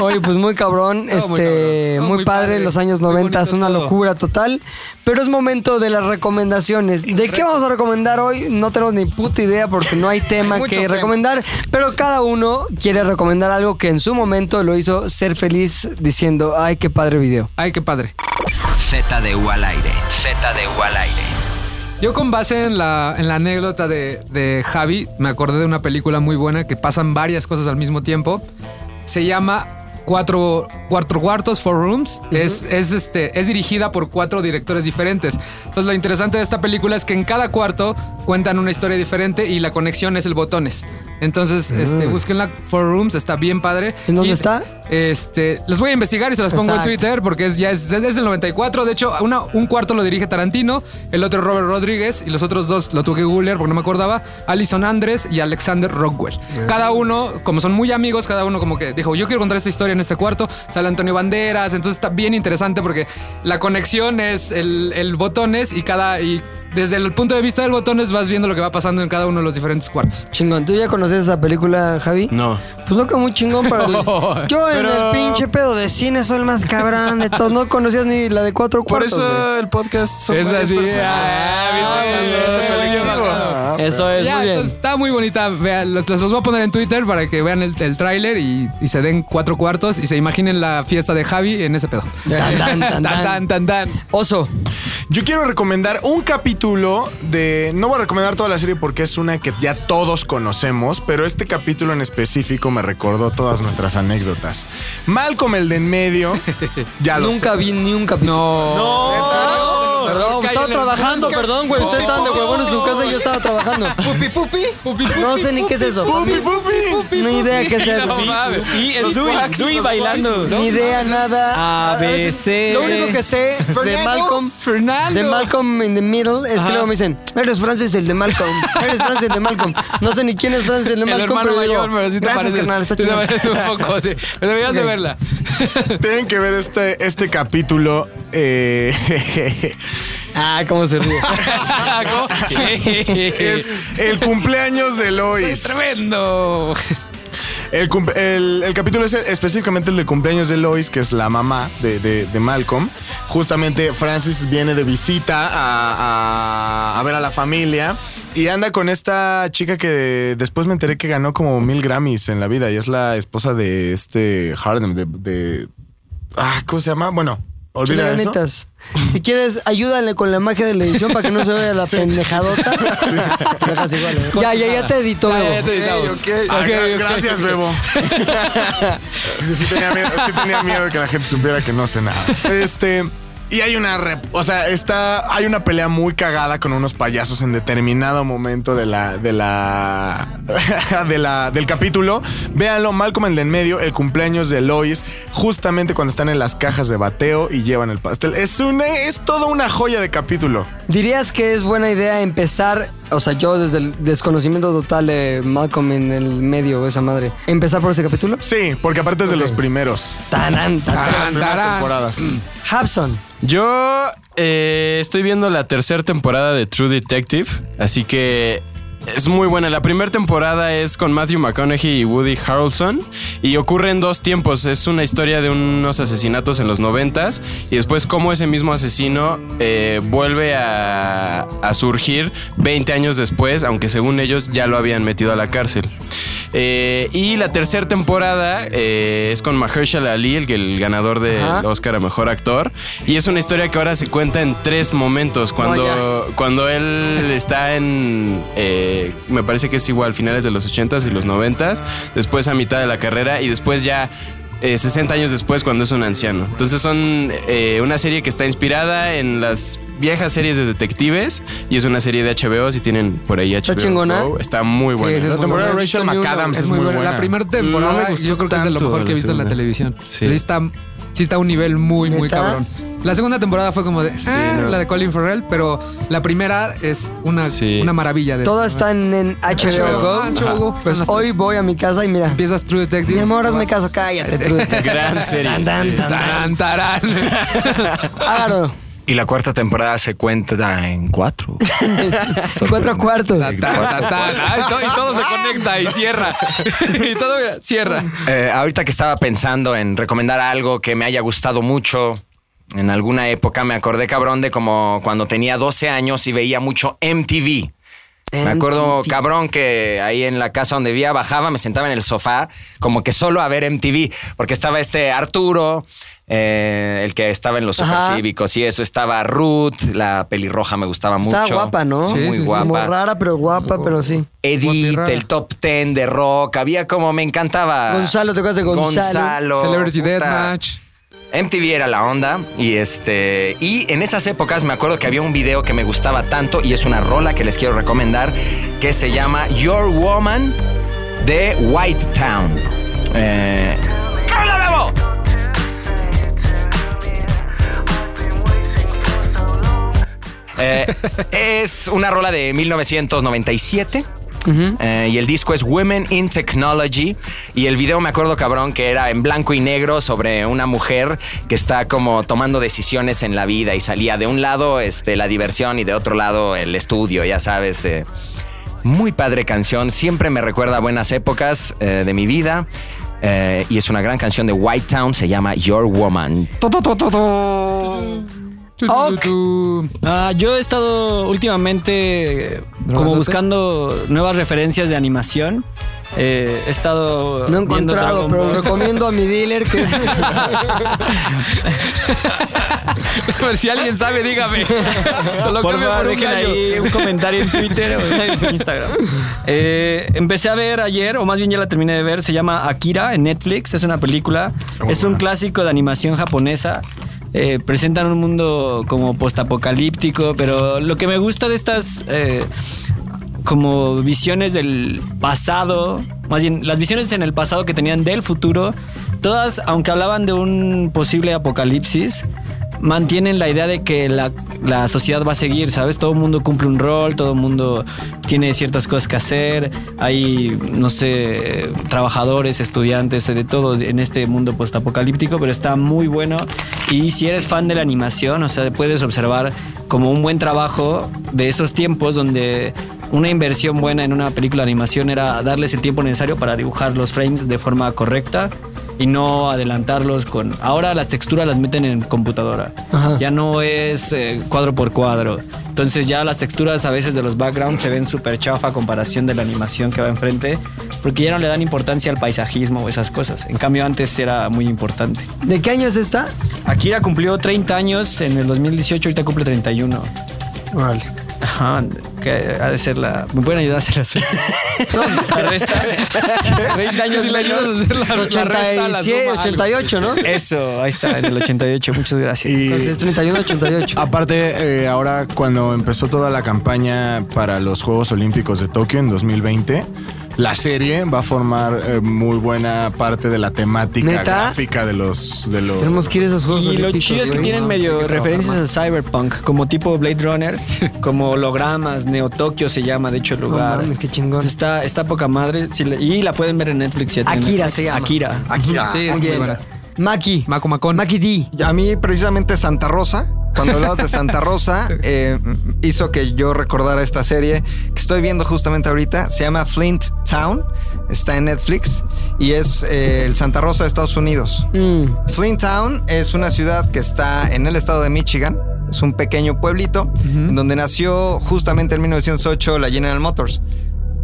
S2: Oye, pues muy cabrón,
S5: No, muy
S2: este,
S5: cabrón. No,
S2: muy,
S5: muy
S2: padre,
S5: padre.
S2: los años 90, es una locura total. Pero es momento de las recomendaciones. ¿De qué vamos a recomendar hoy? No tenemos ni puta idea porque
S10: <laughs>
S2: no hay tema
S5: Hay muchos
S2: que
S5: temas.
S2: recomendar. Pero cada uno quiere recomendar algo que en su momento lo hizo ser feliz diciendo, ay, qué padre video.
S10: Ay, qué padre.
S1: Z de U al aire. Z de U al aire.
S10: Yo con base en la, en la anécdota de, de Javi, me acordé de una película muy buena que pasan varias cosas al mismo tiempo. Se llama Cuatro, cuatro Cuartos, Four Rooms. es, es, este, es dirigida por cuatro directores diferentes. Entonces lo interesante de esta película es que en cada cuarto cuentan una historia diferente y la conexión es el botones. Entonces este,
S2: Mm.
S10: búsquenla, Four Rooms, está bien padre.
S2: ¿En dónde
S10: Y,
S2: está?
S10: Este, les voy a investigar y se las pongo en
S2: Exacto.
S10: Twitter porque es, ya es, es del 94. De hecho, una- un cuarto lo dirige Tarantino, el otro Robert Rodríguez y los otros dos lo tuve que googlear porque no me acordaba. Alison Andres y Alexander Rockwell. Cada uno, como son muy amigos, cada uno como que dijo, yo quiero contar esta historia en este cuarto. Sale Antonio Banderas, entonces está bien interesante porque la conexión es el, el botones y cada... Y desde el punto de vista del botones vas viendo lo que va pasando en cada uno de los diferentes cuartos.
S2: Chingón, ¿tú ya conoces esa película, Javi?
S12: No.
S2: Pues no que muy chingón para el... Yo en
S12: Pero-
S2: el pinche pedo de cine soy el más cabrón de todos. No conocías ni la de cuatro
S12: Por
S2: cuartos, güey.
S12: eso el podcast son
S10: Es
S12: varias
S10: así,
S12: personas.
S10: Ah,
S2: Eso es,
S10: Ya,
S2: muy bien.
S10: entonces, está muy bonita. Vean, los, los- los voy a poner en Twitter para que vean el, el tráiler y, y se den cuatro cuartos y se imaginen la fiesta de Javi en ese pedo.
S13: Tan, tan, tan,
S10: Tan, tan, tan, tan.
S2: Oso.
S13: Yo quiero recomendar un capítulo de. No voy a recomendar toda la serie porque es una que ya todos conocemos, pero este capítulo en específico me recordó todas nuestras anécdotas. Malcolm el de en medio. Ya lo
S2: Nunca vi ni un capítulo.
S10: No.
S5: Oh,
S2: Oh, Perdón, estaba trabajando, perdón, güey. Usted estaba de huevón en su casa y yo estaba trabajando. ¿Pupi, pupi? No sé ni qué es eso.
S13: Pupi, pupi.
S2: Ni idea qué es eso.
S3: Y el Dui, Dui bailando.
S2: Ni idea, nada.
S3: A, B, C.
S2: Lo único que sé de
S3: Fernando.
S2: Malcolm,
S10: Fernando.
S2: de Malcolm in the Middle, es
S3: Ajá.
S2: que luego me dicen, eres Francis el de Malcolm, eres Francis el de Malcolm. No sé ni quién es Francis el de
S10: El
S2: Malcolm,
S10: hermano
S2: pero digo,
S10: mayor, pero sí te
S2: gracias,
S10: pareces.
S2: carnal, está
S10: Sí te
S2: chido.
S10: pareces
S2: <laughs>
S10: un poco, sí. Pero deberías de
S13: Ok.
S10: verla.
S13: Tienen que ver este, este capítulo. eh, <laughs>
S2: Ah, cómo se ríe.
S13: es el cumpleaños de Lois.
S10: Tremendo.
S13: El, cum- el- el capítulo es el- específicamente el de cumpleaños de Lois, que es la mamá de, de- de Malcolm. Justamente Francis viene de visita a, a- a ver a la la familia y anda con esta chica que después me enteré que ganó como mil Grammys en la vida y es la esposa de este Harden, de... de- ah, ¿Cómo se llama? Bueno, olvida eso.
S2: Chileganitas. Si quieres, ayúdale con la magia de la edición para que no se vea la pendejadota. Dejas igual, ¿eh? Ya, ya, ya te editó.
S13: Ya,
S2: Bebo.
S13: ya te editamos.
S2: Ok,
S13: Ah,
S2: ok,
S13: gra-
S2: ok.
S13: gracias,
S2: <laughs>
S13: Bebo. Yo sí tenía miedo, sí tenía miedo de que la gente supiera que no sé nada. Este. Y hay una rep- o sea, está, hay una pelea muy cagada con unos payasos en determinado momento de la, de la, <laughs> de la, del capítulo. Véanlo, Malcolm el de en medio, el cumpleaños de Lois, justamente cuando están en las cajas de bateo y llevan el pastel. Es una, es toda una joya de capítulo.
S2: ¿Dirías que es buena idea empezar, o sea, yo desde el desconocimiento total de Malcolm en el medio, esa madre, empezar por ese capítulo?
S13: Sí, porque aparte es de los primeros.
S2: Tarán, tarán,
S13: De las primeras
S2: tarán.
S13: temporadas.
S2: Hobson.
S12: Yo eh, estoy viendo la tercera temporada de True Detective, así que es muy buena. La primera temporada es con Matthew McConaughey y Woody Harrelson y ocurre en dos tiempos. Es una historia de unos asesinatos en los noventas y después cómo ese mismo asesino eh, vuelve a, a surgir 20 años después, aunque según ellos ya lo habían metido a la cárcel. Eh, y la tercera temporada eh, es con Mahershala Ali, el, el ganador del
S4: Ajá.
S12: Oscar a Mejor Actor. Y es una historia que ahora se cuenta en tres momentos. Cuando, cuando él está en, eh, me parece que es igual, finales de los 80s y los 90s, después a mitad de la carrera y después ya... eh, 60 años después cuando es un anciano. Entonces son eh, una serie que está inspirada en las viejas series de detectives y es una serie de HBO si tienen por ahí HBO.
S2: Está chingona.
S12: Go, Está muy buena.
S10: Sí, sí, es
S12: la
S10: muy
S12: temporada de
S10: buena.
S12: Rachel McAdams es, muy buena.
S10: La primera temporada
S12: No me gustó
S10: yo creo que es de
S12: tanto
S10: lo mejor que he visto en la
S12: segunda.
S10: televisión.
S12: Sí.
S10: Sí. está, sí está a un nivel muy, muy
S12: ¿Neta?
S10: cabrón. La segunda temporada fue como de ah,
S12: no.
S10: la de Colin Farrell, pero la primera es una,
S12: Sí.
S10: una maravilla. De
S2: Todas están en HBO Go.
S10: Ah, HBO Go. Están
S2: Pues
S10: las
S2: hoy voy a mi casa y mira.
S10: Empiezas True Detective.
S2: Mi amor, hazme caso, cállate, True
S4: <laughs>
S2: Detective.
S4: Gran serie,
S2: Tan, tan,
S4: sí.
S2: tan,
S10: tan.
S2: <laughs> Hágalo.
S4: Y la cuarta temporada se cuenta en
S2: <laughs>
S4: cuatro.
S2: Cuatro cuartos.
S10: Ta, ta, ta. Ah, y, to- y todo se conecta y cierra. <laughs> y todo mira, cierra.
S4: Eh, ahorita que estaba pensando en recomendar algo que me haya gustado mucho. En alguna época me acordé cabrón de como cuando tenía 12 años y veía mucho MTV. Me acuerdo cabrón que ahí en la casa donde vivía bajaba, me sentaba en el sofá como que solo a ver MTV, porque estaba este Arturo, eh, el que estaba en los
S2: Ajá.
S4: supercívicos y eso, estaba Ruth, la pelirroja me gustaba mucho.
S2: Está guapa, ¿no?
S4: Muy guapa.
S2: Como rara, pero guapa, pero sí.
S4: Edith, el top 10 de rock. Había como, me encantaba.
S2: Gonzalo, ¿te acuerdas de Gonzalo?
S4: Gonzalo.
S2: Celebrity
S4: puta.
S2: Deathmatch.
S4: MTV era la onda y este y en esas épocas me acuerdo que había un video que me gustaba tanto y es una rola que les quiero recomendar que se llama Your Woman de White Town. Eh, ¡Cámara, Bebo! Eh, es una rola de 1997. Eh, y el disco es Women in Technology. Y el video me acuerdo, cabrón, que era en blanco y negro sobre una mujer que está como tomando decisiones en la vida y salía de un lado este, la diversión y de otro lado el estudio, ya sabes. eh. Muy padre canción, siempre me recuerda a buenas épocas eh, de mi vida. Eh, y es una gran canción de White Town, se llama Your Woman.
S3: Ah, yo he estado últimamente eh, como
S4: ¿Drogándote?
S3: buscando nuevas referencias de animación. Eh, he estado.
S2: No he
S3: viendo
S2: encontrado,
S3: Dragon
S2: pero
S3: Ball.
S2: recomiendo a mi dealer que
S3: <laughs>
S2: es...
S10: A ver, si alguien sabe,
S2: <laughs>
S10: dígame. Solo
S3: por
S10: cambio
S3: favor,
S10: un
S3: dejen
S10: gallo.
S3: ahí un comentario en Twitter o en <laughs> Instagram. Eh, empecé a ver ayer, o más bien ya la terminé de ver, se llama Akira en Netflix, es una película, es un clásico de animación japonesa. Eh, presentan un mundo como postapocalíptico, pero lo que me gusta de estas eh, como visiones del pasado, más bien las visiones en el pasado que tenían del futuro, todas, aunque hablaban de un posible apocalipsis, mantienen la idea de que la, la sociedad va a seguir, ¿sabes? Todo el mundo cumple un rol, todo el mundo tiene ciertas cosas que hacer, hay, no sé, trabajadores, estudiantes, de todo en este mundo postapocalíptico, pero está muy bueno. Y si eres fan de la animación, o sea, puedes observar como un buen trabajo de esos tiempos donde una inversión buena en una película de animación era darles el tiempo necesario para dibujar los frames de forma correcta y no adelantarlos con... Ahora las texturas las meten en computadora.
S2: Ajá.
S3: Ya no es eh, cuadro por cuadro. Entonces ya las texturas a veces de los backgrounds se ven súper chafa a comparación de la animación que va enfrente, porque ya no le dan importancia al paisajismo o esas cosas. En cambio antes era muy importante.
S2: ¿De qué año es esta?
S3: Akira cumplió 30 años en el 2018, ahorita cumple 31.
S2: Vale.
S3: Ajá, que ha de ser la... ¿Me pueden ayudar a
S2: <laughs>
S3: hacer así? <laughs> La resta. 30 años y le ayudas a hacer la, la resta, la
S2: 87,
S3: suma, algo.
S2: 88, ¿no?
S3: Eso, ahí está, en el 88. Muchas gracias.
S2: Entonces,
S12: este?
S2: 31,
S3: <laughs>
S2: 88.
S13: Aparte, eh, ahora cuando empezó toda la campaña para los Juegos Olímpicos de Tokio en 2020, la serie va a formar eh, muy buena parte de la temática
S3: ¿Neta?
S13: gráfica de los... De los
S2: Tenemos que ir a esos juegos.
S3: Y lo
S2: Olímpicos,
S3: chido es que
S2: güey.
S3: tienen
S2: No,
S3: medio
S2: hay que
S3: referencias
S2: trabajar
S3: al cyberpunk, como tipo Blade Runner, como hologramas, Neo Tokio se llama, de hecho, el lugar.
S2: mames, qué chingón.
S3: Está, está poca madre. sí le- y la pueden ver en Netflix. ya tiene
S2: Akira
S3: Netflix.
S2: se llama.
S3: Akira.
S5: Akira.
S3: Sí, es
S5: Muy
S3: muy
S5: bien.
S3: buena.
S2: Maki.
S3: Maco Macón.
S2: Maki D.
S5: A mí, precisamente, Santa Rosa. Cuando hablabas de Santa Rosa,
S3: <laughs>
S5: eh, hizo que yo recordara esta serie que estoy viendo justamente ahorita. Se llama Flint Town. Está en Netflix y es eh, el Santa Rosa de Estados Unidos.
S2: Mm.
S5: Flint Town es una ciudad que está en el estado de Michigan. Es un pequeño pueblito en donde nació justamente en 1908 la General Motors.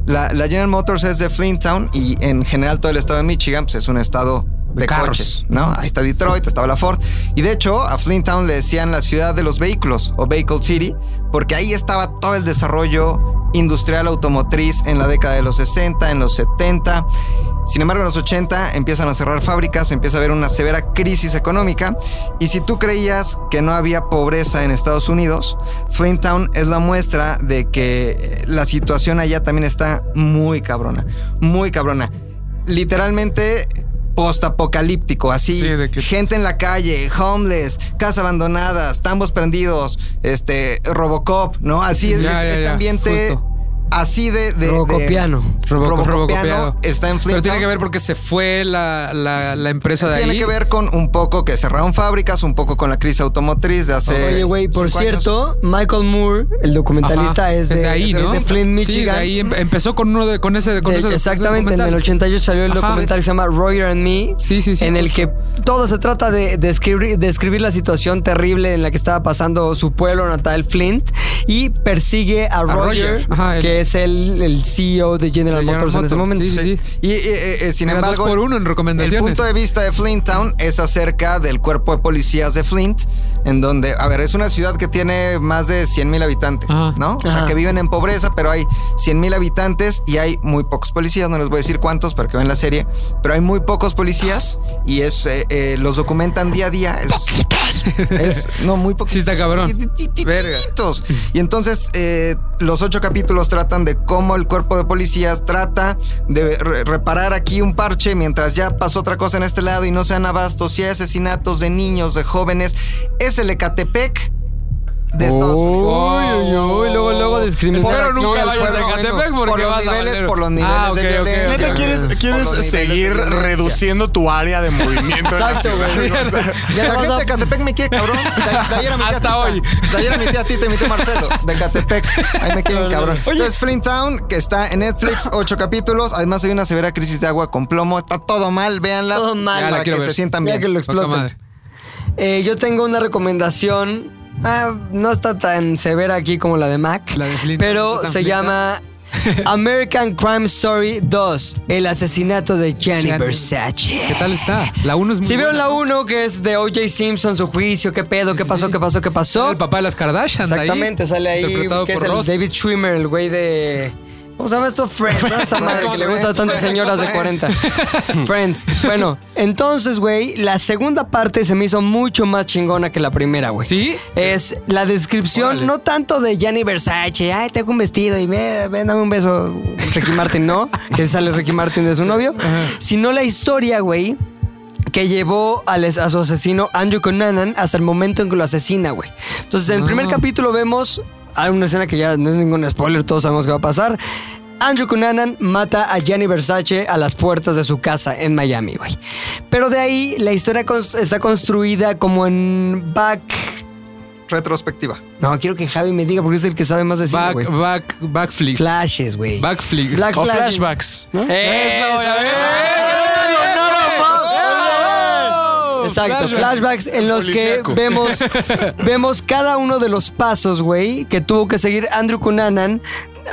S5: La, la General Motors es de Flint Town y en general todo el estado de Michigan pues, es un estado de,
S2: De carros.
S5: coches, ¿no? Ahí está Detroit, estaba la Ford. Y de hecho, a Flint Town le decían la ciudad de los vehículos o Vehicle City, porque ahí estaba todo el desarrollo industrial automotriz en la década de los 60, en los 70. Sin embargo, en los 80 empiezan a cerrar fábricas, empieza a haber una severa crisis económica. Y si tú creías que no había pobreza en Estados Unidos, Flint Town es la muestra de que eh, la situación allá también está muy cabrona, muy cabrona. Literalmente postapocalíptico, así gente en la calle, homeless, casas abandonadas, tambos prendidos, este Robocop, ¿no? Así es
S10: Ya,
S5: es-
S10: ya,
S5: ese
S10: ya,
S5: ambiente
S10: justo.
S5: así de, de- de-
S2: Robocopiano.
S5: Robocopiano
S10: Robocopiado.
S5: está en Flint
S10: Pero tiene
S5: Town.
S10: que ver porque se fue la, la- la empresa de
S5: Tiene
S10: ahí.
S5: que ver con un poco que cerraron fábricas, un poco con la crisis automotriz de hace.
S2: Oye, güey, por
S5: cinco años.
S2: cierto, Michael Moore, el documentalista,
S10: Ajá,
S2: es de,
S10: desde ahí,
S2: es
S10: ¿no?
S2: de Flint,
S10: Sí, de
S2: Michigan.
S10: ahí em- empezó con uno de, con ese, con
S2: De-
S10: ese-
S2: exactamente, en
S10: documental.
S2: el 88 salió el
S10: Ajá.
S2: documental que se llama Roger and Me, en el que todo se trata de describir, describir la situación terrible en la que estaba pasando su pueblo natal, Flint, y persigue a, Roger,
S10: Roger, ajá, el-
S2: que es el, el CEO de General,
S10: General
S2: Motors, en ese
S10: Motors,
S2: momento.
S10: sí, sí, sí.
S5: Y eh, eh, sin
S10: Era
S5: embargo,
S10: dos por uno en
S5: el
S10: recomendaciones.
S5: punto de vista de Flint Town es acerca del cuerpo de policías de Flint, en donde, a ver, es una ciudad que tiene más de 100 mil habitantes,
S10: Ah.
S5: ¿no? O sea,
S2: Ajá.
S5: que viven en pobreza, pero hay 100 mil habitantes y hay muy pocos policías. No les voy a decir cuántos para que vean la serie, pero hay muy pocos policías y es eh, eh, los documentan día a día. Es- es, no, muy
S10: <laughs>
S5: poquitos.
S10: Sí, está cabrón.
S5: Vergatitos. Y entonces eh, los ocho capítulos tratan de cómo el cuerpo de policías trata de re- reparar aquí un parche mientras ya pasó otra cosa en este lado y no se dan abastos. Si hay asesinatos de niños, de jóvenes, es el Ecatepec de Estados Unidos.
S2: Uy, uy, uy, luego, luego discriminaron.
S10: Espero
S5: aquí,
S10: nunca
S5: no,
S10: vayas
S5: Oh. por-
S10: a Ecatepec
S5: no,
S10: porque
S5: por los
S10: vas a
S5: niveles,
S10: valer.
S5: por los niveles
S10: Ah,
S5: de
S10: ok, ok, ok.
S5: violencia.
S13: Neta, ¿quieres, quieres
S5: Por los niveles de
S13: seguir
S5: violencia.
S13: reduciendo tu área de movimiento? en la
S2: Exacto,
S10: <laughs>
S2: güey.
S13: ciudad? O sea,
S5: La
S2: vas
S5: gente
S2: a-
S5: de Catepec me quiere,
S2: <laughs>
S5: cabrón. De, de ayer a mi tía
S10: Hasta
S5: Tita.
S10: hoy.
S5: De ayer a mi tía Tita y mi tío Marcelo. De Catepec. Ahí me quieren, cabrón. Entonces, Flint Town, que está en
S2: <laughs>
S5: Netflix, ocho capítulos. Además, hay una severa crisis de agua con plomo. Está todo mal, véanla.
S2: Todo mal.
S5: Para
S2: Ya la
S5: que
S2: quiero
S5: se
S2: ver.
S5: sientan
S2: Ya
S5: bien.
S2: que lo exploten.
S10: Poca madre.
S2: Eh, yo tengo una recomendación. Ah, no está tan severa aquí como la de Mac.
S10: La de Flint.
S2: Pero
S10: Tan
S2: se
S10: flinta. <laughs>
S2: llama American Crime Story 2: El asesinato de Gianni
S10: Gianni.
S2: Versace.
S10: ¿Qué tal está? La 1 es muy
S2: Si vieron
S10: buena.
S2: la 1, que es de O.J. Simpson, su juicio, qué pedo, qué pasó, qué pasó, qué pasó.
S10: El papá de las Kardashian. de ahí,
S2: Exactamente, sale ahí.
S10: Interpretado
S2: Que es
S10: por
S2: el
S10: Ross.
S2: David Schwimmer, el güey de. ¿Cómo se llama esto? Friends. ¿no? Esa madre que le gusta a tantas señoras de
S10: <laughs>
S2: 40. Friends. Bueno, entonces, güey, la segunda parte se me hizo mucho más chingona que la primera, güey.
S10: ¿Sí?
S2: Es la descripción, no tanto de Gianni Versace, ay, tengo un vestido y ve, ven, dame un beso, Ricky Martin, ¿no? <laughs> que sale Ricky Martin de su novio. Sino la historia, güey, que llevó al as- a su asesino Andrew Conanan hasta el momento en que lo asesina, güey. Entonces, en el
S10: Ah.
S2: primer capítulo vemos hay una escena que ya no es ningún spoiler, todos sabemos qué va a pasar. Andrew Cunanan mata a Gianni Versace a las puertas de su casa en Miami, güey. Pero de ahí la historia cons- está construida como en back.
S5: Retrospectiva.
S2: No, quiero que Javi me diga porque es el que sabe más de cine,
S10: Back,
S2: güey.
S10: back, backflip.
S2: Flashes, güey.
S10: Backflip.
S2: Black
S12: O
S2: flashes.
S12: flashbacks. ¿no?
S2: Eso,
S10: Eso,
S2: güey.
S10: ya ves.
S2: ¡Nada más!
S10: ¡Oh!
S2: Exacto, flashbacks en los que
S3: Policíaco.
S2: vemos, vemos cada uno de los pasos, güey, que tuvo que seguir Andrew Cunanan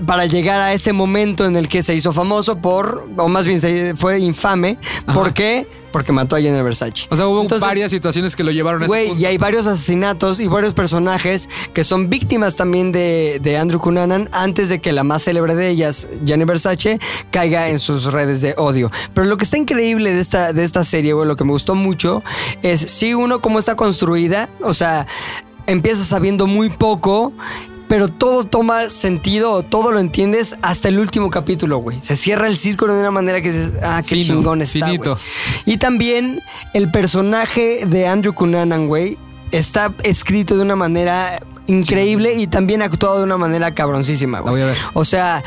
S2: para llegar a ese momento en el que se hizo famoso por, o más bien se- fue infame, ¿por qué? Porque mató a Jenna Versace.
S10: O sea, hubo
S2: Entonces-
S10: varias situaciones que lo llevaron a ese
S2: Güey,
S10: punto.
S2: y hay varios asesinatos y varios personajes que son víctimas también de, de Andrew Cunanan antes de que la más célebre de ellas, Gianni Versace, caiga en sus redes de odio. Pero lo que está increíble de esta, de esta serie, güey, lo que me gustó mucho es, sí, uno, cómo está construida, o sea, empieza sabiendo muy poco. Pero todo toma sentido, todo lo entiendes hasta el último capítulo, güey. Se cierra el círculo de una manera que dices, ah, qué
S10: Fino,
S2: chingón está, güey".
S10: finito.
S2: Y también el personaje de Andrew Cunanan, güey, está escrito de una manera increíble y también actuado de una manera cabroncísima, güey. O sea,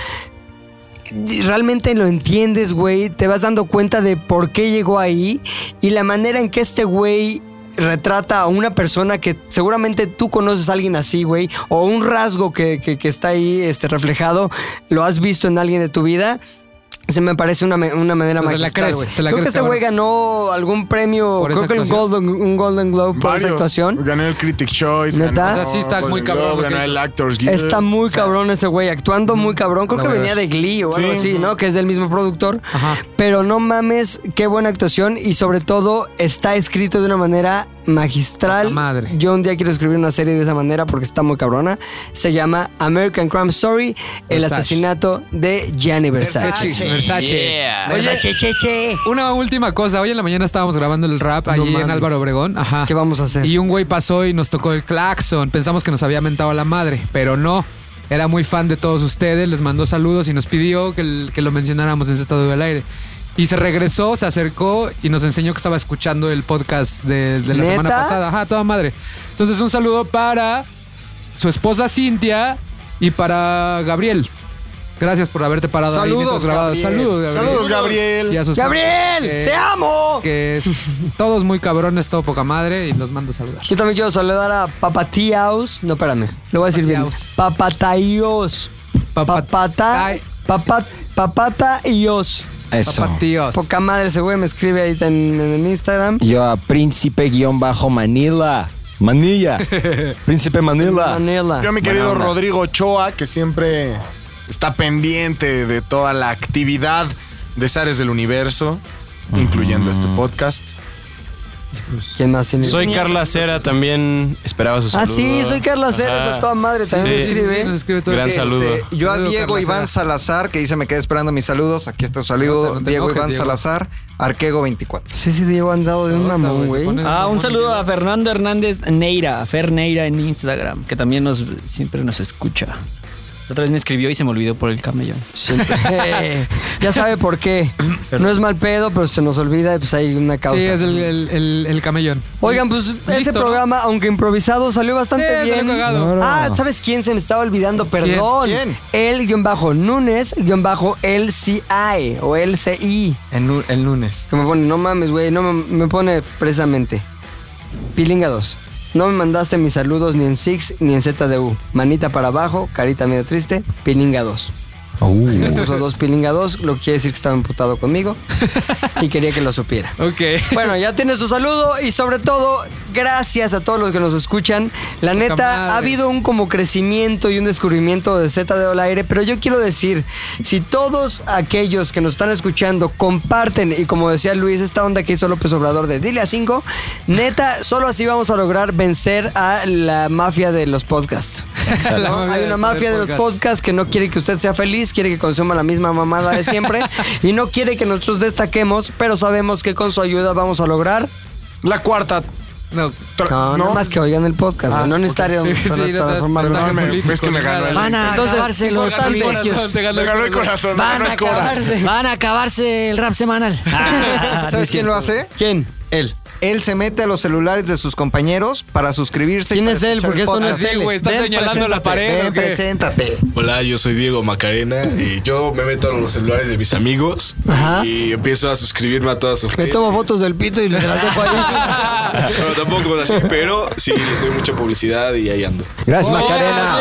S2: realmente lo entiendes, güey. Te vas dando cuenta de por qué llegó ahí y la manera en que este güey retrata a una persona que seguramente tú conoces a alguien así, güey, o un rasgo que, que- que está ahí este, reflejado, lo has visto en alguien de tu vida. Se me parece una, me- una manera
S10: Pues Se la
S2: magistral,
S10: crees,
S2: güey.
S10: se la
S2: Creo que
S10: crees,
S2: este güey
S10: cabrón.
S2: ganó algún premio,
S10: Por
S2: creo
S10: esa
S2: que un
S10: actuación.
S2: Golden, un Golden Globe por esa
S13: Varios.
S2: actuación.
S13: Ganó el Critic Choice.
S2: ¿Neta?
S13: ganó
S2: O sea, sí está
S13: Golden
S2: muy cabrón
S13: Globe,
S2: lo que
S13: ganó
S2: hizo.
S13: el Actors Guild.
S2: Está muy cabrón ese güey, actuando muy cabrón. Creo
S13: No
S2: que
S13: voy a
S2: venía de
S13: ver.
S2: Glee o
S13: Sí,
S2: algo así,
S13: ujú.
S2: ¿no? Que es del mismo productor. Pero no mames, qué buena actuación y sobre todo está escrito de una manera magistral. Yo un día quiero escribir una serie de esa manera porque está muy cabrona. Se llama American Crime Story, el
S10: Versace.
S2: asesinato de Gianni Versace.
S10: Versace.
S2: Versace,
S10: Una última cosa. Hoy en la mañana estábamos grabando el rap
S2: No
S10: allí en
S2: mames.
S10: Álvaro Obregón. Ajá.
S3: Ah.
S2: ¿Qué vamos a hacer?
S10: Y un güey pasó y nos tocó el claxon. Pensamos que nos había mentado a la madre, pero no. Era muy fan de todos ustedes, les mandó saludos y nos pidió que, el- que lo mencionáramos en Z del Aire. Y se regresó, se acercó y nos enseñó que estaba escuchando el podcast de, de la
S2: ¿Neta?
S10: semana pasada. Ajá, toda madre. Entonces, un saludo para su esposa Cintia y para Gabriel. Gracias por haberte parado ahí en
S13: Saludos,
S10: estos grabados.
S13: Gabriel.
S10: Saludos, Gabriel.
S13: Saludos, Gabriel.
S10: Y a sus-
S13: ¡Gabriel, te
S2: amo! <laughs>
S10: Que todos muy cabrones, todo poca madre y los mando a saludar.
S2: Yo también quiero saludar a Papatiaos. No, espérame. Lo voy a decir bien. Papataios. Papata. Papa, papataios.
S21: Eso. Papatios.
S2: Poca madre ese güey me escribe ahí en, en el Instagram.
S21: Yo a príncipe-manila. Manilla. Príncipe Manila.
S13: Yo a mi querido
S21: Buena onda.
S13: Rodrigo Ochoa, que siempre está pendiente de toda la actividad de Zares del Universo, incluyendo este podcast.
S2: ¿Quién más tiene?
S12: Soy Carla Cera, también esperaba su
S2: Ah,
S12: saludo.
S2: sí, soy Carla Ceres,
S12: Ajá.
S2: a toda madre. También
S12: Sí.
S2: me escribe.
S12: Gran
S5: Este,
S12: saludo.
S5: Yo a
S2: Saludo,
S5: Diego
S2: Carla
S5: Iván Salazar, que dice me quedé esperando mis saludos. Aquí está un saludo.
S2: No te- no te
S5: Diego
S2: enojes,
S5: Iván
S2: Diego.
S5: Salazar,
S2: <laughs>
S5: Arquego 24.
S2: Sí, sí, Diego ha andado de un mamón, güey.
S3: Ah, un saludo a Fernando Hernández Neira, Fer Neira en Instagram, que también nos siempre nos escucha. La Otra vez me escribió y se me olvidó por el camellón.
S2: Eh, <laughs> ya sabe
S10: <laughs>
S2: por qué. No es mal pedo, pero se nos olvida y pues hay una causa.
S10: Sí, es el, el- el- el camellón.
S2: Oigan, pues este
S10: Listo, ¿no?
S2: programa, aunque improvisado, salió bastante
S10: Sí, salió
S2: bien.
S10: cagado.
S2: Ah,
S10: Claro.
S2: ¿sabes quién se me estaba olvidando? Perdón.
S5: ¿Quién?
S2: El guión bajo Nunes, guión bajo LCI o LCI.
S5: El, el lunes.
S2: Que me pone, no mames, güey, no me, me pone precisamente. Pilinga 2. No me mandaste mis saludos ni en Six ni en ZDU. Manita para abajo, carita medio triste, Pilinga 2.
S5: Oh.
S2: Me puso dos pilinga 2, lo que quiere decir que estaba emputado conmigo y quería que lo supiera.
S10: Ok. <laughs>
S2: Bueno, ya tienes tu saludo y sobre todo, gracias a todos los que nos escuchan. La
S10: Poca
S2: neta,
S10: madre.
S2: ha habido un como crecimiento y un descubrimiento de Z de Ola Aire, pero yo quiero decir, si todos aquellos que nos están escuchando comparten y como decía Luis, esta onda que hizo López Obrador de Dile a 5, neta, solo así vamos a lograr vencer a la mafia de los podcasts.
S10: Exacto.
S2: ¿No?
S10: La mafia
S2: Hay
S10: del
S2: una mafia de los
S10: podcast.
S2: podcasts que no quiere que usted sea feliz, quiere que consuma la misma mamada de siempre y no quiere que nosotros destaquemos, pero sabemos que con su ayuda vamos a lograr
S13: La cuarta.
S10: No,
S2: no, nada más que oigan el podcast, güey. no necesitaron
S13: Sí,
S2: para
S13: sí, no,
S2: transformarlo.
S13: perdón, me- es que me ganó el-
S2: Van a
S13: Entonces,
S2: acabarse los privilegios.
S13: Me ganó el corazón.
S2: Van
S13: me
S2: a
S13: ganó el cora.
S2: acabarse.
S3: <laughs> Van a acabarse el rap semanal.
S2: Ah,
S3: <laughs>
S5: Ah, ¿Sabes quién lo hace?
S2: ¿Quién?
S5: Él. Él se mete a los celulares de sus compañeros para suscribirse.
S2: ¿Quién
S5: y
S2: es
S5: para
S2: él?
S5: escuchar
S2: Porque
S5: el
S2: esto no
S5: podcast.
S2: es
S3: Ah,
S2: él.
S5: Ven, preséntate, Ven, preséntate.
S22: Hola, yo soy Diego Macarena y yo me meto a los celulares de mis amigos
S2: Ajá.
S22: y empiezo a suscribirme a todas sus
S2: Me
S22: redes.
S2: tomo fotos del pito y las dejo ahí.
S22: <laughs>
S3: <laughs>
S22: No, tampoco así, pero sí, les doy mucha publicidad y ahí ando.
S21: Gracias,
S2: Macarena.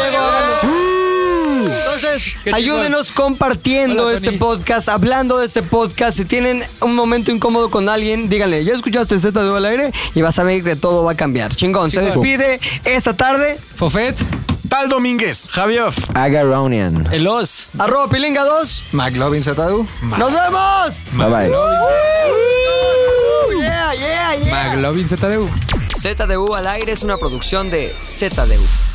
S2: Entonces,
S3: Qué
S2: ayúdenos compartiendo este podcast, hablando de este podcast. Si tienen un momento incómodo con alguien, díganle, ya escuchaste Z de al aire y vas a ver que todo va a cambiar. Chingón, se
S10: Chingón.
S2: despide esta tarde. Fofet.
S13: Tal Domínguez.
S12: Javier.
S5: Agaronian.
S3: El Oz.
S2: Arroba Pilinga 2.
S5: McLovin Zatadu.
S2: ¡Nos vemos!
S5: Bye bye.
S2: Yeah, yeah, yeah.
S10: McLovin ZDU.
S2: ZDU al aire es una producción de ZDU.